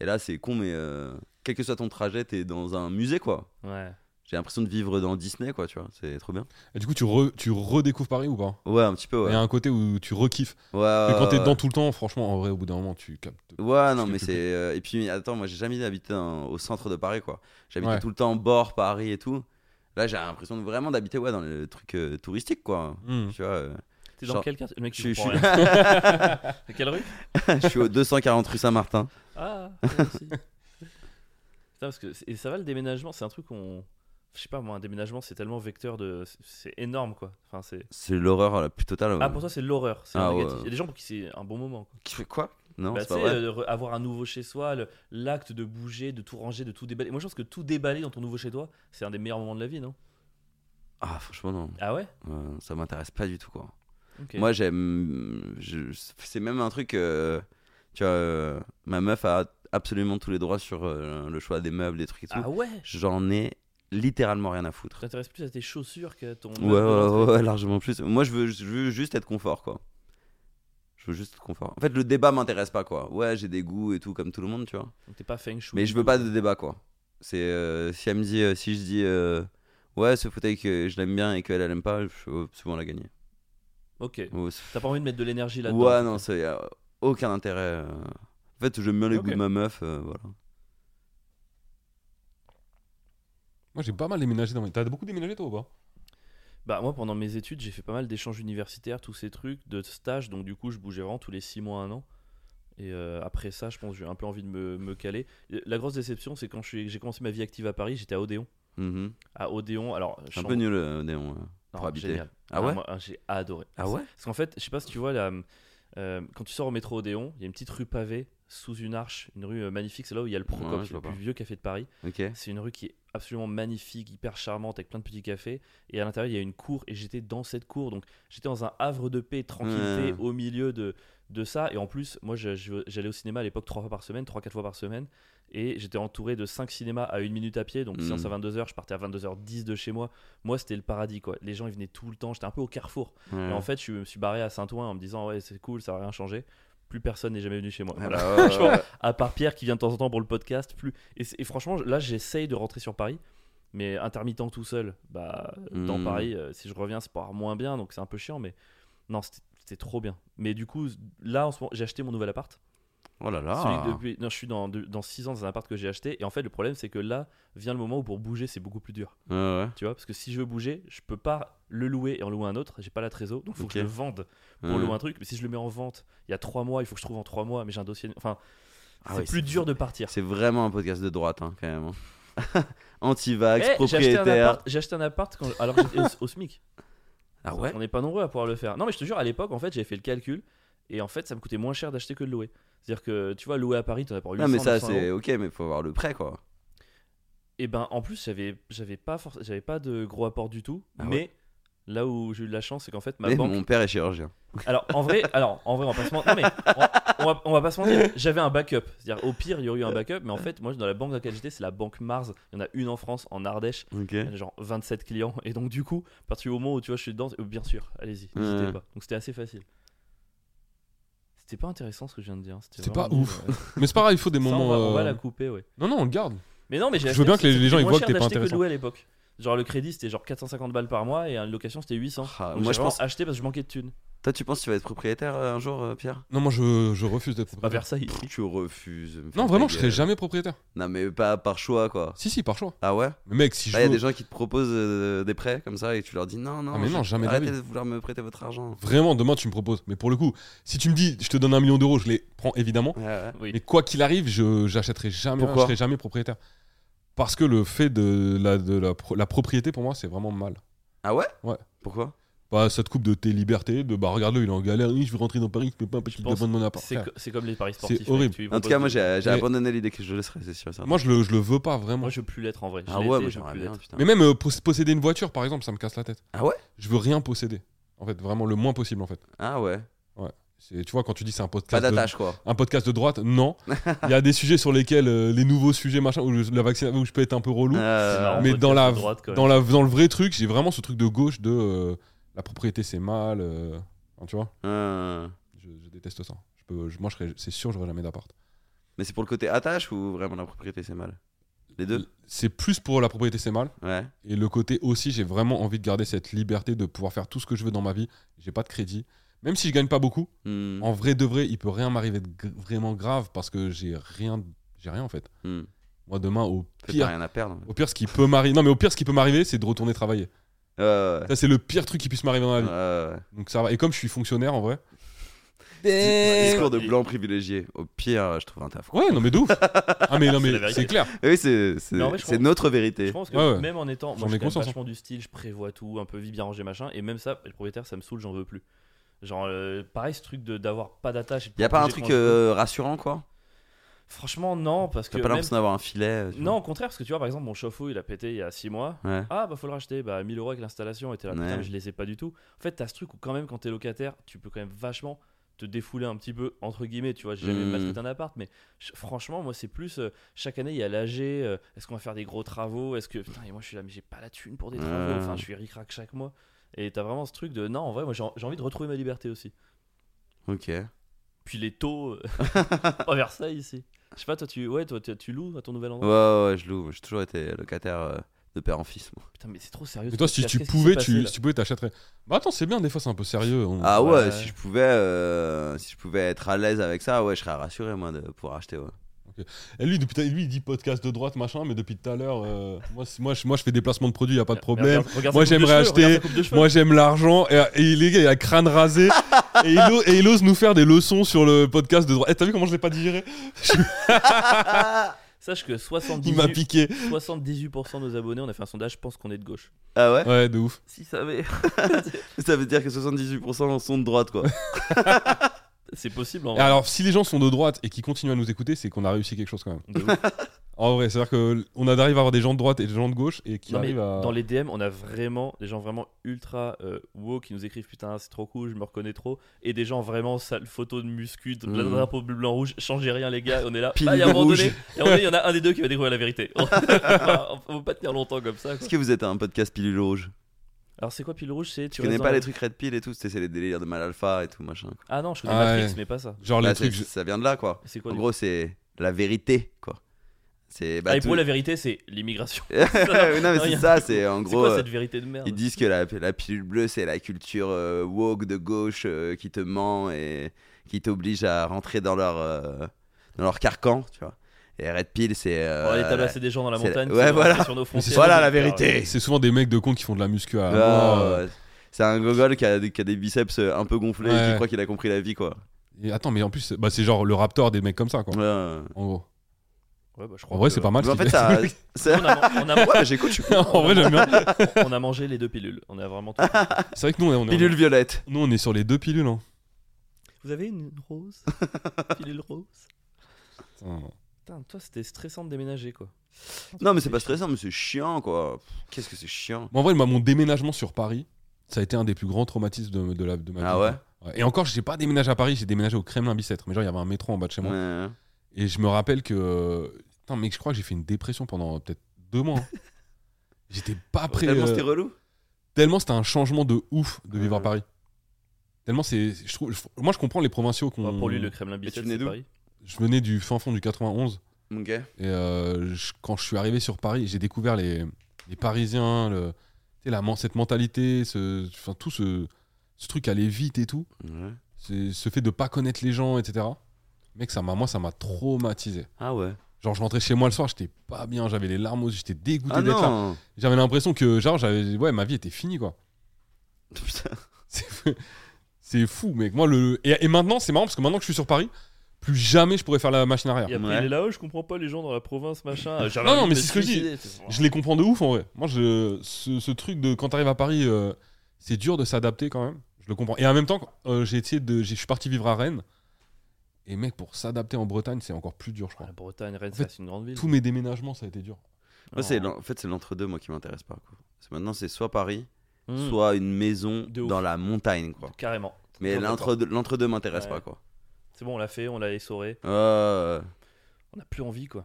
Et là, c'est con, mais euh, quel que soit ton trajet, t'es dans un musée, quoi.
Ouais.
J'ai l'impression de vivre dans Disney, quoi, tu vois. C'est trop bien.
Et du coup, tu, re- tu redécouvres Paris ou pas
Ouais, un petit peu,
Il
ouais.
y a un côté où tu rekiffes.
Ouais,
Mais
ouais,
quand t'es
ouais.
dedans tout le temps, franchement, en vrai, au bout d'un moment, tu captes.
Ouais, non,
Je
mais
sais
c'est.
plus.
euh, et puis, attends, moi, j'ai jamais habité dans- au centre de Paris, quoi. J'habitais
Ouais.
tout le temps bord Paris et tout. Là, j'ai l'impression de- vraiment d'habiter, ouais, dans le truc euh, touristique, quoi.
Mmh.
Hmm.
Tu vois, euh,
T'es dans
Genre-
quel quartier Le mec,
je
il
suis- je
comprend
suis-
rien. T'es Quelle rue
je suis au 240 rue Saint-Martin.
Ah, merci. Putain, parce que, et ça va le déménagement, c'est un truc qu'on. Je sais pas, moi, un déménagement, c'est tellement vecteur de. C'est énorme, quoi. Enfin, c'est...
C'est l'horreur la plus totale.
Ah,
ouais.
pour toi, c'est l'horreur. C'est
Ah,
un négatif.
ouais.
Il y a des gens pour qui c'est un bon moment. Quoi.
Qui fait quoi Non,
Bah,
c'est
tu
pas
sais,
vrai.
euh, de re- avoir un nouveau chez soi, le- l'acte de bouger, de tout ranger, de tout déballer. Moi, je pense que tout déballer dans ton nouveau chez toi, c'est un des meilleurs moments de la vie, non
Ah, franchement, non.
Ah ouais
Euh, ça m'intéresse pas du tout, quoi.
Ok.
Moi, j'aime. je- C'est même un truc. euh, tu vois, euh, ma meuf a absolument tous les droits sur euh, le choix des meubles, des trucs et tout.
Ah ouais
J'en ai littéralement rien à foutre.
Tu t'intéresses plus à tes chaussures qu'à ton.
Ouais, ouais, ouais, largement plus. Moi, je veux, je veux juste être confort, quoi. Je veux juste être confort. En fait, le débat m'intéresse pas, quoi. Ouais, j'ai des goûts et tout, comme tout le monde, tu vois.
Donc, T'es pas feng shui.
Mais
du
je veux
tout,
pas
quoi.
de débat, quoi. C'est euh, si elle me dit, euh, si je dis, euh, ouais, ce fauteuil que je l'aime bien et qu'elle elle aime pas, je veux souvent la gagner.
Ok.
Ou c'est-
T'as pas envie de mettre de l'énergie là-dedans
Ouais, non, ça y a aucun intérêt. euh. En fait, j'aime bien les
Ok.
goûts de ma meuf, euh, voilà.
Moi, j'ai pas mal déménagé dans mes. T'as beaucoup déménagé, toi, ou pas
Bah moi pendant mes études j'ai fait pas mal d'échanges universitaires, tous ces trucs, de stages, donc du coup je bougeais vraiment tous les 6 mois, un an. Et euh, après ça je pense que j'ai un peu envie de me, me caler. La grosse déception c'est quand je suis- j'ai commencé ma vie active à Paris, j'étais à Odéon.
Mhm.
À Odéon, alors...
C'est un
chambre-
peu nul, euh, Néon, euh, pour
Non,
habiter.
génial.
Ah
Non,
ouais
moi, ah, J'ai adoré.
Ah ouais
Parce qu'en fait, je sais pas si tu vois, là, euh, quand tu sors au métro Odéon, il y a une petite rue pavée sous une arche, une rue euh, magnifique, c'est là où il y a le Procop,
Ouais, je
c'est le
vois
plus
pas.
vieux café de Paris.
Ok.
C'est une rue qui est absolument magnifique, hyper charmante, avec plein de petits cafés. Et à l'intérieur, il y a une cour, et j'étais dans cette cour. Donc, j'étais dans un havre de paix, tranquillité,
Ouais.
au milieu de, de ça. Et en plus, moi, je- je- j'allais au cinéma à l'époque trois fois par semaine, trois, quatre fois par semaine. Et j'étais entouré de cinq cinémas à une minute à pied. Donc,
Mm.
séance à 22h, je partais à 22h10 de chez moi. Moi, c'était le paradis, quoi. Les gens, ils venaient tout le temps. J'étais un peu au carrefour.
Ouais.
Et en fait, je me suis barré à Saint-Ouen en me disant, ouais, c'est cool, ça va rien changer. Plus personne n'est jamais venu chez moi.
Ah
Voilà
bah ouais, ouais, ouais.
à part Pierre qui vient de temps en temps pour le podcast. Plus et, c'est- et franchement, là, j'essaye de rentrer sur Paris, mais intermittent tout seul, bah dans
Hmm.
Paris, euh, si je reviens, c'est pas moins bien, donc c'est un peu chiant, mais non, c'était c'était trop bien. Mais du coup, là, en ce moment, j'ai acheté mon nouvel appart.
Oh là
Celui
là.
que depuis- non, je suis dans 6 dans six ans dans un appart que j'ai acheté. Et en fait, le problème, c'est que là vient le moment où pour bouger, c'est beaucoup plus dur.
Ouais, ouais.
Tu vois, parce que si je veux bouger, je peux pas le louer et en louer un autre. J'ai pas la trésor, donc faut
Ok. Hmm.
que je le vende pour
Ouais.
louer un truc. Mais si je le mets en vente, il y a 3 mois, il faut que je trouve en 3 mois, mais j'ai un dossier. Enfin,
Ah
c'est
ouais,
plus dur de partir.
C'est vraiment un podcast de droite, hein, quand même. hein.
Eh,
Anti-vax,
j'ai acheté un
propriétaire.
appart- J'ai acheté un appart quand, alors que j'étais au, au SMIC.
Ah ouais
On n'est pas nombreux à pouvoir le faire. Non, mais je te jure, à l'époque, en fait, j'avais fait le calcul et en fait, ça me coûtait moins cher d'acheter que de louer. C'est-à-dire que tu vois, louer à Paris, t'en as pour 800
Non, mais ça,
900
c'est
euros.
ok, mais faut avoir le prêt, quoi.
Et ben, en plus, j'avais, j'avais pas, forc- j'avais pas de gros apport du tout.
Ah
mais là où j'ai eu de la chance, c'est qu'en fait, ma
Mais
Bah, banque.
Mon père est chirurgien.
Alors en vrai, alors en vrai, on va pas se mentir. Non, mais on, on va, on va pas se mentir. J'avais un backup. C'est-à-dire au pire, il y aurait eu un backup, mais en fait, moi, dans la banque dans laquelle j'étais, c'est la banque Mars. Il y en a une en France, en Ardèche.
Ok.
Elle a genre 27 clients. Et donc, du coup, à partir du moment où tu vois, je suis dedans, euh, bien sûr, allez-y, n'hésitez
Ouais.
pas. Donc, c'était assez facile. C'était pas intéressant ce que je viens de dire. C'était
C'est
vraiment
pas
nul,
ouf.
ouais.
Mais c'est pas grave, il faut des
Ça,
moments.
on, va, on va
euh,
la couper, ouais.
Non, non, on le garde.
Mais non, mais j'ai
Je
acheté-
veux bien que les-
c'était
les gens, ils
moins
voient
cher
que t'es pas
d'acheter de
intéressant.
louer à l'époque. Genre, le crédit, c'était genre 450 balles par mois et une location, c'était 800.
Ah,
Donc,
moi,
j'ai
je pense-
vraiment acheté parce que je manquais de thunes.
Toi, tu penses que tu vas être propriétaire euh, un jour, euh, Pierre
Non, moi, je, je refuse d'être
Pas
propriétaire.
Versailles.
Tu refuses. me
Non,
fais
vraiment,
ta
je
gueule.
serai jamais propriétaire.
Non, mais pas par choix, quoi.
Si, si, par choix.
Ah ouais
Mais mec, si je.
Là, il y a
veux-
des gens qui te proposent euh, des prêts comme ça et tu leur dis non, non.
Ah, mais non,
je-
jamais de la
Arrêtez
vie.
de vouloir me prêter votre argent.
Vraiment, demain, tu me proposes. Mais pour le coup, si tu me dis, je te donne un million d'euros, je les prends évidemment.
Ouais, ouais.
Oui.
Mais quoi qu'il arrive, je j'achèterai jamais,
Pourquoi
je serai jamais propriétaire. Parce que le fait de la, de la, pro- la propriété, pour moi, c'est vraiment mal.
Ah ouais
Ouais.
Pourquoi
Bah, ça te coupe de tes libertés, de bah, regarde-le, il est en galère, oui, je veux rentrer dans Paris, je peux pas, parce
Je
qu'il
pense-
demande mon appart.
C'est
Frère.
co- c'est comme les paris sportifs. mec,
horrible.
tu lui
En tout cas,
proposes
moi,
de-
j'ai j'ai
Mais-
abandonné l'idée que je le serais, c'est sûr. et certain.
Moi, je le, je le veux pas vraiment.
Moi, je veux plus l'être en vrai. Je
ah
l'ai
ouais,
été,
moi,
je veux
j'aimerais
plus
bien,
l'être.
putain.
Mais même euh, pos- posséder une voiture, par exemple, ça me casse la tête.
Ah ouais
Je veux rien posséder. En fait, vraiment le moins possible, en fait.
Ah ouais.
C'est- Tu vois, quand tu dis c'est un
Pas
podcast. de-
d'attache, quoi.
un podcast de droite, non. Il y a des sujets sur lesquels, euh, les nouveaux sujets, machin, où je, la vaccine, où je peux être un peu relou.
Euh,
C'est marrant.
mais
podcast
dans la,
de droite, quand même.
dans la dans le vrai truc j'ai vraiment ce truc de gauche de euh, la propriété c'est mal. euh, enfin, tu vois,
Euh,
je, je déteste ça. Je peux, je- moi, je serais- c'est sûr, j'aurais jamais d'appart.
Mais c'est pour le côté attache ou vraiment la propriété c'est mal Les deux
C'est plus pour la propriété c'est mal.
Ouais.
Et le côté aussi, j'ai vraiment envie de garder cette liberté de pouvoir faire tout ce que je veux dans ma vie. J'ai pas de crédit. Même si je gagne pas beaucoup,
Hmm,
en vrai de vrai, il peut rien m'arriver de gr- vraiment grave parce que j'ai rien, j'ai rien en fait.
hmm.
Moi demain, au
T'as
pire,
rien à perdre.
au pire ce qui peut m'arriver, non mais au pire ce qui peut m'arriver, c'est de retourner travailler.
Euh, ouais.
Ça c'est le pire truc qui puisse m'arriver dans ma vie.
Euh, ouais.
Donc ça va. Et comme je suis fonctionnaire en vrai,
Ben
Discours de blanc privilégié. Au pire, je trouve un taf. quoi.
ouais non mais de ouf. Ah mais
C'est la
non mais
vérité.
c'est clair.
Oui, c'est c'est-
Mais en vrai, je
c'est
pense-
notre vérité.
Je pense que
Ouais, ouais.
même en étant.
J'en
Moi, je
ai
suis quand même
conscience,
vachement du style, je prévois tout, un peu vie bien rangée, machin. Et même ça, le propriétaire, ça me saoule, j'en veux plus. Genre, euh, pareil, ce truc de- d'avoir pas d'attache. et de
Y a pas un
protéger
truc
quand je veux.
euh, rassurant quoi
Franchement, non, parce que.
T'as pas
même-
l'impression d'avoir un filet tu vois
Non, au contraire, parce que tu vois, par exemple, mon chauffe-eau, il a pété il y a 6 mois.
Ouais.
Ah, bah faut le racheter, bah 1000 euros avec l'installation, et t'es là, putain,
Ouais.
mais je les ai pas du tout. En fait, t'as ce truc où, quand même, quand t'es locataire, tu peux quand même vachement te défouler un petit peu, entre guillemets, tu vois. J'ai jamais
Mm.
Mmh.
maltraité un appart, mais je- franchement, moi, c'est plus euh, chaque année, il y a l'AG, euh, est-ce qu'on va faire des gros travaux, est-ce que. Putain, et moi, je suis là, mais j'ai pas la thune pour des travaux,
Ouais.
enfin, je suis ric-rac chaque mois. Et t'as vraiment ce truc de, non, en vrai, moi, j'ai en- j'ai envie de retrouver ma liberté aussi.
Ok.
Puis les taux, euh, pas Versailles ici. Je sais pas, toi, tu, ouais, toi, tu, tu loues à ton nouvel endroit
Ouais, ouais, ouais, je loue. J'ai toujours été locataire euh, de père en fils. moi.
Putain, mais c'est trop sérieux.
Mais
ce
toi si
podcast,
tu
qu'est-ce qui s'est
pouvais,
passé,
tu,
là
si tu pouvais t'achèterais. Bah attends c'est bien des fois c'est un peu sérieux. on-
Ah ouais,
Ouais.
si je pouvais, euh, si je pouvais être à l'aise avec ça, ouais, je serais rassuré moi de pouvoir acheter. Ouais.
Et Eh, lui, depuis, ta- lui, il dit podcast de droite, machin, mais depuis tout à l'heure, euh, moi, c'est- moi, je, moi, je fais des placements de produits, il a pas de problème.
Regarde- regarde
Moi,
sa coupe de
j'aimerais
cheveux, regarde
acheter-
sa coupe de cheveux.
Moi, j'aime l'argent. Et, et les gars, il a crâne rasé. et, il o- et il ose nous faire des leçons sur le podcast de droite. Eh, T'as vu comment je l'ai pas digéré
Sache que
Il m'a
78,
piqué.
78% de nos abonnés, on a fait un sondage, pense qu'on est de gauche.
Ah ouais
Ouais, de ouf.
Si ça avait.
Ça veut dire que 78% sont de droite quoi.
C'est possible hein, en
Et alors, si les gens sont de droite et qui continuent à nous écouter, c'est qu'on a réussi quelque chose quand même.
De ouf.
En vrai, c'est-à-dire qu'on arrive à avoir des gens de droite et des gens de gauche et qui
Non, mais
arrivent à.
Dans les DM, on a vraiment des gens vraiment ultra euh, wow qui nous écrivent putain, c'est trop cool, je me reconnais trop. Et des gens vraiment sales photos de muscu, de la
Mm.
Mhm.
drapeau bleu, blanc, rouge, changez rien les gars, on est là.
Pilule
Ah, et à un moment
rouge.
donné, et à un moment donné, il y en a un des deux qui va découvrir la vérité. on peut pas tenir longtemps comme ça. quoi.
Est-ce que vous êtes un podcast pilule rouge
Alors c'est quoi pile rouge C'est
Tu
tu
connais
restes
pas
dans-
les trucs red pill et tout C'est c'est les délires de mal alpha et tout machin. quoi.
Ah non, je connais
Ah
Matrix,
ouais.
mais pas ça.
Genre, les
Bah, c'est-
trucs.
Ça vient de là quoi.
C'est quoi
En
du
gros, c'est la vérité quoi. C'est. bah,
Ah, et
tout-
pour la vérité, c'est l'immigration.
non mais
Non, y
c'est
a-
ça, c'est en
C'est
gros.
quoi
euh,
cette vérité de merde
Ils disent que la, la pilule bleue, c'est la culture euh, woke de gauche euh, qui te ment et qui t'oblige à rentrer dans leur, euh, dans leur carcan, tu vois. Et Red Pill, c'est... euh,
On va aller tabasser des gens dans la
c'est-
montagne.
ouais,
qui vont
voilà.
rentrer Sur nos frontières.
voilà la
Alors,
vérité
Eh, C'est souvent des mecs de con qui font de la muscu à.
Ah,
mort, euh,
ouais. C'est un gogol qui a, qui a des biceps euh, un peu gonflés et
Ouais.
qui croit qu'il a compris la vie, quoi.
Et attends, mais en plus, bah, c'est genre le Raptor des mecs comme ça, quoi.
Ouais.
En gros.
Ouais, bah, je crois
En vrai,
que-
c'est pas mal.
Mais en
ce
fait,
qu'il
ça...
fait.
ça-
On a, on a-
Ouais, mais j'écoute, je suis cool.
en vrai, j'aime bien.
on a mangé les deux pilules. On a vraiment. tout-
C'est vrai que nous, on est, on est,
Pilule violette.
nous, on est sur les deux pilules. Hein.
Vous avez une rose Pilule rose
Putain.
Putain, toi, c'était stressant de déménager quoi.
Non, mais c'est pas stressant, mais c'est chiant, quoi. Pff, Qu'est-ce que c'est chiant.
Moi, en vrai, moi, mon déménagement sur Paris, ça a été un des plus grands traumatismes de, de la, de ma vie.
Ah ouais
quoi. Et encore, j'ai pas déménagé à Paris, j'ai déménagé au Kremlin-Bicêtre. Mais genre, il y avait un métro en bas de chez moi.
Ouais. hein.
Et je me rappelle que. euh, Putain, mec, je crois que j'ai fait une dépression pendant peut-être deux mois. hein. J'étais pas prêt.
Tellement
euh,
c'était relou.
tellement c'était un changement de ouf de vivre à
Ouais.
Paris. Tellement c'est. je trouve- je- Moi, je comprends les provinciaux qui ont-
Enfin, pour lui, le Kremlin
Hmm. tu
Bicêtre,
venais
c'est
d'où
Paris.
Je venais du fin fond du 91.
Ok.
Et euh, je- quand je suis arrivé sur Paris, j'ai découvert les, les Parisiens, le, tu sais, la, man- cette mentalité, ce, enfin, tout ce, ce truc aller vite et tout.
Ouais.
C'est- Ce fait de pas connaître les gens, etc. Mec, ça m'a, moi, ça m'a traumatisé.
Ah ouais.
Genre, je rentrais chez moi le soir, j'étais pas bien, j'avais les larmes aux yeux, j'étais dégoûté
Ah
d'être là.
non
J'avais l'impression que, genre, j'avais, ouais, ma vie était finie, quoi.
Putain.
C'est, c'est fou, mec. Moi, le, et, et maintenant, c'est marrant parce que maintenant que je suis sur Paris, plus jamais je pourrais faire la machine arrière.
Et après,
Ah, Ouais.
il est là-haut, je comprends pas les gens dans la province, machin. J'avais
Non, non,
envie
mais
de
c'est ce
me
que je dis.
suicider. C'est-
Je les comprends de ouf en vrai. Moi, je, ce, ce truc de quand t'arrives à Paris, euh, c'est dur de s'adapter quand même. Je le comprends. Et en même temps, euh, j'ai essayé de, j'ai- je suis parti vivre à Rennes. Et mec, pour s'adapter en Bretagne, c'est encore plus dur, je crois.
oh, La Bretagne, Rennes,
En fait,
c'est une grande ville.
Tous mes déménagements, ça a été dur.
Moi, c'est
Oh.
l'en- en fait, c'est l'entre-deux, moi, qui m'intéresse pas. Quoi. C'est- Maintenant, c'est soit Paris,
Mm.
soit une maison
De ouf.
dans la montagne, quoi.
Carrément.
Mais
D'accord.
l'entre-deux l'entre-deux m'intéresse
Ouais.
pas, quoi.
C'est bon, on l'a fait, on l'a essoré.
Euh,
On n'a plus envie quoi.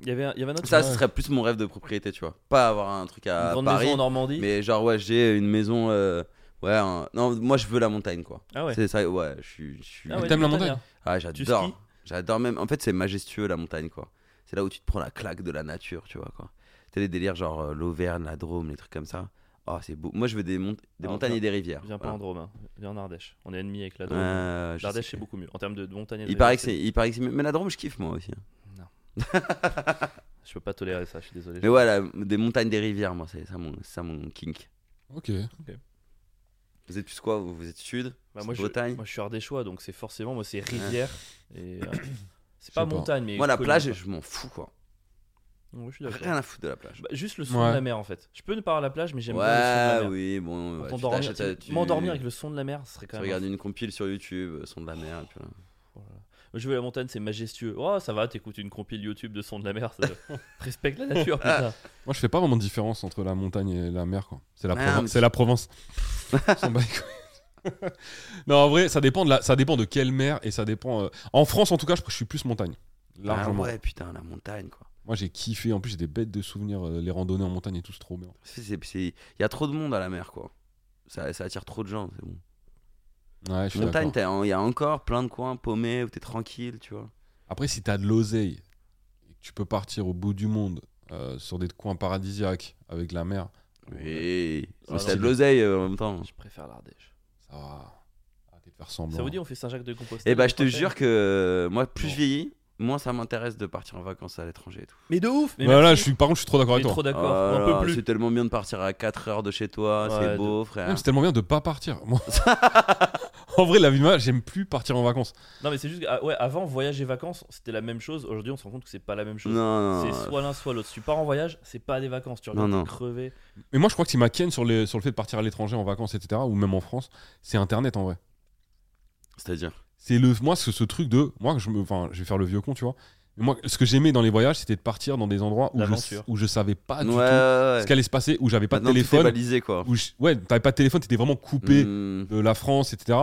Il y avait un, il y avait un autre.
ça,
Ouais.
ce serait plus mon rêve de propriété, tu vois. Pas avoir un truc
une
à
grande
Paris,
maison en Normandie.
mais genre, ouais, j'ai une maison euh, Ouais, hein. non, moi je veux la montagne quoi.
Ah ouais.
C'est ça, ouais, je suis. je suis-
Ah ouais,
T'aimes la
les
montagne
montagnes,
Ah,
Tu
j'adore.
skies
J'adore même. En fait, c'est majestueux la montagne, quoi. C'est là où tu te prends la claque de la nature, tu vois, quoi. T'as les délires genre euh, l'Auvergne, la Drôme, les trucs comme ça. Oh, c'est beau. Moi, je veux des, mont- des
Alors,
montagnes
viens-
et des rivières.
hein. Viens pas
Voilà.
en Drôme, hein. viens en Ardèche. On est ennemis avec la Drôme.
Euh, je
L'Ardèche,
sais.
c'est beaucoup mieux. En termes de de montagne et de
Il paraît que
rivière,
c'est. Il paraît que c'est- Mais la Drôme, je kiffe moi aussi.
Je peux pas tolérer ça, je suis désolé.
Mais ouais, la- des montagnes, des rivières, moi, c'est ça mon, c'est ça mon kink.
Ok.
Vous êtes plus quoi Vous vous êtes sud
Bah, moi, je,
Bretagne
moi, je suis ardéchois, donc c'est forcément, moi, c'est rivière. et, euh, c'est pas
Je sais pas.
montagne, mais.
Moi, la
connu,
plage,
quoi.
je m'en fous, quoi.
Ouais, je suis d'accord.
Rien à foutre de la plage.
Bah, juste le son
Ouais.
de la mer en fait. Je peux ne pas avoir la plage, mais j'aime bien le son de la
ouais,
mer.
oui, bon. ouais, tu
T'endormir-
t'achètes, euh, tu-
M'endormir avec le son de la mer, ce serait
Tu
quand même.
regardes une compile sur YouTube, euh, son de la mer, et puis voilà.
Je veux la montagne, c'est majestueux. Oh, ça va, t'écoutes une compile YouTube de son de la mer. Ça... Respecte la nature, putain.
Moi, je fais pas vraiment de différence entre la montagne et la mer, quoi. C'est la,
Ah,
Proven-
mais
c'est la Provence. On s'en bat les couilles. non, en vrai, ça dépend de la- ça dépend de quelle mer et ça dépend. euh, En France, en tout cas, je, je suis plus montagne. Largement.
Ah ouais, putain, la montagne, quoi.
Moi, j'ai kiffé. En plus, j'ai des bêtes de souvenirs. euh, Les randonnées en montagne et tout, c'est trop bien.
C'est- c'est- c'est- Il y a trop de monde à la mer, quoi. Ça, ça attire trop de gens, c'est bon.
Ouais, je suis
Montagne,
d'accord.
t'as- il y a encore plein de coins paumés où t'es tranquille, tu vois.
Après, si t'as de l'oseille et que tu peux partir au bout du monde euh, sur des coins paradisiaques avec la mer,
Oui.
Ah,
Mais
non,
t'as de
mais-
l'oseille euh, en même temps.
Je préfère l'Ardèche.
ça va. Arrêtez de faire semblant.
Ça vous dit, on fait Saint-Jacques-de-Compostelle
Et bah,
la
je te
prochaine
jure que euh, moi, plus
Bon.
je vieillis, moins ça m'intéresse de partir en vacances à l'étranger et tout.
Mais de ouf mais
Ouais, Bah, là,
merci.
je suis, par contre, je suis trop d'accord
On est
avec toi.
trop d'accord,
Ah
on
là
peut
là,
plus.
C'est tellement bien de partir à 4 heures de chez toi,
Ouais,
c'est beau,
Ouais, mais
Ah.
frère.
C'est tellement bien de pas partir. Moi- en vrai, la vie de ma- j'aime plus partir en vacances.
Non, mais c'est juste que, ah, ouais, avant, voyage et vacances, c'était la même chose. Aujourd'hui, on se rend compte que c'est pas la même chose.
Non,
C'est
non.
soit l'un, soit l'autre. Si tu pars en voyage, c'est pas des vacances. Tu
Non,
reviens
non.
t'es crevé.
Mais moi, je crois que si ma ken sur, les- sur le fait de partir à l'étranger en vacances, etc., ou même en France, c'est Internet en vrai.
C'est-à-dire.
C'est le moi ce, ce truc de moi que je me enfin je vais faire le vieux con tu vois. Mais moi ce que j'aimais dans les voyages c'était de partir dans des endroits où je
L'aventure.
où je savais pas Ah,
Ouais,
du
ouais,
tout
ouais.
ce qu'allait se passer où j'avais pas
Maintenant,
de
tout est
téléphone
balisé, quoi.
où je- ouais t'avais pas de téléphone t'étais vraiment coupé
Hmm.
de la France etc.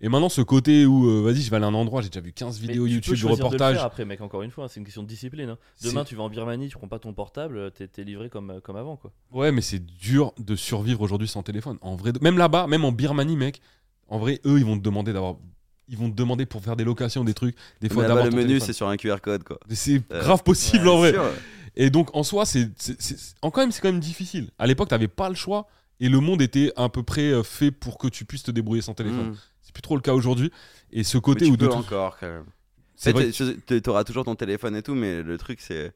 Et maintenant ce côté où euh, vas-y je vais aller à un endroit j'ai déjà vu 15
Mais
vidéos
tu peux
YouTube de
choisir le
reportages.
faire après, mec, encore une fois, hein, c'est une question de discipline. hein. Demain,
C'est-
tu vas en Birmanie, tu prends pas ton portable, t'es t'es livré comme, comme avant, quoi.
Ouais mais c'est dur de survivre aujourd'hui sans téléphone. En vrai de- même là-bas même en Birmanie mec en vrai eux ils vont te demander d'avoir ils vont te demander pour faire des locations des trucs des fois
Mais là-bas,
d'avoir
le
ton
menu,
téléphone.
c'est sur un QR code, quoi.
Mais C'est
Euh,
grave possible
ouais,
en vrai.
Sûr.
Et donc en soi, c'est c'est- c'est- en quand même c'est quand même difficile. À l'époque, t'avais pas le choix et le monde était à peu près euh, fait pour que tu puisses te débrouiller sans téléphone.
Hmm.
C'est plus trop le cas aujourd'hui. Et ce
Mais
côté
tu
où de
peux
toute-
encore, quand même.
c'est vrai,
Tu auras toujours ton téléphone et tout, mais le truc, c'est.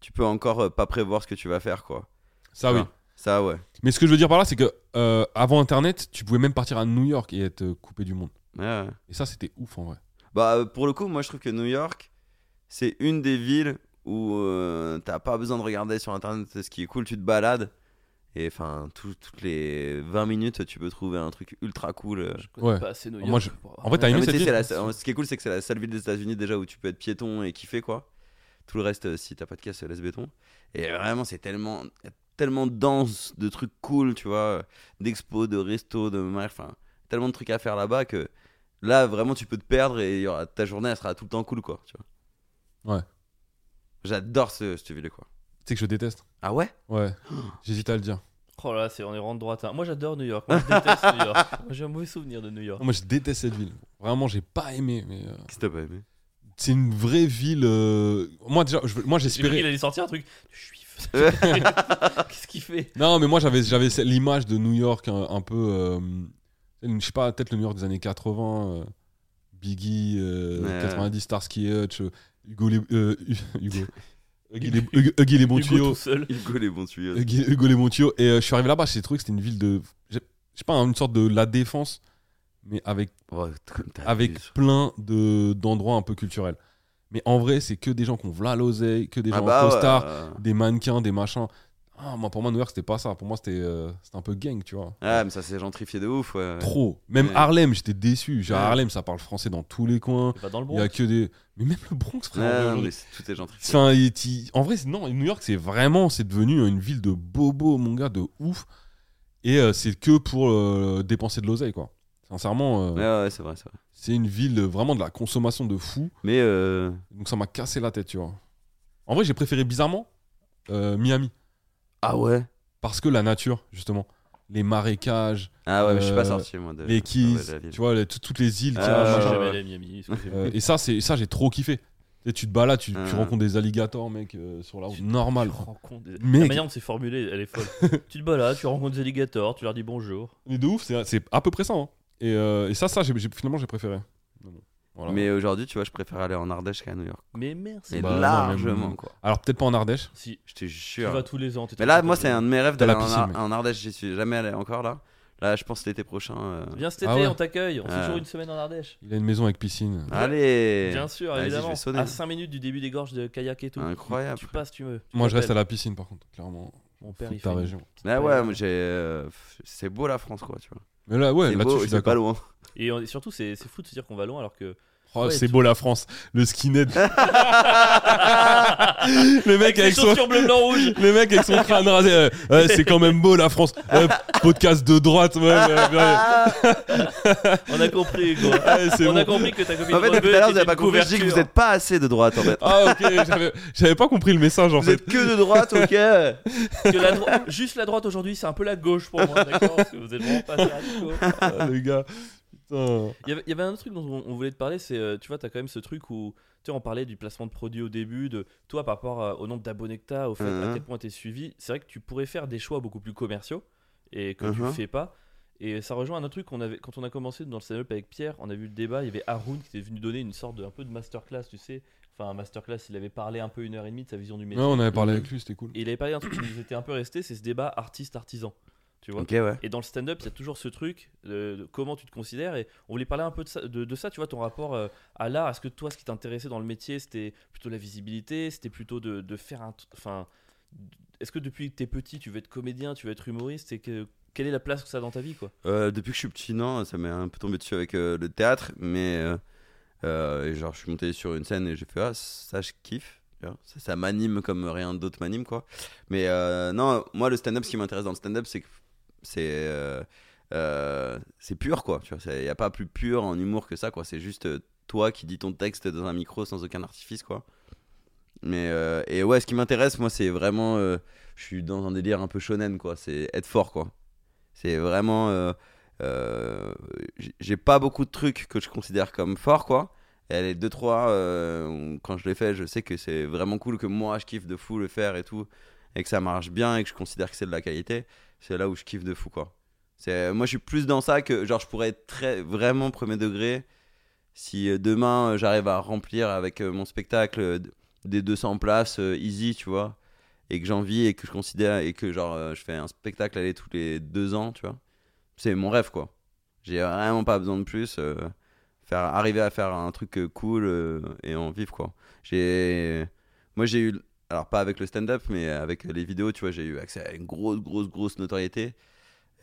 Tu peux encore euh, pas prévoir ce que tu vas faire, quoi.
ça oui.
Enfin, Ça, ouais.
Mais ce que je veux dire par là, c'est que euh, avant Internet, tu pouvais même partir à New York et être euh, coupé du monde.
Ouais, ouais.
Et ça, c'était ouf en vrai.
Bah, euh, pour le coup, moi, je trouve que New York, c'est une des villes où euh, t'as pas besoin de regarder sur internet ce qui est cool, tu te balades. Et enfin, tout- toutes les 20 minutes, tu peux trouver un truc ultra cool. euh.
Je connais
Ouais.
pas assez New
Moi,
York.
je-
pour avoir-
En vrai, t'as
Ah,
aimé
mais tu
cette
sais,
ville
c'est la- ce qui est cool, c'est que c'est la seule ville des États-Unis déjà où tu peux être piéton et kiffer, quoi. Tout le reste, euh, si t'as pas de casse, laisse béton. Et vraiment, c'est tellement, tellement dense de trucs cool, tu vois, euh, d'expos, de restos, de mar- enfin, tellement de trucs à faire là-bas que là, vraiment, tu peux te perdre et il y aura- ta journée, elle sera tout le temps cool, quoi. Tu vois.
Ouais.
J'adore ce, cette ville, quoi.
Tu sais que je déteste.
Ah ouais
Ouais. J'hésite à le dire.
Oh là, là, c'est on est rentre droite. hein. Moi, j'adore New York. Moi, je déteste New York. Moi, J'ai un mauvais souvenir de New York.
Non, moi, je déteste cette ville. Vraiment, j'ai pas aimé. Mais euh,
Qu'est-ce que t'as pas aimé
c'est une vraie ville. euh, Moi déjà, je- moi
J'ai cru
j'espérais.
qu'il allait sortir un truc. Juif. Qu'est-ce qu'il fait
Non, mais moi j'avais j'avais ce- l'image de New York un, un peu, euh, je sais pas, peut-être le New York des années 80, euh, Biggie, euh,
Ouais.
90, Starsky et Hutch, euh, Hugo, les, euh, Hugo, Huggy les, Huggy- Huggy les Bons
Hugo tout
Tuyaux,
seul.
Hugo les bons tuyaux.
Huggy- Hugo les Bons Tuyaux. Et euh, je suis arrivé là-bas, j'ai trouvé que c'était une ville de, je je sais pas, une sorte de la défense, mais avec
Oh, comme t'as
Ah, avec
abusé.
plein de d'endroits un peu culturels. Mais en vrai, c'est que des gens qui ont v'là l'oseille, que des gens
Ah bah
en
ouais,
costard,
euh,
des mannequins, des machins. Ah, moi, pour moi, New York, c'était pas ça. Pour moi, c'était euh, c'était un peu gang, tu vois.
Ah, mais ça s'est gentrifié de ouf, ouais. ouais.
Trop. Même
Ouais.
Harlem, j'étais déçu. J'ai
Ouais.
Harlem, ça parle français dans tous les coins.
C'est pas dans le
Il y
Bronx.
a que des. Mais même le Bronx, frère.
Ouais, non,
aujourd'hui.
mais c'est- tout est gentrifié.
Enfin, il est- il- en vrai, c'est- non, New York, c'est vraiment, c'est devenu une ville de bobo, mon gars, de ouf. Et euh, c'est que pour euh, dépenser de l'oseille, quoi. Sincèrement, euh,
Ouais, ouais, c'est vrai, c'est vrai.
c'est une ville euh, vraiment de la consommation de fou.
Mais euh,
Donc ça m'a cassé la tête, tu vois. En vrai, j'ai préféré bizarrement euh, Miami.
ah ouais.
Parce que la nature, justement. les marécages,
Ah ouais, mais je suis pas
Euh,
sorti moi de.
les Keys,
ah ouais, de la ville.
tu vois, les- tout- toutes les îles. qu'il y a,
Ah,
Moi,
machin.
ouais,
j'aimais
ouais.
les Miami. excusez-moi.
Euh, et ça, c'est ça, j'ai trop kiffé. Et tu te balades, tu, tu
Ah.
rencontres des alligators, mec, euh, sur la route.
Tu-
Normal.
Tu te rends compte des-
Mec.
La manière dont c'est formulé, elle est folle. tu te balades, tu rencontres des alligators, tu leur dis bonjour.
Mais de ouf, c'est c'est à peu près ça. hein. Et, euh, et ça, ça, j'ai- j'ai- finalement, j'ai préféré. Mais bon, voilà.
Mais aujourd'hui, tu vois, je préfère aller en Ardèche qu'à New York.
Mais merci.
Et
Bah, non, mais-
largement, quoi.
Alors, peut-être pas en Ardèche.
Si,
Je te
tu
jure.
vas tous les ans. t'es
Mais là,
très
moi,
content.
c'est un de mes rêves
T'as la
d'aller en,
piscine,
Ar-
mec.
en Ardèche. J'y suis jamais allé encore là. Là, je pense l'été prochain. euh,
Viens cet été,
Ah ouais.
on t'accueille. On fait
Ah.
toujours une semaine en Ardèche.
Il a une maison avec piscine.
Allez
Bien sûr,
Vas-y, je vais
évidemment.
sonner.
À 5 minutes du début des gorges de kayak et tout.
Incroyable.
Tu passes, tu veux.
Moi, je reste à la piscine, par contre, clairement.
Mon père,
Père,
il
ta
fait.
région.
Mais ouais, moi, j'ai. euh, pff, C'est beau la France, quoi, tu vois.
Mais là, ouais,
c'est
là-dessus,
beau
je
et
suis
c'est pas
d'accord.
loin.
Et on- surtout, c'est c'est fou de se dire qu'on va loin alors que.
Oh,
Ouais,
c'est
tu-
beau la France. Le skinhead. le mec
les
avec son.
chaussures bleu, blanc, rouge.
Le mec avec son crâne rasé, euh, Ouais, c'est quand même beau la France. Ouais, podcast de droite, ouais, ouais, ouais.
On a compris, quoi.
Ouais, c'est
On a
bon.
compris que ta copine.
En fait,
Rebeu
depuis tout à l'heure,
était
vous avez pas
une
compris. Je dis que vous êtes pas assez de droite, en fait.
Ah ok, j'avais- j'avais pas compris le message en
Vous
fait.
êtes que de droite, ok
Que la dro- Juste la droite aujourd'hui, c'est un peu la gauche pour moi, d'accord Parce que vous êtes vraiment pas assez radicaux.
Ah, le gars. Putain.
Il y avait- il y avait un autre truc dont on, on voulait te parler, c'est, euh, tu vois, t'as quand même ce truc où, tu sais, on parlait du placement de produits au début, de toi par rapport à- au nombre d'abonnés que t'as, au fait
Mhm.
à quel point t'es suivi. C'est vrai que tu pourrais faire des choix beaucoup plus commerciaux et que tu
Mhm.
fais pas. Et ça rejoint un autre truc qu'on avait quand on a commencé dans le stand-up avec Pierre, on a vu le débat. Il y avait Haroun qui était venu donner une sorte de un peu de masterclass, tu sais, enfin un masterclass. Il avait parlé un peu une heure et demie de sa vision du
Ouais,
métier.
on avait parlé avec lui, c'était cool.
Et il avait parlé d'un truc qui nous était un peu resté, c'est ce débat artiste-artisan. Tu vois
Ok, ouais.
et dans le stand-up, il y a toujours ce truc euh, de comment tu te considères. Et on voulait parler un peu de ça, de, de ça tu vois, ton rapport euh, à l'art. Est-ce que toi, ce qui t'intéressait dans le métier, c'était plutôt la visibilité C'était plutôt de, de faire un. t- Enfin. Est-ce que depuis que t'es petit, tu veux être comédien, tu veux être humoriste et que, Quelle est la place que ça a dans ta vie, quoi
Euh, depuis que je suis petit, non, ça m'est un peu tombé dessus avec euh, le théâtre, mais euh, euh, et genre je suis monté sur une scène et j'ai fait ah ça je kiffe, tu vois. ça, ça m'anime comme rien d'autre m'anime quoi. Mais euh, non, moi le stand-up, ce qui m'intéresse dans le stand-up, c'est que c'est euh, euh, c'est pur quoi, tu vois, il n'y a pas plus pur en humour que ça quoi, c'est juste euh, toi qui dis ton texte dans un micro sans aucun artifice quoi. Mais euh, et ouais, ce qui m'intéresse, moi, c'est vraiment, euh, je suis dans un délire un peu shonen quoi, c'est être fort quoi. C'est vraiment. euh, euh, j'ai- j'ai pas beaucoup de trucs que je considère comme forts, quoi. Et les 2-3, quand je les fais, je sais que c'est vraiment cool, que moi je kiffe de fou le faire et tout, et que ça marche bien et que je considère que c'est de la qualité. C'est là où je kiffe de fou, quoi. C'est- Moi je suis plus dans ça que genre je pourrais être très, vraiment premier degré si euh, demain euh, j'arrive à remplir avec euh, mon spectacle euh, d- des 200 places euh, easy, tu vois et que j'en vis et que je considère et que genre euh, je fais un spectacle aller tous les deux ans, tu vois. C'est mon rêve quoi. J'ai vraiment pas besoin de plus. euh, faire arriver à faire un truc euh, cool euh, et en vivre quoi. J'ai moi j'ai eu alors pas avec le stand-up mais avec les vidéos, tu vois, j'ai eu accès à une grosse grosse grosse notoriété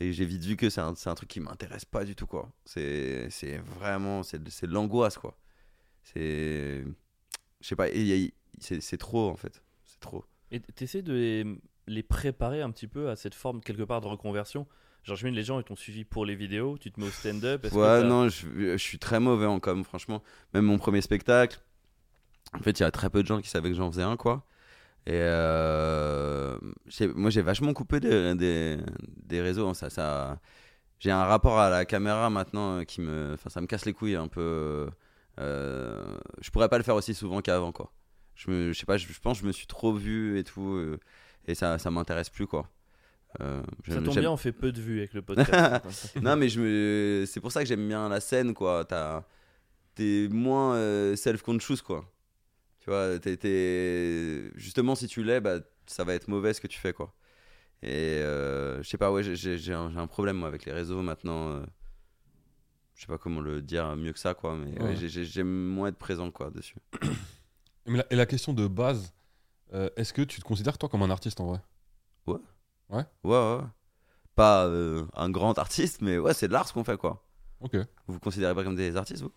et j'ai vite vu que c'est un, c'est un truc qui m'intéresse pas du tout quoi. C'est c'est vraiment c'est c'est de l'angoisse quoi. C'est je sais pas, et y a- c'est c'est trop en fait, c'est trop.
Et t'essaies de les, les préparer un petit peu à cette forme quelque part de reconversion. Genre, je mets les gens ils t'ont suivi pour les vidéos, tu te mets au stand-up. est-ce que
Ouais,
t'as-
non, je, je suis très mauvais en com, franchement. Même mon premier spectacle, en fait, il y a très peu de gens qui savaient que j'en faisais un, quoi. Et euh, j'ai- moi, j'ai vachement coupé des, des, des réseaux. hein, ça, ça, j'ai un rapport à la caméra maintenant euh, qui me, enfin, ça me casse les couilles un peu. Euh, je pourrais pas le faire aussi souvent qu'avant, quoi. Je, me, je sais pas, je, je pense que je me suis trop vu et tout, euh, et ça, ça m'intéresse plus, quoi. Euh,
Ça
j'aime-
tombe
j'aime-
bien, on fait peu de vues avec le podcast.
non mais je me c'est pour ça que j'aime bien la scène quoi t'as t'es moins euh, self conscious quoi tu vois t'es- t'es- justement si tu l'es bah ça va être mauvais ce que tu fais quoi et euh, je sais pas ouais j'ai- j'ai j'ai un, j'ai un problème moi, avec les réseaux maintenant euh, je sais pas comment le dire mieux que ça quoi mais ouais,
Ouais.
j'ai- j'ai- j'aime moins être présent quoi dessus
Mais la- Et la question de base, euh, est-ce que tu te considères toi comme un artiste en vrai
ouais ouais ouais. pas euh, un grand artiste mais ouais c'est de l'art ce qu'on fait quoi
Ok.
vous vous considérez pas comme des artistes vous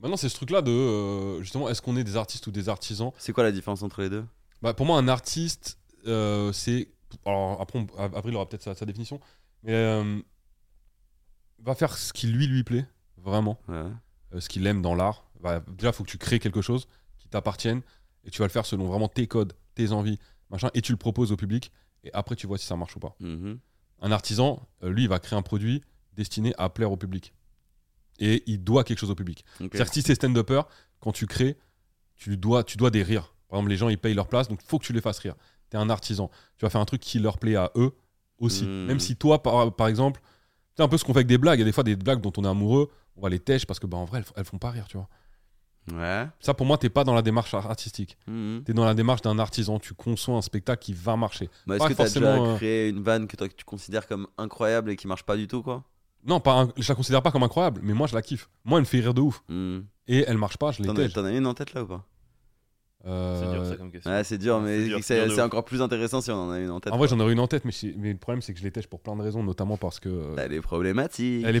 Maintenant, c'est ce truc-là de euh, justement, est-ce qu'on est des artistes ou des artisans
c'est quoi la différence entre les deux
Bah, Pour moi, un artiste, euh, c'est. Alors, après, on- Avril aura peut-être sa, sa définition, mais euh, va faire ce qui lui lui plaît, vraiment.
ouais.
euh, ce qu'il aime dans l'art. Bah, déjà, il faut que tu crées quelque chose qui t'appartienne et tu vas le faire selon vraiment tes codes, tes envies, machin, et tu le proposes au public. Et après, tu vois si ça marche ou pas.
Mhm.
Un artisan, euh, lui, il va créer un produit destiné à plaire au public. Et il doit quelque chose au public.
Ok.
C'est-à-dire que si c'est stand-upper, quand tu crées, tu dois, tu dois des rires. Par exemple, les gens, ils payent leur place, donc il faut que tu les fasses rire. Tu es un artisan. Tu vas faire un truc qui leur plaît à eux aussi.
Hmm.
Mm.
Même si toi, par, par exemple, c'est un peu ce qu'on fait avec des blagues. Il y a des fois des blagues dont on est amoureux, on va les tèche parce que, bah, en vrai, elles, f- elles font pas rire, tu vois.
Ouais.
Ça, pour moi, t'es pas dans la démarche ar- artistique.
Mm-hmm.
Mhm.
T'es dans la démarche d'un artisan. Tu conçois un spectacle qui va marcher.
Bah,
Pas
Est-ce que t'as
forcément,
déjà
euh,
créé une vanne que, toi, que tu considères comme incroyable et qui marche pas du tout, quoi
Non, pas un- je la considère pas comme incroyable, mais moi, je la kiffe. Moi, elle me fait rire de
Mm-hmm.
ouf.
Mhm.
Et elle marche pas, je les
T'en as
tèche.
t'en as une en tête là ou pas
Euh,
C'est dur ça comme question.
Ouais, c'est dur,
C'est dur,
mais
c'est dur
c'est
de
c'est
ouf.
encore plus intéressant si on en a une en tête.
En vrai, j'en aurais une en tête, mais, je- mais le problème, c'est que je les tèche pour plein de raisons, notamment parce que
Bah,
euh,
T'as des problématiques.
elle est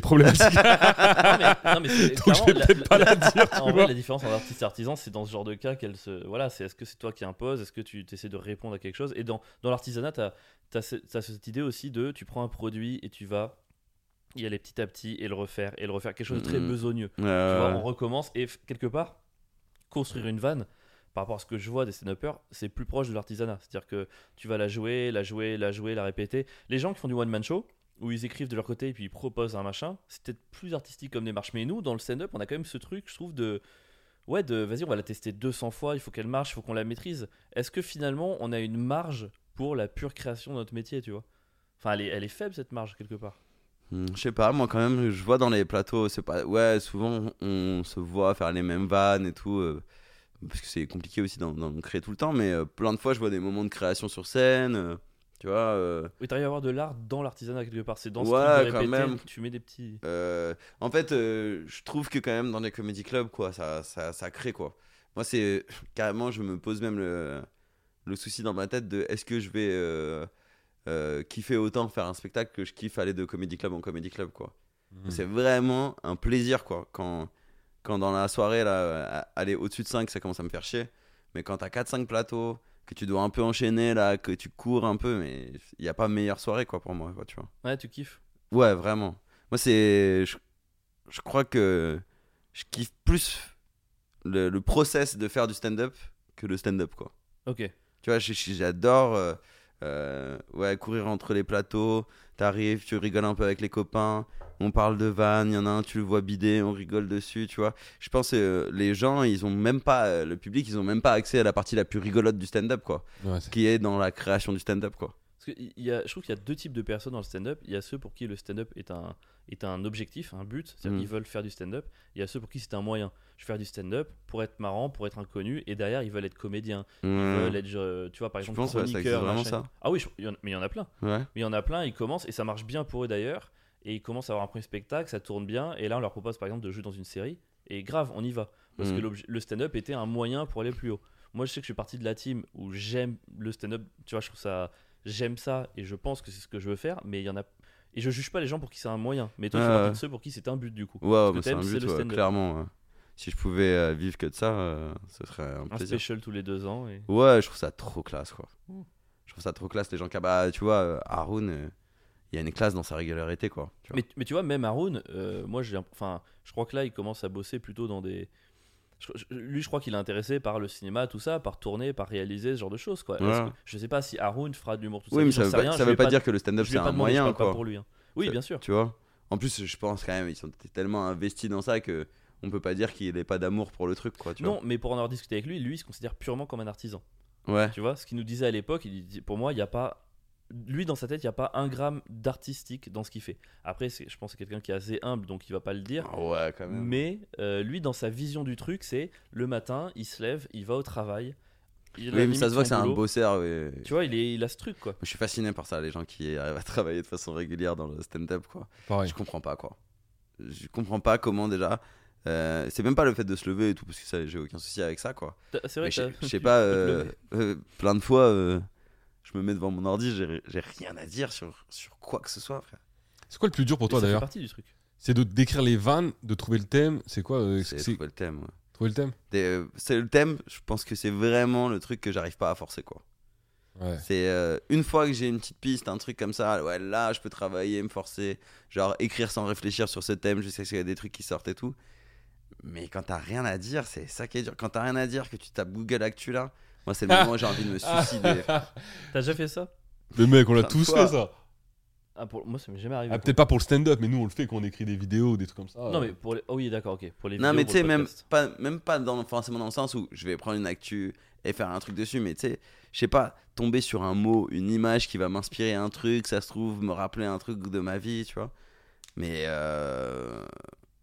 Non,
problématique.
mais, non, mais c'est-
Donc, je vais
clairement,
peut-être pas la dire, tu
en
vois.
vrai, la différence entre artiste et artisan, c'est dans ce genre de cas qu'elle se. Voilà, c'est est-ce que c'est toi qui imposes, est-ce que tu essaies de répondre à quelque chose Et dans, dans l'artisanat, t'as as, cette idée aussi de tu prends un produit et tu vas y aller petit à petit et le refaire, et le refaire. Quelque chose de très
Mhm.
besogneux.
Ouais,
Tu
ouais,
vois,
ouais.
on recommence et f- quelque part, construire une vanne par rapport à ce que je vois des stand-uppers, c'est plus proche de l'artisanat. C'est-à-dire que tu vas la jouer, la jouer, la jouer, la répéter. Les gens qui font du one-man show, où ils écrivent de leur côté et puis ils proposent un machin, c'est peut-être plus artistique comme démarche. Mais nous, dans le stand-up, on a quand même ce truc, je trouve, de. Ouais, de vas-y, on va la tester 200 fois, il faut qu'elle marche, il faut qu'on la maîtrise. Est-ce que finalement, on a une marge pour la pure création de notre métier, tu vois Enfin, elle est, elle est faible cette marge quelque part.
Hmm, Je sais pas, moi quand même, je vois dans les plateaux, c'est pas. Ouais, souvent on se voit faire les mêmes vannes et tout. euh, parce que c'est compliqué aussi d'en- d'en créer tout le temps, mais euh, plein de fois je vois des moments de création sur scène. euh, tu vois. euh,
Oui, t'arrives à avoir de l'art dans l'artisanat quelque part. C'est dans ce
Ouais,
truc de
quand
répéter
même.
que tu mets des petits.
euh, en fait, euh, je trouve que quand même dans les comedy clubs, quoi, ça, ça, ça crée quoi. Moi, c'est carrément, je me pose même le, le souci dans ma tête de est-ce que je vais euh, euh, kiffer autant faire un spectacle que je kiffe aller de comedy club en comedy club quoi.
Hmm.
C'est vraiment un plaisir, quoi. Quand, quand dans la soirée, là, à- aller au-dessus de 5, ça commence à me faire chier. Mais quand t'as 4-5 plateaux, que tu dois un peu enchaîner, là, que tu cours un peu, mais il n'y a pas meilleure soirée, quoi, pour moi, quoi, tu vois.
Ouais, tu kiffes.
Ouais, vraiment. Moi, c'est. Je, je crois que je kiffe plus le, le process de faire du stand-up que le stand-up, quoi.
Ok.
Tu vois, je- je- j'adore euh, euh, ouais, courir entre les plateaux. T'arrives, tu rigoles un peu avec les copains. On parle de vannes, il y en a un, tu le vois bider, on rigole dessus, tu vois. Je pense que euh, les gens, ils ont même pas, euh, le public, ils ont même pas accès à la partie la plus rigolote du stand-up, quoi.
Ouais, c'est-
Qui est dans la création du stand-up, quoi.
Parce que il y a, je trouve qu'il y a deux types de personnes dans le stand-up. Il y a ceux pour qui le stand-up est un, est un objectif, un but, c'est-à-dire
Mm.
qu'ils veulent faire du stand-up. Il y a ceux pour qui c'est un moyen. Je vais faire du stand-up pour être marrant, pour être inconnu, et derrière ils veulent être comédiens, ils veulent être, euh, tu vois, par
Mm. Tu
exemple,
penses, ouais, ça existe
chroniqueurs,
vraiment,
machin.
ça
Ah oui, je- il y en- mais il y en a plein.
Ouais.
Mais il y en a plein, ils commencent et ça marche bien pour eux d'ailleurs. Et ils commencent à avoir un premier spectacle, ça tourne bien. Et là, on leur propose par exemple de jouer dans une série. Et grave, on y va. Parce
Mm.
que l'obje- le stand-up était un moyen pour aller plus haut. Moi, je sais que je suis parti de la team où j'aime le stand-up. Tu vois, je trouve ça. J'aime ça et je pense que c'est ce que je veux faire. Mais il y en a. Et je juge pas les gens pour qui c'est un moyen. Mais toi, tu
Ouais,
fais partie
ouais.
de ceux pour qui c'est un but du coup.
Ouais,
que
mais c'est un
t'aimes, c'est
but,
le
ouais,
stand-up.
clairement. ouais. Si je pouvais euh, vivre que de ça, euh, ce serait un
Un
plaisir.
special tous les deux ans. Et...
Ouais, je trouve ça trop classe, quoi.
Mm.
Je trouve ça trop classe, les gens qui. ah Bah, tu vois, euh, Haroun, euh, il y a une classe dans sa régularité, quoi. tu vois.
Mais, mais tu vois, même Haroun, euh, moi, j'ai, l'imp- enfin, je crois que là, il commence à bosser plutôt dans des. je- je- lui, je crois qu'il est intéressé par le cinéma, tout ça, par tourner, par réaliser ce genre de choses. Quoi. Est-ce
Voilà.
que- je sais pas si Haroun fera de l'humour tout
oui, mais
ça.
ça veut, pas, ça veut pas dire que le stand-up,
je lui
c'est
ai pas
un
demandé, je
moyen,
parle pas
quoi.
pour lui. hein. Oui,
Ça-
bien sûr.
Tu vois En plus, je pense quand même, ils sont t- tellement investis dans ça que on peut pas dire qu'il ait pas d'amour pour le truc, quoi. Tu
non, mais pour en avoir discuté avec lui, lui, il se considère purement comme un artisan.
vois ouais.
Tu vois, ce qu'il nous disait à l'époque, il dit, pour moi, il n'y a pas. Lui, dans sa tête, il n'y a pas un gramme d'artistique dans ce qu'il fait. Après, c'est- je pense que c'est quelqu'un qui est assez humble, donc il va pas le dire.
Ah ouais, quand même.
Mais euh, lui, dans sa vision du truc, c'est le matin, il se lève, il va au travail. Il
Oui, mais
limite
ça se voit
son
que c'est un
boulot.
bosseur, oui.
Tu vois, il, est, il a ce truc, quoi.
Je suis fasciné par ça, les gens qui arrivent à travailler de façon régulière dans le stand-up, quoi.
pareil.
Je comprends pas quoi. Je comprends pas comment déjà. euh, c'est même pas le fait de se lever et tout, parce que ça, j'ai aucun souci avec ça quoi.
T'as- C'est vrai
Mais
que
je
t'as-
je
tu
sais pas,
peux te
euh,
lever.
euh, plein de fois, euh, je me mets devant mon ordi, j'ai j'ai rien à dire sur, sur quoi que ce soit, frère.
C'est quoi le plus dur pour
Mais
toi
ça fait
d'ailleurs
partie du truc.
C'est de décrire les vannes, de trouver le thème. C'est quoi euh,
C'est
c'est-
trouver le thème. ouais.
Trouver le thème
Des- euh, C'est le thème, je pense que c'est vraiment le truc que j'arrive pas à forcer quoi.
Ouais.
C'est euh, une fois que j'ai une petite piste, un truc comme ça, ouais, là je peux travailler, me forcer, genre écrire sans réfléchir sur ce thème jusqu'à ce qu'il y ait des trucs qui sortent et tout. Mais quand t'as rien à dire, c'est ça qui est dur. Quand t'as rien à dire, que tu tapes Google Actu là, moi c'est le moment où j'ai envie de me suicider.
T'as déjà fait ça
Mais mec, on l'a
Plein de
tous
fois.
fait ça.
Ah, pour... Moi, ça m'est jamais arrivé.
Ah,
pour-
Peut-être pas pour le stand-up, mais nous on le fait quand on écrit des vidéos, des trucs comme ça.
Non, mais pour les. Oh, oui, d'accord, ok. Pour les
Non,
vidéos,
mais
pour
tu sais,
le
même
podcast.
pas, même pas dans, forcément dans le sens où je vais prendre une actu et faire un truc dessus, mais tu sais, je sais pas, tomber sur un mot, une image qui va m'inspirer un truc, ça se trouve, me rappeler un truc de ma vie, tu vois. Mais euh,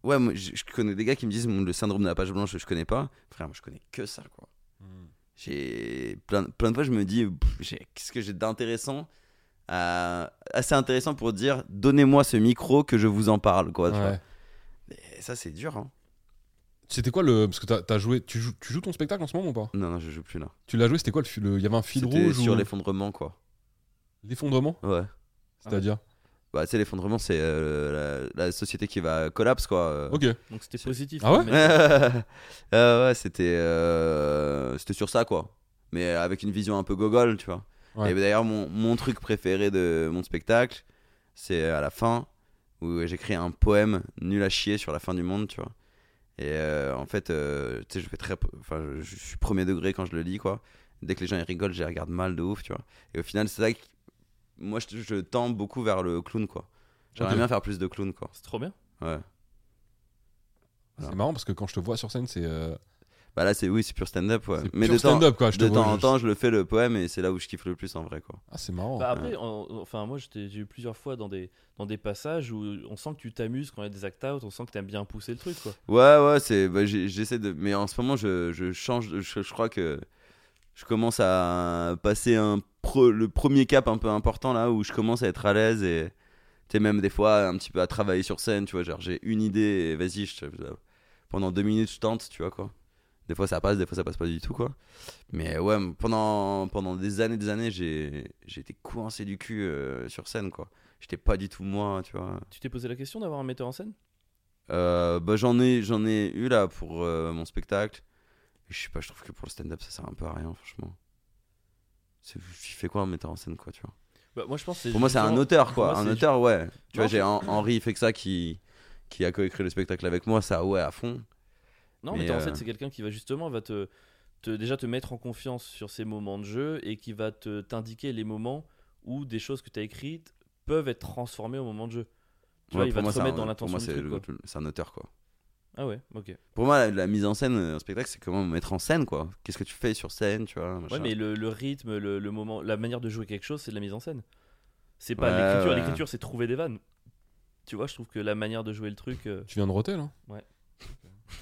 ouais, moi, je je connais des gars qui me disent le syndrome de la page blanche, je connais pas. Frère, moi, je connais que ça, quoi.
Hmm.
J'ai plein, plein de fois, je me dis, pff, j'ai- qu'est-ce que j'ai d'intéressant à- assez intéressant pour dire donnez-moi ce micro que je vous en parle quoi tu
Ouais.
vois. Et ça c'est dur hein.
C'était quoi le. Parce que t'as as joué. Tu joues, tu joues ton spectacle en ce moment ou pas
non non je joue plus là
Tu l'as joué, c'était quoi le fil le- Il y avait un fil
C'était
rouge
sur
ou
l'effondrement quoi
l'effondrement
ouais
C'est-à-dire
bah tu sais l'effondrement c'est euh, la, la société qui va collapse quoi Euh,
Ok.
Donc c'était positif.
Ah ouais
mais-
Euh, ouais c'était euh, c'était sur ça quoi mais avec une vision un peu gogol tu vois
Ouais.
et d'ailleurs mon, mon truc préféré de mon spectacle c'est à la fin où j'écris un poème nul à chier sur la fin du monde tu vois et euh, en fait euh, tu sais je fais très enfin je, je suis premier degré quand je le lis quoi dès que les gens ils rigolent je les regarde mal de ouf tu vois et au final c'est ça que moi je, je tends beaucoup vers le clown quoi j'aimerais
Ok.
bien faire plus de clown quoi
C'est trop bien.
ouais
C'est marrant parce que quand je te vois sur scène, c'est. euh,
bah là c'est oui c'est pur stand-up ouais
c'est
mais
pur
de temps,
stand-up quoi. Je te
de
vois,
temps en
je-
temps je le fais le poème et c'est là où je kiffe le plus en vrai quoi
Ah, c'est marrant.
Bah après, on- on- enfin moi j'étais- j'ai eu plusieurs fois dans des dans des passages où on sent que tu t'amuses quand il y a des act out, on sent que t'aimes bien pousser le truc quoi.
Ouais, ouais, c'est. bah, j'ai- j'essaie de. Mais en ce moment, je, je change. de- Je, je crois que je commence à passer un pro- le premier cap un peu important là où je commence à être à l'aise et. Tu sais, même des fois, un petit peu à travailler sur scène, tu vois. Genre, j'ai une idée et vas-y, je- pendant deux minutes, je tente, tu vois quoi. Des fois, ça passe, des fois, ça passe pas du tout quoi. Mais ouais, pendant, pendant des années, des années, j'ai j'ai été coincé du cul euh, sur scène quoi. J'étais pas du tout moi, tu vois.
Tu t'es posé la question d'avoir un metteur en scène
Euh, bah, j'en ai j'en ai eu là pour euh, mon spectacle. Et Je sais pas, je trouve que pour le stand-up ça sert un peu à rien franchement. C'est tu fais quoi un metteur en scène quoi, tu vois.
Bah, Moi je pense que
Pour moi c'est un
justement-
auteur
pour
quoi,
moi,
un
c'est-
auteur ouais. Tu vois,
Non,
j'ai Hen- Henri Fexa qui qui a coécrit le spectacle avec moi, ça ouais à fond.
Non,
Mais,
mais, en
euh,
fait, c'est quelqu'un qui va justement va te, te- déjà te mettre en confiance sur ces moments de jeu et qui va te t'indiquer les moments où des choses que tu as écrites peuvent être transformées au moment de jeu. Tu vois,
Ouais,
il
pour
va
moi,
te
c'est un-
remettre dans
pour
l'intention
moi
du
c'est
truc.
le-
quoi.
c'est un auteur quoi.
Ah ouais, ok.
Pour moi la, la mise en scène euh, un spectacle c'est comment mettre en scène quoi. Qu'est-ce que tu fais sur scène, tu vois, machin.
Ouais, mais le, le rythme, le, le moment, la manière de jouer quelque chose, c'est de la mise en scène. C'est pas
Ouais,
l'écriture.
ouais.
L'écriture, c'est trouver des vannes. Tu vois, je trouve que la manière de jouer le truc, euh,
Tu viens de roter là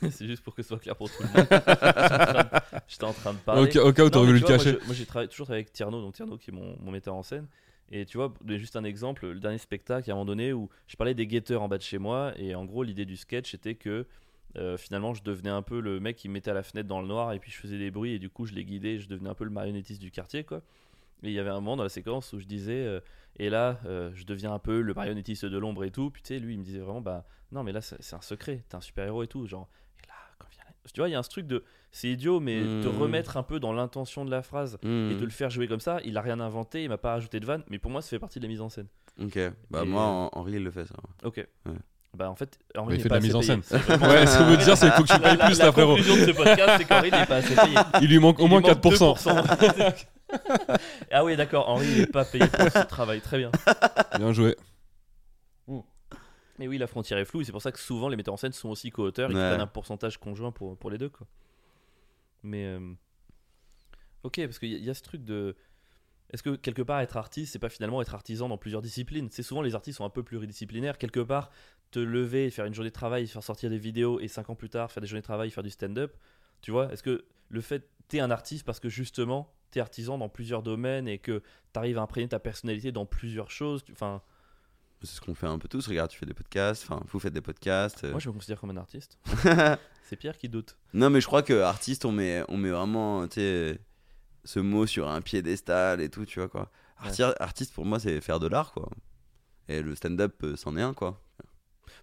c'est juste pour que ce soit clair pour tout le monde. J'étais en train de- J'étais en train de parler.
Au cas- Au cas où
Non,
t'aurais
mais
voulu le
tu vois,
cacher.
Moi, je- moi, j'ai travaillé- toujours travaillé avec Tierno, donc Tierno qui est mon, mon metteur en scène. Et tu vois, pour donner juste un exemple, le dernier spectacle, il y a un moment donné où je parlais des guetteurs en bas de chez moi, et en gros, l'idée du sketch était que euh, finalement, je devenais un peu le mec qui me mettait à la fenêtre dans le noir, et puis je faisais des bruits, et du coup, je les guidais, je devenais un peu le marionnettiste du quartier, quoi. Et il y avait un moment dans la séquence où je disais, euh, et là, euh, je deviens un peu le marionnettiste de l'ombre et tout. Puis tu sais, lui, il me disait vraiment, bah non, mais là, c'est c'est un secret, t'es un super-héros et tout. Genre, et là, quand vient la- Tu vois, il y a un truc de. C'est idiot, mais te
Mhm.
remettre un peu dans l'intention de la phrase
Hmm,
et de le faire jouer comme ça, il a rien inventé, il m'a pas rajouté de vanne, mais pour moi, ça fait partie de la mise en scène.
OK. Bah
Et-
moi Hen- Henri il le fait ça.
Ok.
Ouais.
Bah en fait, Henri
Ouais, il
n'est
fait de
pas
la mise en
assez
scène.
payé. C'est vraiment-
Ouais, ce que veut dire, c'est qu'il faut que tu
La,
payes
la,
plus là,
la
frérot.
conclusion de ce podcast, c'est qu'Henri n'est pas assez payé.
Il lui manque au
Il
moins
lui manque
4%.
2%. ah oui, d'accord, Henri n'est pas payé pour ce travail, très bien.
Bien joué.
Mais oui, la frontière est floue, et c'est pour ça que souvent les metteurs en scène sont aussi co-auteurs et qu'ils
Ouais.
prennent un pourcentage conjoint pour, pour les deux. Quoi. Mais. euh, Ok, parce qu'il y, a- il y a ce truc de. Est-ce que quelque part être artiste, c'est pas finalement être artisan dans plusieurs disciplines C'est souvent les artistes sont un peu pluridisciplinaires. Quelque part, te lever, et faire une journée de travail, faire sortir des vidéos et cinq ans plus tard, faire des journées de travail, faire du stand-up. Tu vois, est-ce que le fait. T'es un artiste parce que justement, t'es artisan dans plusieurs domaines et que t'arrives à imprégner ta personnalité dans plusieurs choses. tu- Enfin,
C'est ce qu'on fait un peu tous, regarde, tu fais des podcasts, enfin vous faites des podcasts. euh,
moi je me considère comme un artiste. c'est Pierre qui doute.
Non, mais je crois que artiste, on met, on met vraiment tu sais, ce mot sur un piédestal et tout, tu vois quoi. Arti- Artiste, pour moi, c'est faire de l'art, quoi. Et le stand-up, euh, c'en est un, quoi.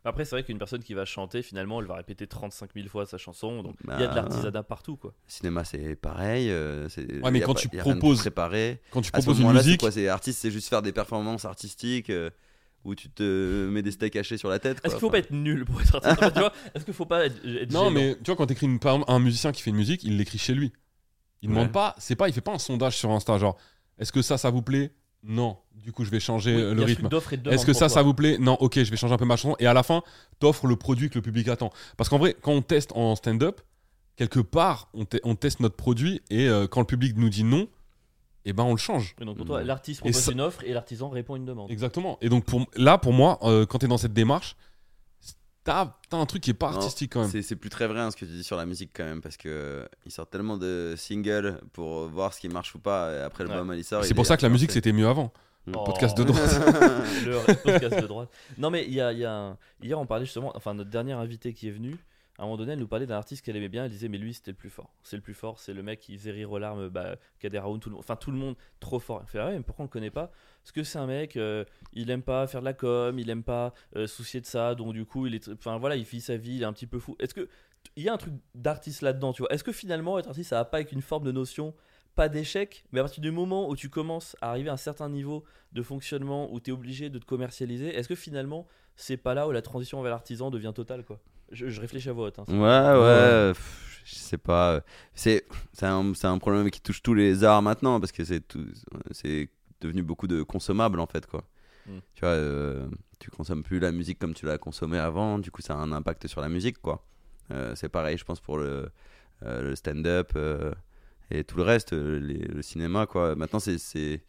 Après, c'est vrai qu'une personne qui va chanter, finalement, elle va répéter 35 000 fois sa chanson. Donc, il y a
Bah,
de l'artisanat partout, quoi.
Cinéma, c'est pareil. euh, c'est-
Ouais, mais
y a
quand
pas-
tu
y a rien de
proposes-
préparé.
Quand tu
Ah,
À ce
proposes une
moment-là, c'est
musique,
quoi C'est artiste, c'est juste faire des performances artistiques euh, où tu te mets des steaks hachés sur la tête.
Est-ce qu'il faut
quoi.
pas être nul pour être artiste en fait, tu vois Est-ce qu'il faut pas être, être
Non,
gênant
mais tu vois, quand t'écris une, par exemple, un musicien qui fait une musique, il l'écrit chez lui. Il
Ouais.
demande pas, c'est pas, il fait pas un sondage sur Insta, genre, est-ce que ça, ça vous plaît non, du coup je vais changer
Oui,
euh,
il y
le
a ce
rythme.
truc d'offre et de demande
Est-ce que
pour
ça,
toi.
ça vous plaît Non, ok, je vais changer un peu ma chanson. Et à la fin, t'offres le produit que le public attend. Parce qu'en vrai, quand on teste en stand-up, quelque part, on, te- on teste notre produit et euh, quand le public nous dit non, eh ben on le change.
Oui, donc pour toi,
Mm.
l'artiste
Et
propose
ça-
une offre et l'artisan répond à une demande.
Exactement. Et donc pour, là, pour moi, euh, quand t'es dans cette démarche, t'as t'as un truc qui est pas
Non,
artistique quand même.
C'est c'est plus très vrai hein, ce que tu dis sur la musique quand même parce que euh, ils sortent tellement de singles pour voir ce qui marche ou pas et après le
Ouais.
moment il sort.
C'est pour ça que la musique c'était mieux avant.
Le
podcast de droite.
Oh. le podcast de droite. Non, mais il y a, il y a un- hier, on parlait justement, enfin, notre dernière invitée qui est venue, à un moment donné, elle nous parlait d'un artiste qu'elle aimait bien. Elle disait, mais lui, c'était le plus fort. C'est le plus fort. C'est le mec qui faisait rire aux larmes, bah, Kader Aoun, tout le monde, enfin, tout le monde, trop fort. Elle fait, ah ouais, mais pourquoi on le connaît pas Parce que c'est un mec, euh, il aime pas faire de la com, il aime pas euh, soucier de ça, donc du coup, il est, enfin, voilà, il vit sa vie, il est un petit peu fou. Est-ce que il y a un truc d'artiste là-dedans, tu vois Est-ce que finalement, être artiste, ça va pas avec une forme de notion pas d'échec, mais à partir du moment où tu commences à arriver à un certain niveau de fonctionnement où tu es obligé de te commercialiser, est-ce que finalement, c'est pas là où la transition vers l'artisan devient totale quoi je, je réfléchis à vote. Hein,
Ouais, ouais, pff, je sais pas. euh, C'est c'est un, c'est un problème qui touche tous les arts maintenant parce que c'est tout- c'est devenu beaucoup de consommables en fait quoi.
Mm.
Tu vois, euh, tu consommes plus la musique comme tu la consommais avant, du coup ça a un impact sur la musique quoi. Euh, c'est pareil, je pense pour le, euh, le stand-up euh, et tout le reste, euh, les- le cinéma quoi. Maintenant c'est- c'est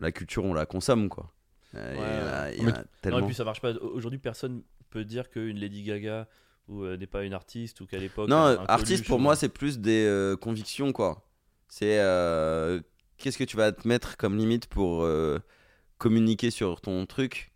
la culture, on la consomme quoi. Euh, il y en a- il y en a
non, et
tellement.
puis ça marche pas. Aujourd'hui, personne peut dire qu'une Lady Gaga ou euh, n'est pas une artiste ou qu'à l'époque.
Non,
un
euh,
Coluche,
artiste pour
ou-
moi, c'est plus des euh, convictions, quoi. C'est euh, qu'est-ce que tu vas te mettre comme limite pour euh, communiquer sur ton truc,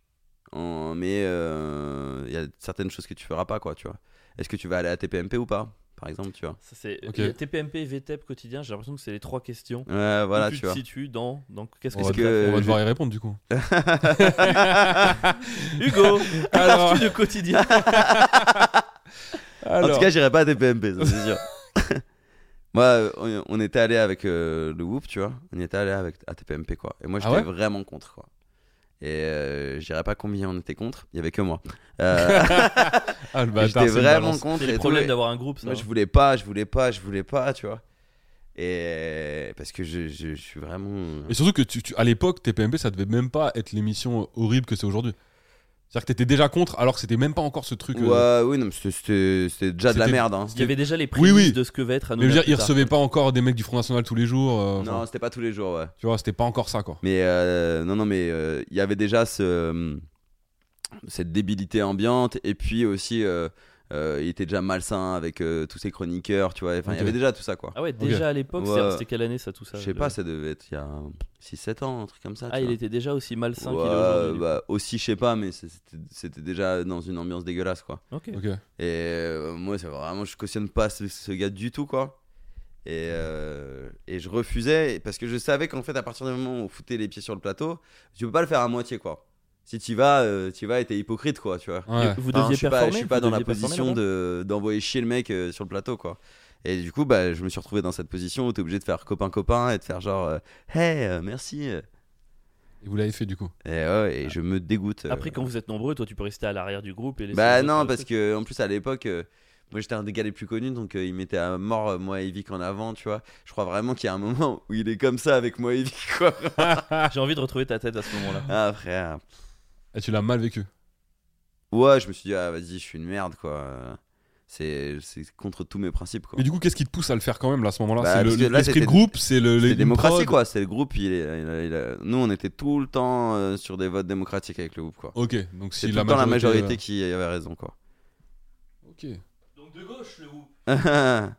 en- mais euh, il y a certaines choses que tu feras pas, quoi, tu vois. Est-ce que tu vas aller à TPMP ou pas, par exemple, tu vois
Ça, c'est euh,
Ok.
il y a TPMP, VTEP, E quotidien. J'ai l'impression que c'est les trois questions.
Ouais, voilà,
Où
tu
tu
vois.
te situes dans. dans Qu'est-ce
On
que
va,
c'est
que-
on va
euh,
devoir y répondre du coup.
Hugo,
Alors-
alors... de quotidien.
En
Alors,
tout cas, j'irai pas à TPMP, ça c'est sûr. Moi, euh, on- on était allé avec euh, le Whoop, tu vois. On y était allé avec à TPMP, quoi. Et moi,
Ah
j'étais
ouais
vraiment contre, quoi. Et euh, je dirais pas combien on était contre. Il y avait que moi. Euh,
ah, le bâtard,
j'étais
c'est une
vraiment
balance.
contre.
C'est
et
le
tout,
problème
et-
d'avoir un groupe. Ça. hein.
moi, je voulais pas, je voulais pas, je voulais pas, tu vois. Et parce que je, je- je suis vraiment.
Et surtout que tu, tu- à l'époque, TPMP, ça devait même pas être l'émission horrible que c'est aujourd'hui. C'est-à-dire que t'étais déjà contre alors que c'était même pas encore ce truc. euh,
Ouais, oui, non, mais c'était- c'était c'était déjà de la
C'était-
merde. hein.
Il y avait déjà les
Oui,
prémices
oui.
de ce que va être à
mais je veux dire, ils recevaient pas encore des mecs du Front National tous les jours. euh, enfin,
Non, c'était pas tous les jours, ouais.
tu vois, c'était pas encore ça quoi.
Mais euh, non, non, mais euh, il y avait déjà ce, euh, cette débilité ambiante, et puis aussi, euh, euh, il était déjà malsain avec euh, tous ses chroniqueurs, tu vois. Enfin, il
Ok.
y avait déjà tout ça, quoi.
Ah ouais,
Ok.
déjà à l'époque, c'est-
Ouais.
c'était quelle année ça tout ça
Je sais
le-
pas, ça devait être il y a 6-7 ans, un truc comme ça.
Ah,
tu
il
vois.
était déjà aussi malsain
Ouais,
qu'il est aujourd'hui. du
bah, aussi, je sais pas, mais c'est- c'était c'était déjà dans une ambiance dégueulasse, quoi.
coup. Ok.
Ok.
Et euh, moi, c'est vraiment, je cautionne pas ce, ce gars du tout, quoi. Et, euh, et je refusais parce que je savais qu'en fait, à partir du moment où on foutait les pieds sur le plateau, tu peux pas le faire à moitié, quoi. Si tu vas, euh, tu vas et t'es hypocrite, quoi, tu vois.
Ouais.
Et Vous
Enfin,
deviez
je suis pas,
performer
je suis pas
vous
dans la
deviez performer
position
là-bas
de- d'envoyer chier le mec euh, sur le plateau, quoi. Et du coup, bah, je me suis retrouvé dans cette position où t'es obligé de faire copain-copain et de faire genre, euh, hey, euh, merci. euh.
Et vous l'avez fait du coup.
Et, ouais, et je me dégoûte. euh.
Ah. Après, quand vous êtes nombreux, toi, tu peux rester à l'arrière du groupe et laisser les
Bah
autres
non,
faire le
parce
truc.
que en plus à l'époque, euh, moi j'étais un des gars les plus connus, donc euh, il mettait à mort euh, moi et Vic en avant, tu vois. Je crois vraiment qu'il y a un moment où il est comme ça avec moi et Vic, quoi.
J'ai envie de retrouver ta tête à ce moment-là.
Ah frère.
Et tu l'as mal vécu.
Ouais, je me suis dit, ah vas-y, je suis une merde, quoi. C'est c'est contre tous mes principes, quoi.
Mais du coup, qu'est-ce qui te pousse à le faire quand même là à ce moment-là
Bah,
C'est
parce que
le-
là,
l'esprit de
c'était-
groupe, c'est le.
C'est
les-
démocratie,
prod.
quoi. C'est le groupe. Il est, il a- il a- Nous, on était tout le temps euh, sur des votes démocratiques avec le groupe, quoi.
Ok, donc si
C'est tout
la
le temps la
majorité. euh,
majorité qui avait raison, quoi.
Ok.
Donc de gauche, le groupe.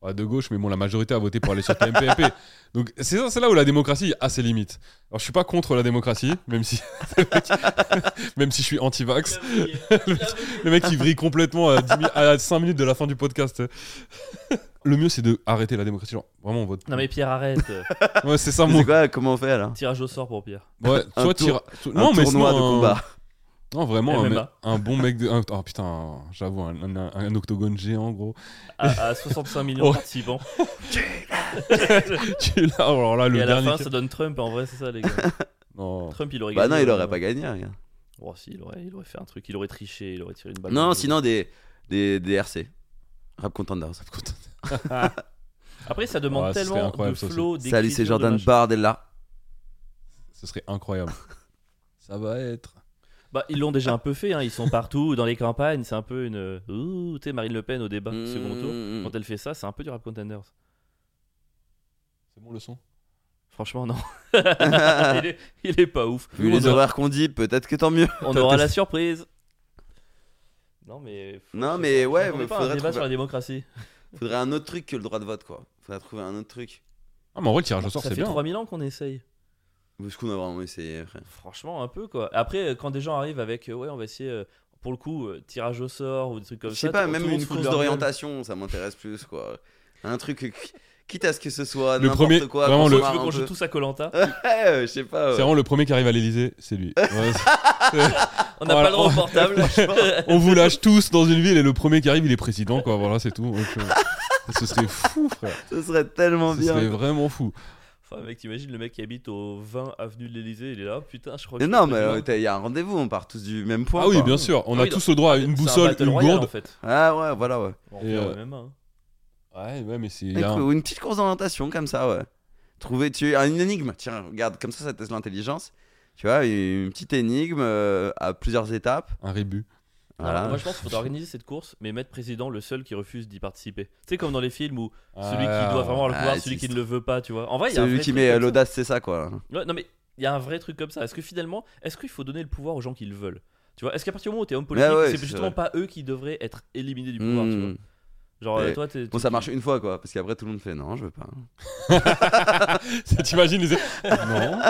Ah, de gauche, mais bon, la majorité a voté pour aller sur TMPMP. Donc c'est ça- c'est là où la démocratie a ses limites. Alors je suis pas contre la démocratie, même si, même si je suis anti-vax. Le mec il vrille complètement à, 10 mi- à 5 minutes de la fin du podcast. Le mieux c'est de arrêter la démocratie, genre vraiment on vote.
Non, mais Pierre, arrête. Euh,
Ouais, c'est ça mon.
c'est quoi Comment on fait alors
Tirage au sort pour Pierre.
Ouais,
Un
soit
tour-
tira- so-
Un tournoi
sinon,
de
un-
combat.
Non, vraiment, un,
MMA.
un bon mec de. un- oh, putain, un- j'avoue, un, un- un octogone géant, gros.
À, à 65 millions de
Oh.
participants.
Tu l'as, oh, alors là, le
et à la
dernier.
fin,
qui-
ça donne Trump. En vrai, c'est ça, les gars.
Non.
Trump, il aurait
Bah
gagné.
non, il
euh,
aurait pas gagné, regarde.
Oh, si, il aurait, il aurait fait un truc. Il aurait triché, il aurait tiré une balle. dans
Non,
le-
sinon des, des, des RC. Rap Contenders.
Après, ça demande
Ouais, ce serait
tellement de
incroyable, ça aussi.
flow.
Salut, c'est
d'écriture, de
Jordan
machin.
Bardella.
Ce serait incroyable. ça va être.
Bah, ils l'ont déjà un peu fait, hein, ils sont partout, dans les campagnes, c'est un peu une. Ouh, tu sais, Marine Le Pen au débat, second tour.
Mmh.
Quand elle fait ça, c'est un peu du rap contenders.
C'est bon le son
Franchement, non. il, est, il est pas ouf.
Vu
On
les
aura-
horaires qu'on dit, peut-être que tant mieux.
On
T'as-
aura
t'as-
la surprise. Non mais. faut-
Non,
je-
mais
je
ouais,
comprends
mais
pas un
faudrait
débat
trouver-
sur la démocratie.
Faudrait un autre truc que le droit de vote, quoi. Faudrait trouver un autre truc.
Ah, mais en vrai, le tirage au sort,
ça
c'est
fait
bien.
3000 ans qu'on essaye.
Parce qu'on a vraiment essayé, frère.
Franchement, un peu quoi. Après, euh, quand des gens arrivent avec euh, ouais, on va essayer euh, pour le coup euh, tirage au sort ou des trucs comme
Je
ça.
sais pas,
tout- tout
même
le monde
une
se fout
course
de leur gueule.
d'orientation, ça m'intéresse plus, quoi. Un truc, qui- quitte à ce que ce soit
Le
n'importe
premier-
quoi.
vraiment le-
qu'on
Tu
se
veux
marre un
qu'on joue
peu.
tous à Colanta
Ouais, je sais pas.
C'est
ouais.
vraiment le premier qui arrive à l'Elysée, c'est lui. Ouais, c'est-
On n'a pas
Voilà.
le droit au portable.
on vous lâche tous dans une ville et le premier qui arrive, il est président, quoi. Voilà, c'est tout. Donc, euh, ce serait fou, frère.
Ce serait tellement
Ce
bien.
serait vraiment fou.
Enfin, mec, t'imagines le mec qui habite au 20 avenue de l'Elysée, il est là, oh, putain, je crois que.
Mais
je
non,
suis
mais euh,
président.
t'as- il y a un rendez-vous, on part tous du même point.
Ah oui,
quoi.
bien sûr. On
Ah
a
oui,
tous le droit à une
C'est un
boussole,
battle
une
royale,
gourde.
en fait.
Ah ouais, voilà, ouais.
On
Et,
revient au
euh,
même, hein.
Ouais, ouais, mais c'est. il y
Écoute,
a un-
Une petite course d'orientation comme ça, ouais. Trouver, tu un- une énigme. Tiens, regarde, comme ça, ça teste l'intelligence. Tu vois, une petite énigme euh, à plusieurs étapes.
un rébut.
Voilà.
Alors, Ah, moi je pense qu'il faudrait organiser cette course, mais mettre président le seul qui refuse d'y participer. Tu sais, comme dans les films où celui qui doit vraiment avoir le
ah,
pouvoir,
c'est
celui qui ne
triste.
le veut pas, tu vois. En vrai, il y a un
Celui
vrai
qui
truc
met euh,
comme ça.
l'audace, c'est ça, quoi.
Ouais, non, mais il y a un vrai truc comme ça. Est-ce que finalement, est-ce qu'il faut donner le pouvoir aux gens qui le veulent Tu vois, est-ce qu'à partir du moment où t'es homme politique,
Ah ouais,
c'est
c'est
justement
vrai.
pas eux qui devraient être éliminés du pouvoir, tu vois
Hmm.
Genre,
Ouais.
euh, toi, t'es.
Bon,
t'es-
ça marche une fois, quoi. Parce qu'après, tout le monde fait non, je veux pas.
T'imagines les... Non.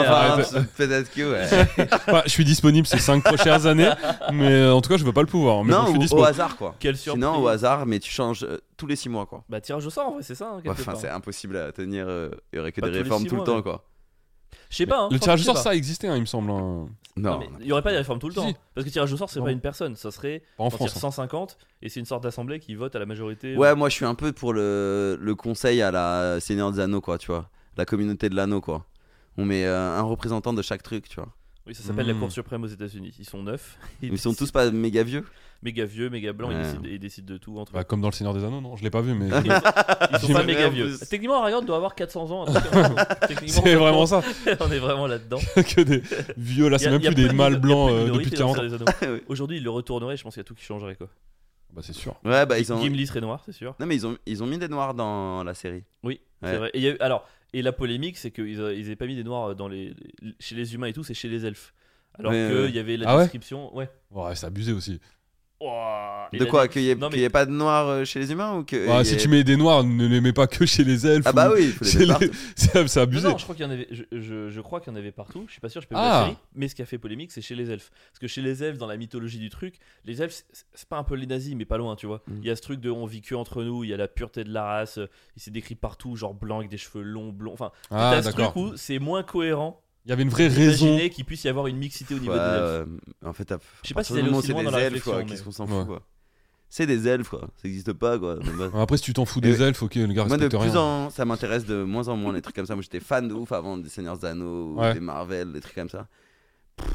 Enfin, bah,
ouais,
peut-être que, ouais.
Enfin, je suis disponible ces 5 prochaines années, mais euh, en tout cas, je veux pas le pouvoir. Mais bon, je
non,
suis
ou-
dispo.
au hasard, quoi.
Quelle surprise
Sinon, au hasard, mais tu changes euh, tous les 6 mois, quoi.
Bah, tirage au sort, en vrai, c'est ça, hein,
Ouais,
quelque
Enfin,
part.
c'est impossible à tenir. euh, Il y aurait que
Pas
des
tous les
réformes
six
tout le
mois,
temps,
mais-
quoi.
Je sais pas. hein,
Le
franchement,
tirage
je
au
sais
sort,
pas.
ça existait, hein, il me semble. hein.
Non,
Non.
mais il y aurait pas des réformes tout le temps. hein,
Si.
Parce que tirage au sort, c'est
Non.
pas une personne. Ça serait.
Pas en
On tire
France. hein.
150 et c'est une sorte d'assemblée qui vote à la majorité. euh,
Ouais, moi je suis un peu pour le, le conseil à la Seigneur des Anneaux, quoi, tu vois. La communauté de l'anneau, quoi. On met euh, un représentant de chaque truc, tu vois.
Oui, ça s'appelle la
Mm.
Cour suprême aux États-Unis. Ils sont neuf.
Ils sont tous pas méga vieux.
méga vieux, méga blancs. Ils,
Ouais.
décident, ils décident de tout entre
Bah,
eux.
comme dans Le Seigneur des Anneaux, non Je l'ai pas vu, mais.
Ils sont, ils sont pas
J'imagine
méga
en
vieux.
plus.
Techniquement, Aragorn doit avoir 400 ans. un truc comme ça. Techniquement,
C'est vraiment ça.
on est vraiment là-dedans.
que des vieux, là,
Y
c'est
a-
même
y a
plus des
de- y
mâles
a
blancs
plus de
euh,
minorité
depuis
dans
40 ans.
Seigneur des Anneaux.
ouais,
Aujourd'hui, ils le retourneraient. Je pense qu'il y a tout qui changerait. Quoi.
Bah, c'est sûr.
bah ils ont.
Gimli serait noir, c'est sûr.
Non, mais ils ont, ils ont mis des noirs dans la série.
Oui, c'est
Ouais.
vrai. Et, il y a eu- alors, et la polémique, c'est qu'ils euh, ils avaient pas mis des noirs dans les, les- chez les humains et tout, c'est chez les elfes. Alors
Ouais,
qu'il
ouais.
y avait la
Ah ouais
description. Ouais.
Oh, Ouais, c'est abusé aussi.
Ouah, et
de
la-
quoi Qu'il n'y ait,
Non, mais-
qu'il y ait pas de noirs euh, chez les humains ou que.
Ouais,
il y
Ah, si
ait-
tu mets des noirs, ne les mets pas que chez les elfes.
Ah bah
ou-
oui, il faut les
chez
mettre
les-
partout.
C'est c'est
Non,
abusé.
non, je crois qu'il y en avait. Je, je- je crois qu'il y en avait partout. Je suis pas sûr. Je peux pas
Ah.
la série. Mais ce qui a fait polémique, c'est chez les elfes. Parce que chez les elfes, dans la mythologie du truc, les elfes, c'est- c'est pas un peu les nazis, mais pas loin, tu vois.
Mm.
Il y a ce truc de on vit que entre nous. Il y a la pureté de la race. euh, Il s'est décrit partout, genre blanc avec des cheveux longs, blonds. Enfin,
Ah,
t'as ce
d'accord.
truc où c'est moins cohérent.
Il y avait une vraie raison.
Imaginez qu'il puisse y avoir une mixité au niveau
Ouais,
des elfes.
euh, en fait, à
Je sais
à
pas
partir
s'ils
du
allaient
moment où
aussi
c'est
loin dans
des
la
elfes, quoi.
réflexion. mais-
Qu'est-ce qu'on s'en fout,
Ouais.
quoi. C'est des elfes, quoi. Ça n'existe pas, quoi. de base.
Après, si tu t'en fous
Et-
des elfes, ok, le gars
Moi, de
Ah, respecte
plus
rien.
en ça m'intéresse de moins en moins les trucs comme ça. Moi, j'étais fan de ouf avant des Seigneurs des Anneaux, ou
Ouais.
des Marvel, des trucs comme ça.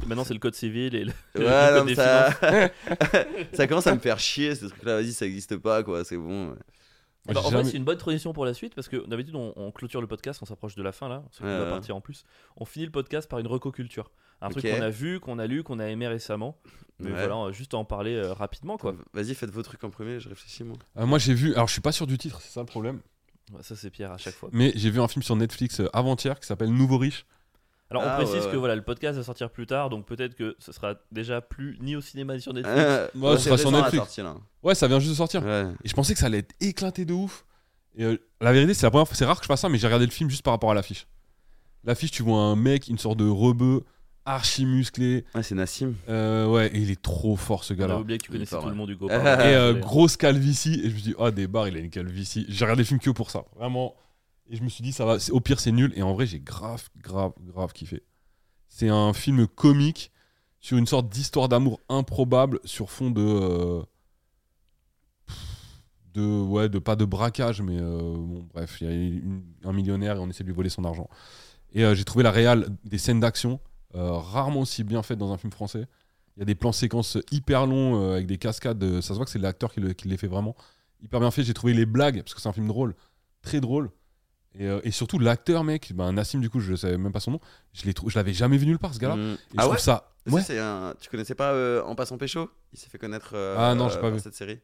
Maintenant, c'est le code civil et le, le
Ouais,
code
non,
des
mais ça...
finances.
ça commence à me faire chier, ce truc-là. Vas-y, ça existe pas, quoi. C'est bon.
Moi,
Bah,
j'ai
en
jamais-
fait, c'est une bonne transition pour la suite parce que d'habitude, on, on clôture le podcast, on s'approche de la fin là, on sait qu'on
Ouais,
va
ouais.
partir en plus. On finit le podcast par une recoculture. Un
Ok.
truc qu'on a vu, qu'on a lu, qu'on a aimé récemment. Mais
Ouais.
voilà, on va juste en parler euh, rapidement quoi.
Vas-y, faites vos trucs en premier, je réfléchis, moi.
Euh, Moi, j'ai vu. Alors, je suis pas sûr du titre, c'est ça le problème.
Ouais, Ça, c'est Pierre à chaque fois.
Mais j'ai vu un film sur Netflix euh, avant-hier qui s'appelle Nouveau Riche.
Alors,
Ah,
on précise
ouais, ouais.
que voilà, le podcast va sortir plus tard donc peut-être que ce sera déjà plus ni au cinéma ni sur Netflix.
Euh,
Moi, ce
c'est
sera sur
récent, la
Netflix.
sortie, là.
Ouais, ça vient juste de sortir.
Ouais.
Et je pensais que ça allait être éclaté de ouf. Et euh, la vérité, c'est la première fois, c'est rare que je fasse ça, mais j'ai regardé le film juste par rapport à l'affiche. L'affiche, tu vois un mec, une sorte de rebeu, archi musclé.
Ouais, c'est Nassim.
Euh, ouais, et il est trop fort
On
ce
a
gars-là.
oublié que tu
Il est
connaissais
fort,
tout le
ouais.
monde, Hugo.
Et,
pardon.
Et euh,
Désolé.
grosse calvitie. Et je me dis, ah, des barres, il a une calvitie. J'ai regardé le film que pour ça. Vraiment. Et je me suis dit, ça va, c'est- au pire, c'est nul. Et en vrai, j'ai grave, grave, grave kiffé. C'est un film comique sur une sorte d'histoire d'amour improbable sur fond de. euh, pff, de ouais, de pas de braquage, mais euh, bon, bref, il y a une- un millionnaire et on essaie de lui voler son argent. Et euh, j'ai trouvé la réal des scènes d'action euh, rarement aussi bien faites dans un film français. Il y a des plans séquences hyper longs euh, avec des cascades. euh, ça se voit que c'est l'acteur qui, le- qui les fait vraiment. Hyper bien fait. J'ai trouvé les blagues, parce que c'est un film drôle, très drôle. Et, euh, et surtout, l'acteur, mec, ben, Nassim, du coup, je ne savais même pas son nom, je l'ai trou- je l'avais jamais vu nulle part, ce gars-là.
Mm.
Et je
Ah
trouve
ouais
ça.
Ça,
Ouais.
c'est un- Tu connaissais pas euh, En passant pécho Il s'est fait connaître euh,
Ah non, j'ai
euh,
pas
par
vu. Mm.
cette série.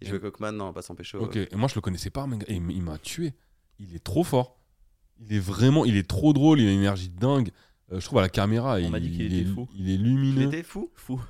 Il jouait Cockman dans En passant pécho. euh.
Ok, et moi je le connaissais pas, mec, et il m- il m'a tué. Il est trop fort. Il est vraiment, il est trop drôle, il a une énergie dingue. Euh, je trouve à la caméra,
On
il,
m'a dit qu'il
il
était
est,
fou.
il est
Il
lumineux.
était fou
Fou.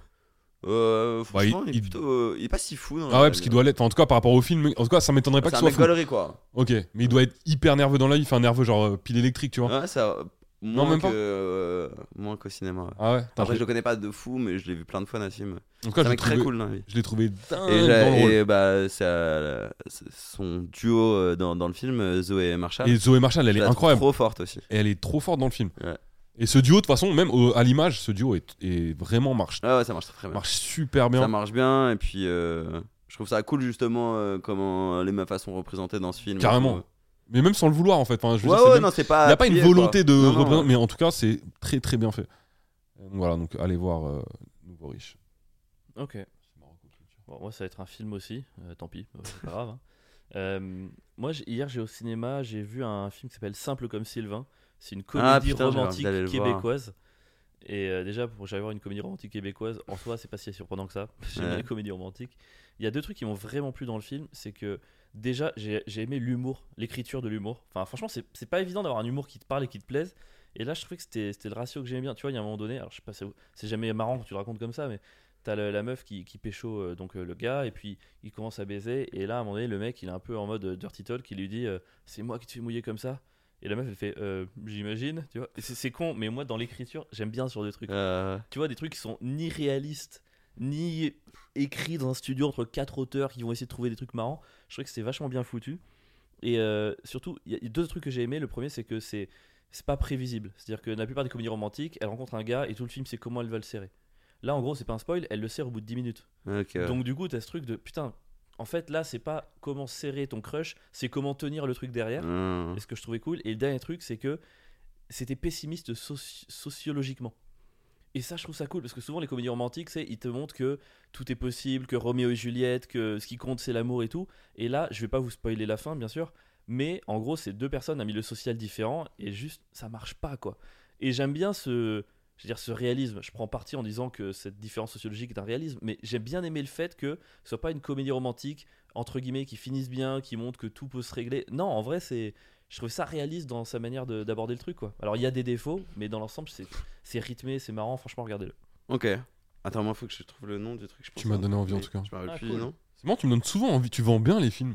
Euh,
Mm. Bah, il-
franchement, il, est
il-
plutôt, euh, il est pas si fou. dans
Ah
la
ouais,
vraie
parce
vie,
qu'il
hein.
doit l'être. Enfin, en tout cas, par rapport au film, en tout cas, ça m'étonnerait pas
C'est
qu'il soit
un mec
fou.
gaulerie, quoi.
Ok, mais il doit être hyper nerveux dans la vie, enfin nerveux genre euh, pile électrique, tu vois.
Ouais, ça, moins
même
que,
pas.
euh, moins qu'au cinéma. ouais.
Ah ouais. Attends,
Après,
je
je le connais pas de fou, mais je l'ai vu plein de fois, Nassim.
l'ai- En tout cas,
C'est
je
un
l'ai
mec très
Ah, trouvé,
cool dans la vie.
je l'ai trouvé dingue
Et,
dans le
j'ai-
rôle.
et bah, c'est, euh, c'est son duo euh, dans, dans le film, euh, Zoé et Marshall.
Et Zoé Marshall, elle
je
est
la trouve
incroyable.
Trop forte aussi.
Et elle est trop forte dans le film.
Ouais.
Et ce duo, de toute façon, même au- à l'image, ce duo est, est vraiment marche,
Ah ouais, ça marche très bien.
marche super bien.
Ça marche bien, et puis euh, je trouve ça cool justement euh, comment les meufs sont représentées dans ce film.
Carrément. Mais même sans le vouloir, en fait. Enfin, je veux
Ouais,
dire, c'est
ouais,
même-
non, c'est pas.
Il n'y a pas une
appuyé, quoi.
volonté de
Non, non,
représenter,
ouais.
mais en tout cas, c'est très très bien fait. Euh, Voilà, donc allez voir euh, Nouveau Riche.
Ok. Bon, moi, ça va être un film aussi. euh, tant pis, euh, c'est pas grave. hein. Euh, moi, j'ai- hier, j'ai au cinéma, j'ai vu un film qui s'appelle Simple comme Sylvain. C'est une comédie
Ah, putain, j'ai envie
romantique
d'aller le voir.
québécoise. Et euh, déjà, pour j'allais voir une comédie romantique québécoise, en soi, c'est pas si surprenant que ça. J'aime bien
Ouais.
les comédies romantiques. Il y a deux trucs qui m'ont vraiment plu dans le film. C'est que, déjà, j'ai j'ai aimé l'humour, l'écriture de l'humour. Enfin, franchement, c'est c'est pas évident d'avoir un humour qui te parle et qui te plaise. Et là, je trouvais que c'était c'était le ratio que j'aimais bien. Tu vois, il y a un moment donné, alors je sais pas, c'est- c'est jamais marrant quand tu le racontes comme ça, mais t'as le- la meuf qui, qui pécho euh, donc euh, le gars, et puis il commence à baiser. Et là, à un moment donné, le mec, il est un peu en mode euh, dirty talk, qui lui dit euh, C'est moi qui te fais mouiller comme ça. Et la meuf, elle fait Euh, J'imagine, tu vois. Et C'est c'est con, mais moi, dans l'écriture, j'aime bien ce genre de trucs.
Euh,
Tu vois, des trucs qui sont ni réalistes, ni écrits dans un studio entre quatre auteurs qui vont essayer de trouver des trucs marrants. Je trouvais que c'était vachement bien foutu. Et euh, surtout, il y a deux trucs que j'ai aimé. Le premier, c'est que c'est c'est pas prévisible. C'est-à-dire que la plupart des comédies romantiques, elle rencontre un gars et tout le film, c'est comment elle va le serrer. Là, en gros, c'est pas un spoil, elle le serre au bout de 10 minutes.
ok, ouais.
Donc, du coup, t'as ce truc de putain, en fait, là, c'est pas comment serrer ton crush, c'est comment tenir le truc derrière.
Euh,
Et ce que je trouvais cool. Et le dernier truc, c'est que c'était pessimiste soci- sociologiquement. Et ça, je trouve ça cool parce que souvent les comédies romantiques, c'est ils te montrent que tout est possible, que Roméo et Juliette, que ce qui compte c'est l'amour et tout. Et là, je vais pas vous spoiler la fin, bien sûr, mais en gros, c'est deux personnes à milieu social différent et juste ça marche pas quoi. Et j'aime bien ce, je veux dire, ce réalisme. Je prends parti en disant que cette différence sociologique est un réalisme, mais j'ai bien aimé le fait que ce soit pas une comédie romantique entre guillemets qui finisse bien, qui montre que tout peut se régler. Non, en vrai, c'est je trouve ça réaliste dans sa manière de- d'aborder le truc quoi. Alors il y a des défauts, mais dans l'ensemble c'est c'est rythmé, c'est marrant, franchement regardez-le.
Ok. Attends, moi, faut que je trouve le nom du truc. je pense hein.
m'as
à un
donné
truc,
envie, en
mais
tout cas.
Je me rappelle
Ah,
plus
cool.
non
C'est marrant, tu me donnes souvent envie, tu vends bien les films.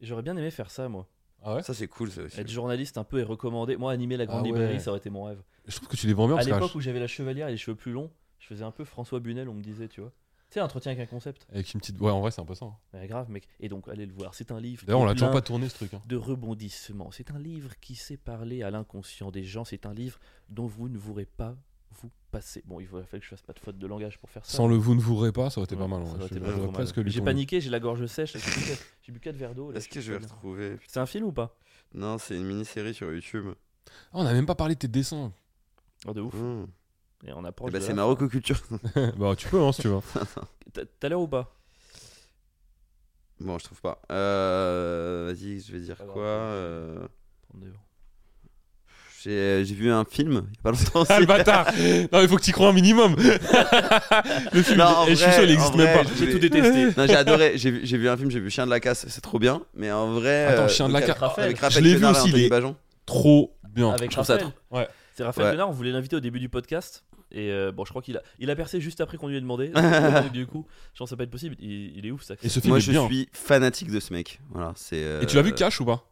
J'aurais bien aimé faire ça moi.
Ah ouais
Ça, c'est cool, ça aussi.
Être journaliste un peu et recommandé. Moi animer la grande
Ah ouais.
librairie, ça aurait été mon rêve.
Je trouve que tu les vends bien
à
parce que
l'époque où j'avais la chevalière et les cheveux plus longs, je faisais un peu François Bunel, on me disait, tu vois. Tu sais, entretien avec un concept.
avec une petite. Ouais, en vrai, c'est un peu ça. hein.
Mais grave mec. Et donc allez le voir, c'est un livre.
D'ailleurs,
qui
on
est
l'a toujours
plein
pas tourné ce truc. hein.
de rebondissements. C'est un livre qui sait parler à l'inconscient des gens, c'est un livre dont vous ne voulez pas vous passer. Bon, il aurait fallu que je fasse pas de faute de langage pour faire ça.
Sans le vous ne vous rêrez pas, ça aurait été
Ouais,
pas mal.
ça
ouais.
aurait
Je-
été
je
vraiment
l'aurais
mal.
presque lu
J'ai
ton
paniqué, j'ai la gorge sèche. J'ai bu quatre- j'ai bu 4 verres d'eau. là,
Est-ce
je
que
suis
je vais
pas bien.
retrouver
C'est un film ou pas
Non, c'est une mini-série sur YouTube.
livre. Ah, on a même pas parlé de tes dessins.
Oh, de ouf.
Hmm.
Et on
Eh
Oh,
approche.
ben,
de
c'est
la-
Marocco Culture.
bah, tu peux, hein, si tu veux.
T'as t'as l'air ou pas
Bon, je trouve pas. Euh, Vas-y, je vais dire
Ah, bah,
quoi euh,
Prendre des-
J'ai j'ai vu un film il y a pas longtemps.
Ah,
aussi.
le bâtard Non, il faut que tu crois un minimum. le film,
Non, en
et je suis
vrai,
sûr, il
en
existe
vrai,
même pas.
je
J'ai
voulais-
tout détesté.
Non, j'ai adoré. J'ai vu, j'ai vu un film, j'ai vu Chien de la Casse, c'est trop bien. Mais en vrai.
Attends,
euh,
Chien de
donc
la
avec-
Casse.
Avec
Je
Raphaël
l'ai vu
Quenard et
aussi, il
Anthony
est-
Bajon.
Trop bien.
Avec
Je trouve ça
Raphaël.
Ouais.
C'est Raphaël
Ouais.
Benard, on voulait l'inviter au début du podcast. Et euh, bon, je crois qu'il a, il a percé juste après qu'on lui ait demandé. Donc, du coup, je pense que ça peut être possible. Il, il est ouf ça.
Et ce film
Moi,
est
je
bien.
suis fanatique de ce mec. Voilà, c'est. euh,
Et tu l'as vu Cash ou pas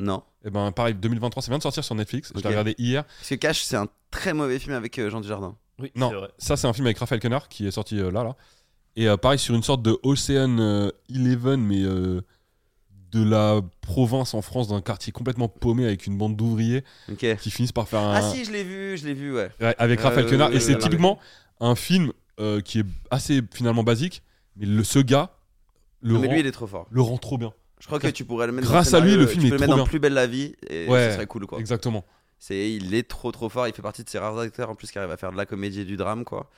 Non.
Et ben pareil, 2023, ça vient de sortir sur Netflix. Je
Ok.
l'ai regardé hier.
Parce que Cash, c'est un très mauvais film avec euh, Jean Dujardin.
Oui,
Non,
c'est vrai.
ça c'est un film avec Raphaël Quenard qui est sorti euh, là, là. Et euh, pareil sur une sorte de Ocean euh, Eleven, mais euh, de la province en France, d'un quartier complètement paumé avec une bande d'ouvriers
Ok.
qui finissent par faire un
Ah si, je l'ai vu, je l'ai vu, ouais.
Ouais, avec
Euh,
Raphaël
oui,
Quenard.
oui,
et
oui,
c'est
oui.
typiquement un film euh, qui est assez finalement basique, mais le, ce gars le
Non, mais
rend,
lui, il est trop fort.
le rend trop bien.
Je crois que tu pourrais le mettre.
Grâce
dans
à lui,
scénario,
le
tu
film
peux
est
le mettre
trop
dans
bien.
Plus belle la vie et
Ouais.
ce serait cool quoi.
Exactement.
C'est il est trop trop fort. Il fait partie de ces rares acteurs en plus qui arrivent à faire de la comédie et du drame quoi.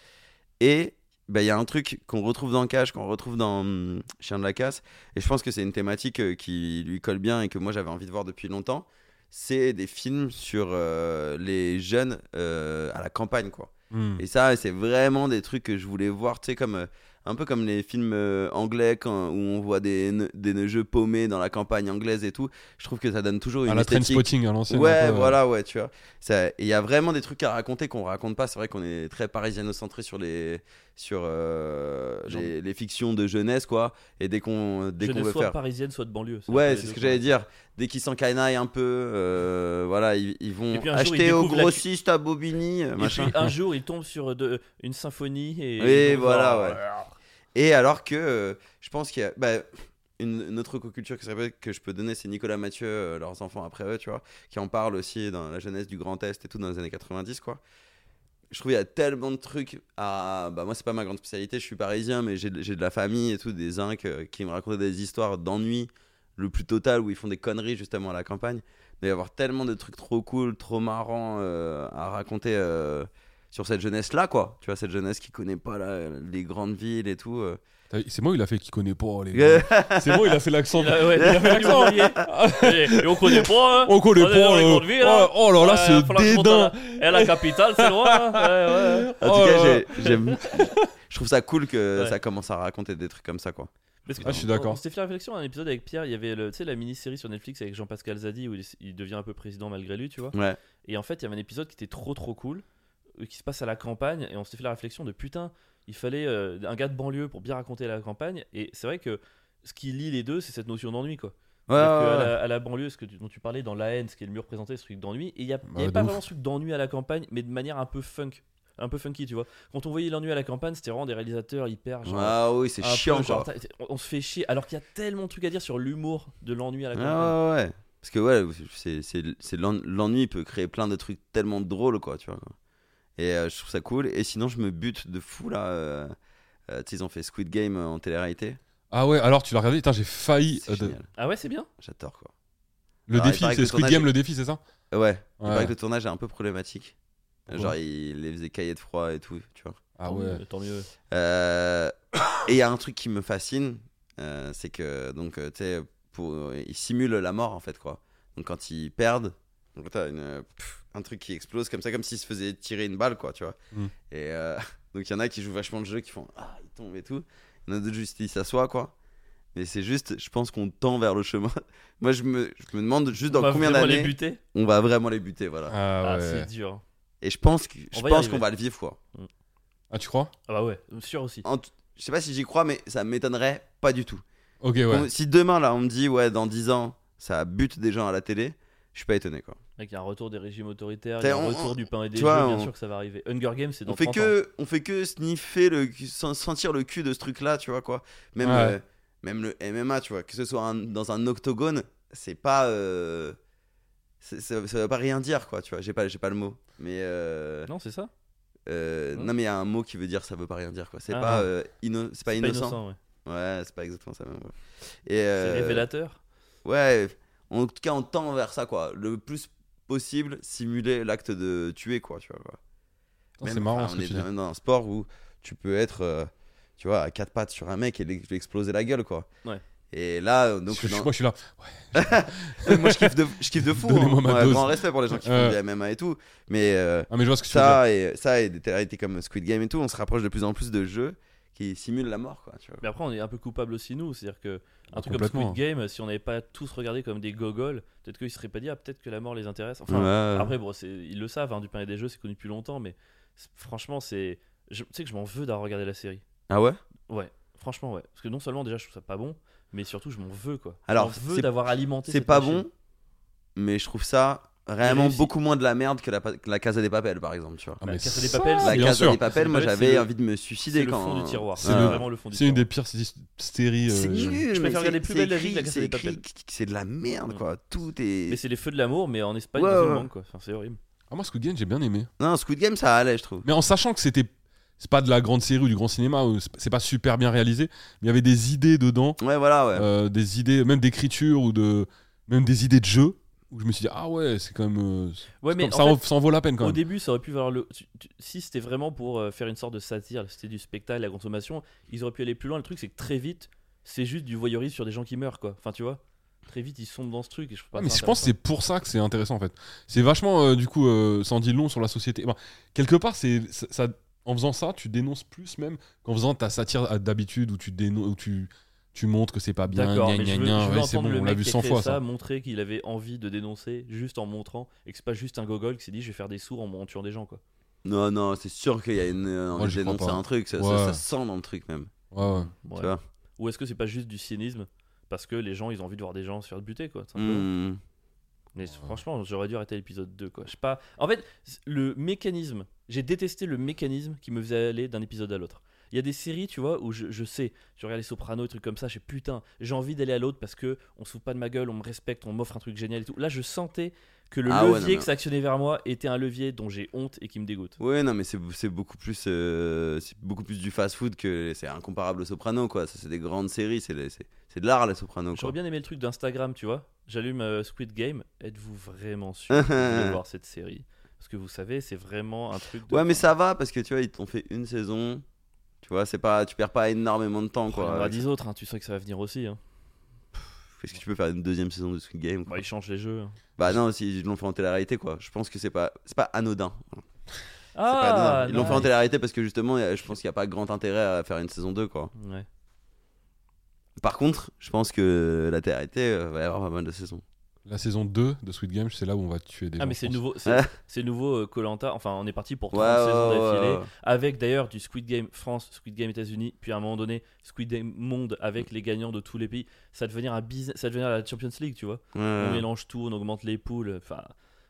Et bah, il y a un truc qu'on retrouve dans Cash, qu'on retrouve dans hum, Chien de la casse, et je pense que c'est une thématique euh, qui lui colle bien et que moi j'avais envie de voir depuis longtemps. c'est des films sur euh, les jeunes euh, à la campagne, quoi.
Hmm.
Et ça, c'est vraiment des trucs que je voulais voir, tu sais, comme euh, un peu comme les films euh, anglais quand, où on voit des, ne- des neveux paumés dans la campagne anglaise et tout. Je trouve que ça donne toujours une
À la train
esthétique.
spotting, à l'ancienne.
Ouais,
un peu, euh,
voilà, ouais, tu vois. Ça- Il y a vraiment des trucs à raconter qu'on raconte pas. C'est vrai qu'on est très parisiano-centré sur les sur euh,
Genre-
les, les fictions de jeunesse, quoi. Et dès qu'on dès qu'on
Jeunesse
veut
soit
faire
parisienne, soit de banlieue. un peu
Ouais,
les
c'est
deux,
ce que
quoi.
j'allais dire. Dès qu'ils s'encanaillent un peu, euh, voilà, ils, ils vont
Et puis un jour, ils
acheter au
découvrent la cu-
grossiste à Bobigny, euh,
Et
machin.
puis un jour, il tombe sur euh, de- une symphonie et.
Oui,
ils vont
voilà,
voir,
ouais.
euh,
Et alors que euh, je pense qu'il y a bah, une, une autre co-culture qui s'appelle- que je peux donner, c'est Nicolas Mathieu, euh, leurs enfants après eux, tu vois, qui en parle aussi dans la jeunesse du Grand Est et tout dans les années 90, quoi. Je trouve qu'il y a tellement de trucs à. Bah, moi, c'est pas ma grande spécialité, je suis parisien, mais j'ai de j'ai de la famille et tout, des zincs euh, qui me racontaient des histoires d'ennui le plus total où ils font des conneries justement à la campagne. Il doit y avoir tellement de trucs trop cool, trop marrants euh, à raconter euh, sur cette jeunesse-là, quoi. Tu vois, cette jeunesse qui connaît pas la- les grandes villes et tout. euh.
T'as- C'est moi, il a fait qui connaît pas les
Euh,
C'est moi, il a fait l'accent.
là, ouais,
Il a fait l'accent.
Et, et on connaît pas, hein.
On connaît
On est dans
pas.
les
euh,
grandes villes, hein.
Oh oh là là,
Ouais,
c'est
va falloir que je monte
dédain.
à la- Et la capitale, c'est loin. hein. Ouais, ouais.
En
Oh
tout
là
cas,
là.
j'ai- j'aime- je trouve ça cool que
Ouais.
ça commence à raconter des trucs comme ça, quoi.
Parce que-
Ah, je suis
on-
d'accord.
On s'était fait la réflexion à un épisode avec Pierre. Il y avait le- tu sais, la mini-série sur Netflix avec Jean-Pascal Zadi où il, il devient un peu président malgré lui, tu vois.
Ouais.
Et en fait, il y avait un épisode qui était trop trop cool euh, qui se passe à la campagne. Et on s'était fait la réflexion de putain, il fallait euh, un gars de banlieue pour bien raconter la campagne. Et c'est vrai que ce qui lie les deux, c'est cette notion d'ennui, quoi.
Ouais,
C'est-à-dire
ouais,
qu'à
ouais.
la, à la banlieue, ce que tu- dont tu parlais dans la haine, ce qui est le mieux représenté, ce truc d'ennui. Et il n'y avait
Bah,
de
pas
ouf.
vraiment ce truc d'ennui à la campagne, mais de manière un peu funk, un peu funky, tu vois. Quand on voyait l'ennui à la campagne, c'était vraiment des réalisateurs hyper genre.
Ah oui, c'est
un peu
chiant,
genre,
quoi.
t'as- t'as- on, on se fait chier, alors qu'il y a tellement de trucs à dire sur l'humour de l'ennui à la campagne.
Ah ouais, ouais. Parce que ouais, c'est- c'est c'est l'en- l'ennui peut créer plein de trucs tellement drôles, quoi, tu vois. quoi. Et euh, je trouve ça cool. Et sinon, je me bute de fou là. euh, euh, tu sais, ils ont fait Squid Game euh, en télé-réalité.
Ah ouais, alors tu l'as regardé, putain, j'ai failli.
C'est
euh, de-
génial.
Ah ouais, c'est bien.
J'adore quoi.
Le
Ah, il
défi,
paraît que
c'est
le
Squid
tournage-
Game, le défi, c'est ça
Ouais. Il
Ouais.
paraît que le tournage est un peu problématique.
Pourquoi
Genre, il les faisait cailler de froid et tout, tu vois.
Ah
Tant
ouais.
mieux, Tant mieux.
Euh, et il y a un truc qui me fascine, euh, c'est que donc euh, tu sais, pour ils simulent la mort en fait quoi. Donc quand ils perdent, donc t'as une, pff, un truc qui explose comme ça, comme s'ils se faisaient tirer une balle quoi, tu vois.
Mm.
Et euh, donc il y en a qui jouent vachement le jeu, qui font ah ils tombent et tout. Il y en a d'autres juste ils s'assoient quoi. Mais c'est juste, je pense qu'on tend vers le chemin. Moi je me, je me demande juste
On
dans
va
combien
vraiment les
d'années
buter
on va vraiment les buter voilà.
Ah
Ah,
ouais.
c'est dur.
Et je pense que-
On
je
va y
pense
arriver.
qu'on va le vivre quoi.
Ah, tu crois
Ah bah ouais, sûr aussi.
En tout- je sais pas si j'y crois mais ça m'étonnerait pas du tout.
Ok, ouais.
On- si demain là on me dit ouais dans 10 ans ça bute des gens à la télé, je suis pas étonné quoi.
Avec un retour des régimes autoritaires, il y
T'as-
a un
on-
retour du pain et des
tu
jeux,
vois,
bien
on-
sûr que ça va arriver. Hunger Games, c'est dans
On fait
30 ans.
que on fait que sniffer le cul- sen- sentir le cul de ce truc là, tu vois quoi. Même
Ouais.
euh, même le MMA, tu vois, que ce soit un- dans un octogone, c'est pas euh, c'est- ça, ça veut pas rien dire quoi, tu vois. J'ai pas j'ai pas le mot. Mais euh,
Non, c'est ça
euh,
non.
non mais il y a un mot qui veut dire ça veut pas rien dire quoi. C'est
Ah.
pas euh, inno- c'est pas
C'est
innocent.
ouais.
Ouais, c'est pas exactement ça même. ouais. Et
C'est
euh,
révélateur.
Ouais, en tout cas, on tend vers ça, quoi. Le plus possible, simuler l'acte de tuer, quoi, tu vois. quoi.
Putain,
Même,
C'est marrant
enfin,
ce
on
que
est
tu dis.
dans un sport où tu peux être, euh, tu vois, à quatre pattes sur un mec et lui lui exploser la gueule, quoi.
Ouais.
Et là, euh, donc,
Je- je-
dans-
Moi, je suis là.
moi, je kiffe de, je kiffe de fou. hein.
Donnez-moi ma
Ouais,
dose.
Grand respect pour les gens qui font
Euh.
du MMA et tout. Mais euh,
Ah, mais je vois ce que tu veux dire.
ça, et, ça et des télé comme Squid Game et tout, on se rapproche de plus en plus de jeux qui simulent la mort, quoi, tu vois.
Mais après, on est un peu coupable aussi, nous. C'est-à-dire que un
Ah,
truc comme Squid
complètement.
Game, si on n'avait pas tous regardé comme des gogoles, peut-être qu'ils se seraient pas dit, ah, peut-être que la mort les intéresse. Enfin,
Ouais.
Après, bon, c'est- ils le savent, hein, du pain et des jeux, c'est connu depuis longtemps, mais c'est- franchement, c'est. je- Tu sais que je m'en veux d'avoir regardé la série.
Ah ouais
Ouais, franchement, ouais. Parce que non seulement, déjà, je trouve ça pas bon, mais surtout, je m'en veux, quoi.
Alors,
je m'en veux
c'est-
d'avoir alimenté.
C'est
cette
pas
machine.
bon, mais je trouve ça vraiment
réussi.
beaucoup moins de la merde que la, pa- que la Casa des Papels, par exemple, tu vois.
Ah, mais
La Casa des
ça,
Papel,
La
bien
Casa
sûr.
des Papels,
C'est
moi
le-
j'avais
c'est le-
envie de me
C'est
suicider
le
quand.
fond du tiroir.
hein. C'est
C'est
le-
vraiment le fond du
C'est une
tiroir.
des pires sé- séries.
C'est
euh,
nul,
je
mais
préfère
c'est-
les plus
c'est
belles vies de la
écrit-
Casa
C'est
des
écrit
Papels.
que c'est de la merde
Mm.
quoi. Tout
Mais
est.
c'est les feux de l'amour, mais en Espagne,
Ouais,
dans une
ouais.
banque, quoi. Enfin, c'est horrible.
Ah, moi, Squid Game, j'ai bien aimé.
Non, Squid Game ça allait, je trouve.
Mais en sachant que c'était. C'est pas de la grande série ou du grand cinéma, ou c'est c'est pas super bien réalisé, mais il y avait des idées dedans,
Ouais, voilà, ouais.
euh, des idées, même d'écriture ou de. Même des idées de jeu, où je me suis dit, ah ouais, c'est quand même. euh,
Ouais, mais
Comme
en
ça,
fait,
en- ça en vaut la peine quand
au
même.
début, ça aurait pu valoir le. tu- tu- Si c'était vraiment pour euh, faire une sorte de satire, c'était du spectacle, la consommation, ils auraient pu aller plus loin. Le truc, c'est que très vite, c'est juste du voyeurisme sur des gens qui meurent, quoi. Enfin, tu vois. très vite ils sombrent dans ce truc. Et je, trouve pas
Ah, mais
ça
je pense que c'est
intéressant.
pour ça que c'est intéressant en fait. C'est vachement euh, du coup, euh, ça en dit long sur la société. Ben, quelque part, c'est ça, ça- en faisant ça, tu dénonces plus même qu'en faisant ta satire à- d'habitude où tu dénon- où tu tu montres que c'est pas bien.
D'accord,
gna,
mais
gna,
je veux,
gna,
je veux
ouais, c'est
entendre
bon,
le
on l'a
mec
vu
qui a
100
créé
fois
ça,
ça.
montrer qu'il avait envie de dénoncer juste en montrant et que c'est pas juste un gogol qui s'est dit je vais faire des sourds en, en tuant des gens quoi.
Non, non, c'est sûr qu'il y a une. euh, on
Moi, j'y crois
dénonce
pas.
un truc, ça, ça-
Ouais.
ça sent dans le truc même.
Ouais, ouais.
Ouais.
Tu vois
Ou est-ce que c'est pas juste du cynisme parce que les gens ils ont envie de voir des gens se faire buter quoi. tout simplement.
Hmm.
Mais
Ouais.
franchement j'aurais dû arrêter l'épisode 2 quoi. Je sais pas. En fait c- le mécanisme, j'ai détesté le mécanisme qui me faisait aller d'un épisode à l'autre. Il y a des séries, tu vois, où je, je sais, je regarde les Sopranos et trucs comme ça, je sais putain, j'ai envie d'aller à l'autre parce que on se fout pas de ma gueule, on me respecte, on m'offre un truc génial et tout. Là, je sentais que le
Ah ouais,
levier
non, mais-
que ça actionnait vers moi était un levier dont j'ai honte et qui me dégoûte.
Ouais, non, mais c'est c'est beaucoup plus euh, c'est beaucoup plus du fast-food que c'est incomparable aux Sopranos quoi. Ça c'est des grandes séries, c'est les- c'est c'est de l'art les Sopranos quoi.
J'aurais bien aimé le truc d'Instagram, tu vois. J'allume euh, Squid Game. Êtes-vous vraiment sûr que vous voulez voir cette série Parce que vous savez, c'est vraiment un truc. De...
Ouais, mais ça va parce que tu vois ils t'ont fait une saison. Tu vois, c'est pas tu perds pas énormément de temps
On
quoi.
aura 10 autres, hein, tu sais que ça va venir aussi. hein.
Est-ce que tu peux faire une deuxième saison de Squid Game
Bon,
quoi
ils changent les jeux. hein.
Bah non, si ils l'ont fait en télé-réalité quoi. Je pense que c'est pas c'est pas anodin. C'est pas
Ah,
anodin. Ils l'ont fait en
nice.
télé-réalité parce que justement euh, je pense qu'il y a pas grand intérêt à faire une saison 2 quoi.
Ouais.
Par contre, je pense que la télé-réalité euh, va y avoir pas mal de saisons.
La saison 2 de Sweet Game, c'est là où on va tuer des gens.
Ah, mais c'est
je pense.
nouveau. C'est c'est nouveau euh, Colanta. enfin, on est parti pour
Ouais,
30 saisons
ouais,
d'affilée.
ouais.
Avec d'ailleurs du Squid Game France, Squid Game États-Unis, puis à un moment donné Squid Game Monde
Mm.
avec les gagnants de tous les pays. Ça va devenir un business, ça va devenir la Champions League, tu vois. On
Ouais.
mélange tout, on augmente les poules. Enfin,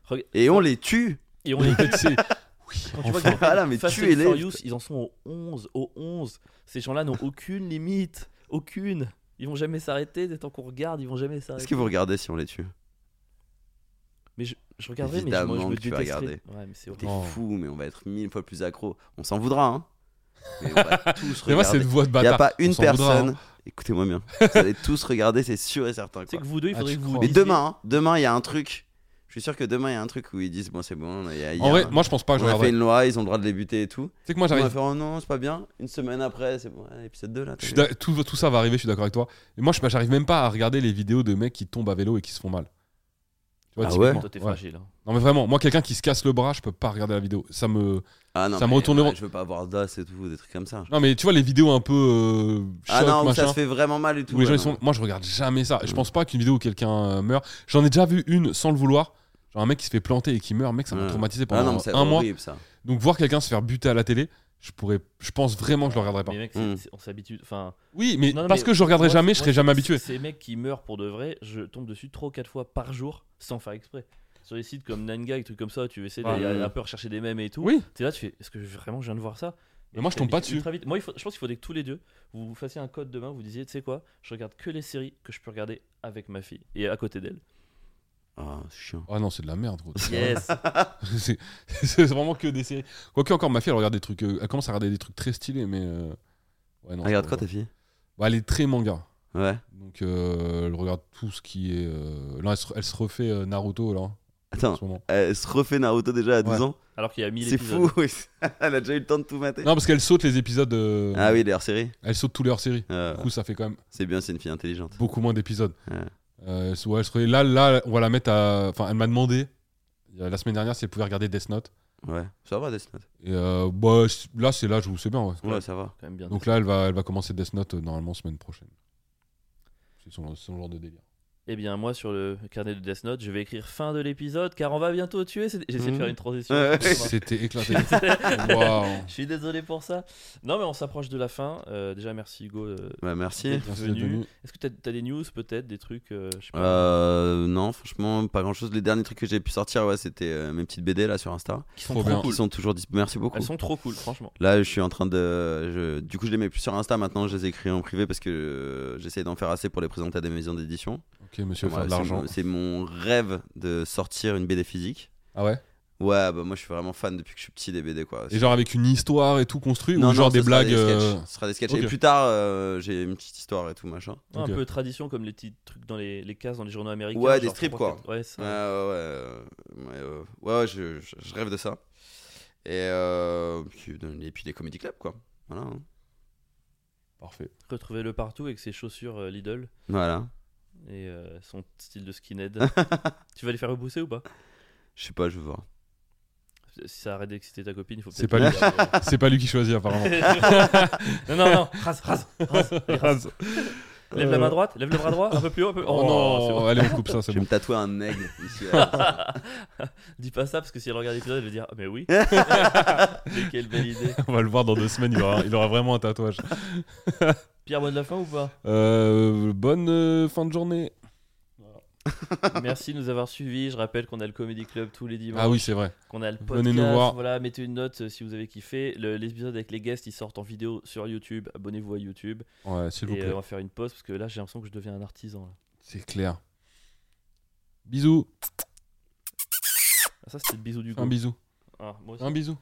reg-
Et on les tue
et on les
C'est-
Quand tu vois
Enfin.
que
Voilà, mais
Fast and
tuez-les.
Furious, ils en sont au 11, au 11. Ces gens-là n'ont aucune limite, aucune. Ils vont jamais s'arrêter, dès tant qu'on regarde, ils vont jamais
Est-ce
s'arrêter.
que vous regardez si on les tue
Mais je, je regarderai, mais je, moi, je
Évidemment
me
que tu vas
détesterai.
regarder.
Ouais, mais c'est
T'es
horrible.
Oh.
fou, mais on va être mille fois plus accro. On s'en voudra, hein Mais on va tous
Mais moi, c'est
regarder.
une voix de
Il n'y
bâtard.
a pas
On
une
s'en voudra, hein.
personne. Écoutez-moi bien. Vous allez tous regarder, c'est sûr et certain.
Tu sais
Quoi.
que vous deux, il
Ah,
faudrait
tu
que vous.
crois.
Mais
disiez-
demain, hein, demain, il y a un truc. Je suis sûr que demain, il y a un truc où ils disent Bon, c'est bon, il y a, il y a-
En vrai, moi, je pense pas que je
on a fait
regarderais.
une loi, ils ont le droit de les buter et tout.
Tu sais que moi,
On va
j'arrive.
faire Oh non, c'est pas bien. Une semaine après, c'est bon, ouais, épisode 2 là.
Je suis
t'as vu.
d'ac- tout, tout ça va arriver, je suis d'accord avec toi. Et moi, je j'arrive même pas à regarder les vidéos de mecs qui tombent à vélo et qui se font mal. Tu vois,
Ah
typiquement,
ouais
Toi, t'es
ouais.
fragile. hein.
Non, mais vraiment, moi, quelqu'un qui se casse le bras, je peux pas regarder la vidéo. Ça me.
Ah non,
ça me
mais,
retourne le-
ouais, Je veux pas voir d'as et tout, des trucs comme ça.
Non, mais tu vois, les vidéos un peu. euh,
Ah
choc,
non, où
machin,
ça se fait vraiment mal et tout.
où les gens,
ouais,
ils sont-
non. Mm.
Moi, je regarde jamais ça. Je pense pas qu'une vidéo où quelqu'un euh, meurt. J'en ai déjà vu une sans le vouloir. Genre un mec qui se fait planter et qui meurt, mec, ça m'a
Ouais.
traumatisé
Ah
pendant
non, mais c'est
un mois.
horrible ça.
Donc voir quelqu'un se faire buter à la télé, je pourrais, je pense vraiment que je le regarderais pas.
Mais mec, c'est-
Mm.
c'est- on s'habitue. Enfin,
Oui, mais
Non, non,
parce
mais
que je regarderai
moi,
jamais,
moi,
je serais jamais
c'est-
habitué.
Ces mecs qui meurent pour de vrai, je tombe dessus 3 ou 4 fois par jour sans faire exprès. Sur des sites comme Nanga et trucs comme ça, tu essaies d'aller
Ouais.
un peu rechercher des mèmes et tout.
Oui,
T'es là, tu fais est-ce que je- vraiment je viens de voir ça
Mais moi, je tombe pas
t'habitues
dessus.
ultra vite. Moi, il faut- je pense qu'il faudrait que tous les deux, vous, vous fassiez un code demain, vous disiez, tu sais quoi, je regarde que les séries que je peux regarder avec ma fille et à côté d'elle.
Ah, c'est chiant.
Ah non, c'est de la merde, gros.
Yes
c'est c'est vraiment que des séries. Quoique encore, ma fille, elle regarde des trucs. euh, elle commence à regarder des trucs très stylés, mais. euh, ouais, non,
Ah, regarde
je-
quoi ta fille
Bah, Elle est très manga.
Ouais.
Donc, euh, elle regarde tout ce qui est. euh, Là, elle se, elle se refait euh, Naruto, là, en
Attends,
ce moment.
elle se refait Naruto déjà à 12
Ouais.
ans
Alors qu'il y a 1000
C'est
épisodes.
fou, oui. elle a déjà eu le temps de tout mater.
Non, parce qu'elle saute les épisodes. euh,
Ah oui, les hors-séries.
Elle saute tous les hors-séries.
Euh,
Du coup, ça fait quand même
c'est bien, c'est une fille intelligente.
beaucoup moins d'épisodes.
Ouais.
Euh, elle se- ouais, elle se refait- là, là, on va la mettre à. Enfin, elle m'a demandé, euh, la semaine dernière, si elle pouvait regarder Death Note.
Ouais, ça va, Death Note.
Et euh, bah, c- là, c'est là, je vous sais bien, ouais.
Ouais,
Ouais.
ça va.
Quand même bien.
Donc là, elle va, elle va commencer Death Note euh, normalement semaine prochaine. C'est son, son genre de délire.
Eh bien, moi, sur le carnet de Death Note, je vais écrire fin de l'épisode car on va bientôt tuer. ces- J'essaie de faire une transition.
Ouais.
C'était éclaté. Waouh.
Je suis désolé pour ça. Non, mais on s'approche de la fin. Euh, déjà, merci Hugo. euh,
Bah, merci.
d'être
Merci d'être
venu.
venu.
Est-ce que t'as as des news peut-être, des trucs euh, je sais pas.
Euh, non, franchement, pas grand chose. Les derniers trucs que j'ai pu sortir, ouais, c'était euh, mes petites BD là sur Insta.
qui sont
trop
trop
bien.
cool.
Ils sont toujours dispo. Merci beaucoup.
Elles sont trop cool, franchement.
Là, je suis en train de. je- Du coup, je les mets plus sur Insta maintenant. Je les écris en privé parce que euh, j'essaie d'en faire assez pour les présenter à des maisons d'édition.
Ok, monsieur,
Voilà,
faire de
c'est
l'argent.
mon- C'est mon rêve de sortir une BD physique.
Ah ouais
Ouais, bah moi je suis vraiment fan depuis que je suis petit des BD quoi.
Et genre avec une histoire et tout construit
Non,
ou
non,
genre
ce
des
sera
blagues.
sketchs.
euh,
Ce sera des sketchs.
ok.
Et plus tard, euh, j'ai une petite histoire et tout machin.
Ouais,
Ok.
Un peu tradition comme les petits trucs dans les, les cases dans les journaux américains.
Ouais, des
genre
strips,
trois,
quoi.
quatre- Ouais, ça.
Ouais, ouais, ouais.
hein.
euh, ouais, euh, ouais, ouais, je, je- je rêve de ça. Et, euh, puis, et puis les comedy clubs quoi. Voilà. hein.
Parfait.
Retrouvez-le partout avec ses chaussures euh, Lidl.
Voilà.
et euh, son style de skinhead. tu vas les faire repousser ou pas
Je sais pas, je veux voir.
Si ça arrête d'exciter ta copine, il faut
C'est
peut-être
pas
lui dire, euh,
C'est pas lui qui choisit apparemment.
non, non, non, rase, rase, rase, allez, rase. Lève la main droite, lève le bras droit, un peu plus haut, un peu.
Euh. Oh, non, allez on coupe ça, c'est
Je
bon.
vais me tatouer un aigle ici. là.
Dis pas ça parce que si elle regarde l'épisode, elle va dire Ah, mais oui. mais quelle belle idée.
On va le voir dans deux semaines, il aura, il aura vraiment un tatouage.
Pierre, bonne de la fin ou pas
Euh, bonne euh, fin de journée.
Merci de nous avoir suivis. Je rappelle qu'on a le Comedy Club tous les dimanches.
Ah oui, c'est vrai.
Qu'on a le podcast.
Venez nous voir.
Voilà, mettez une note euh, si vous avez kiffé. Le- L'épisode avec les guests, ils sortent en vidéo sur YouTube. Abonnez-vous à YouTube.
Ouais, s'il vous
Et
plaît.
euh, on va faire une pause parce que là, j'ai l'impression que je deviens un artisan. là.
C'est clair. Bisous.
Ah, ça, c'était le bisou du
Un
coup.
bisou.
Ah, moi aussi.
Un bisou.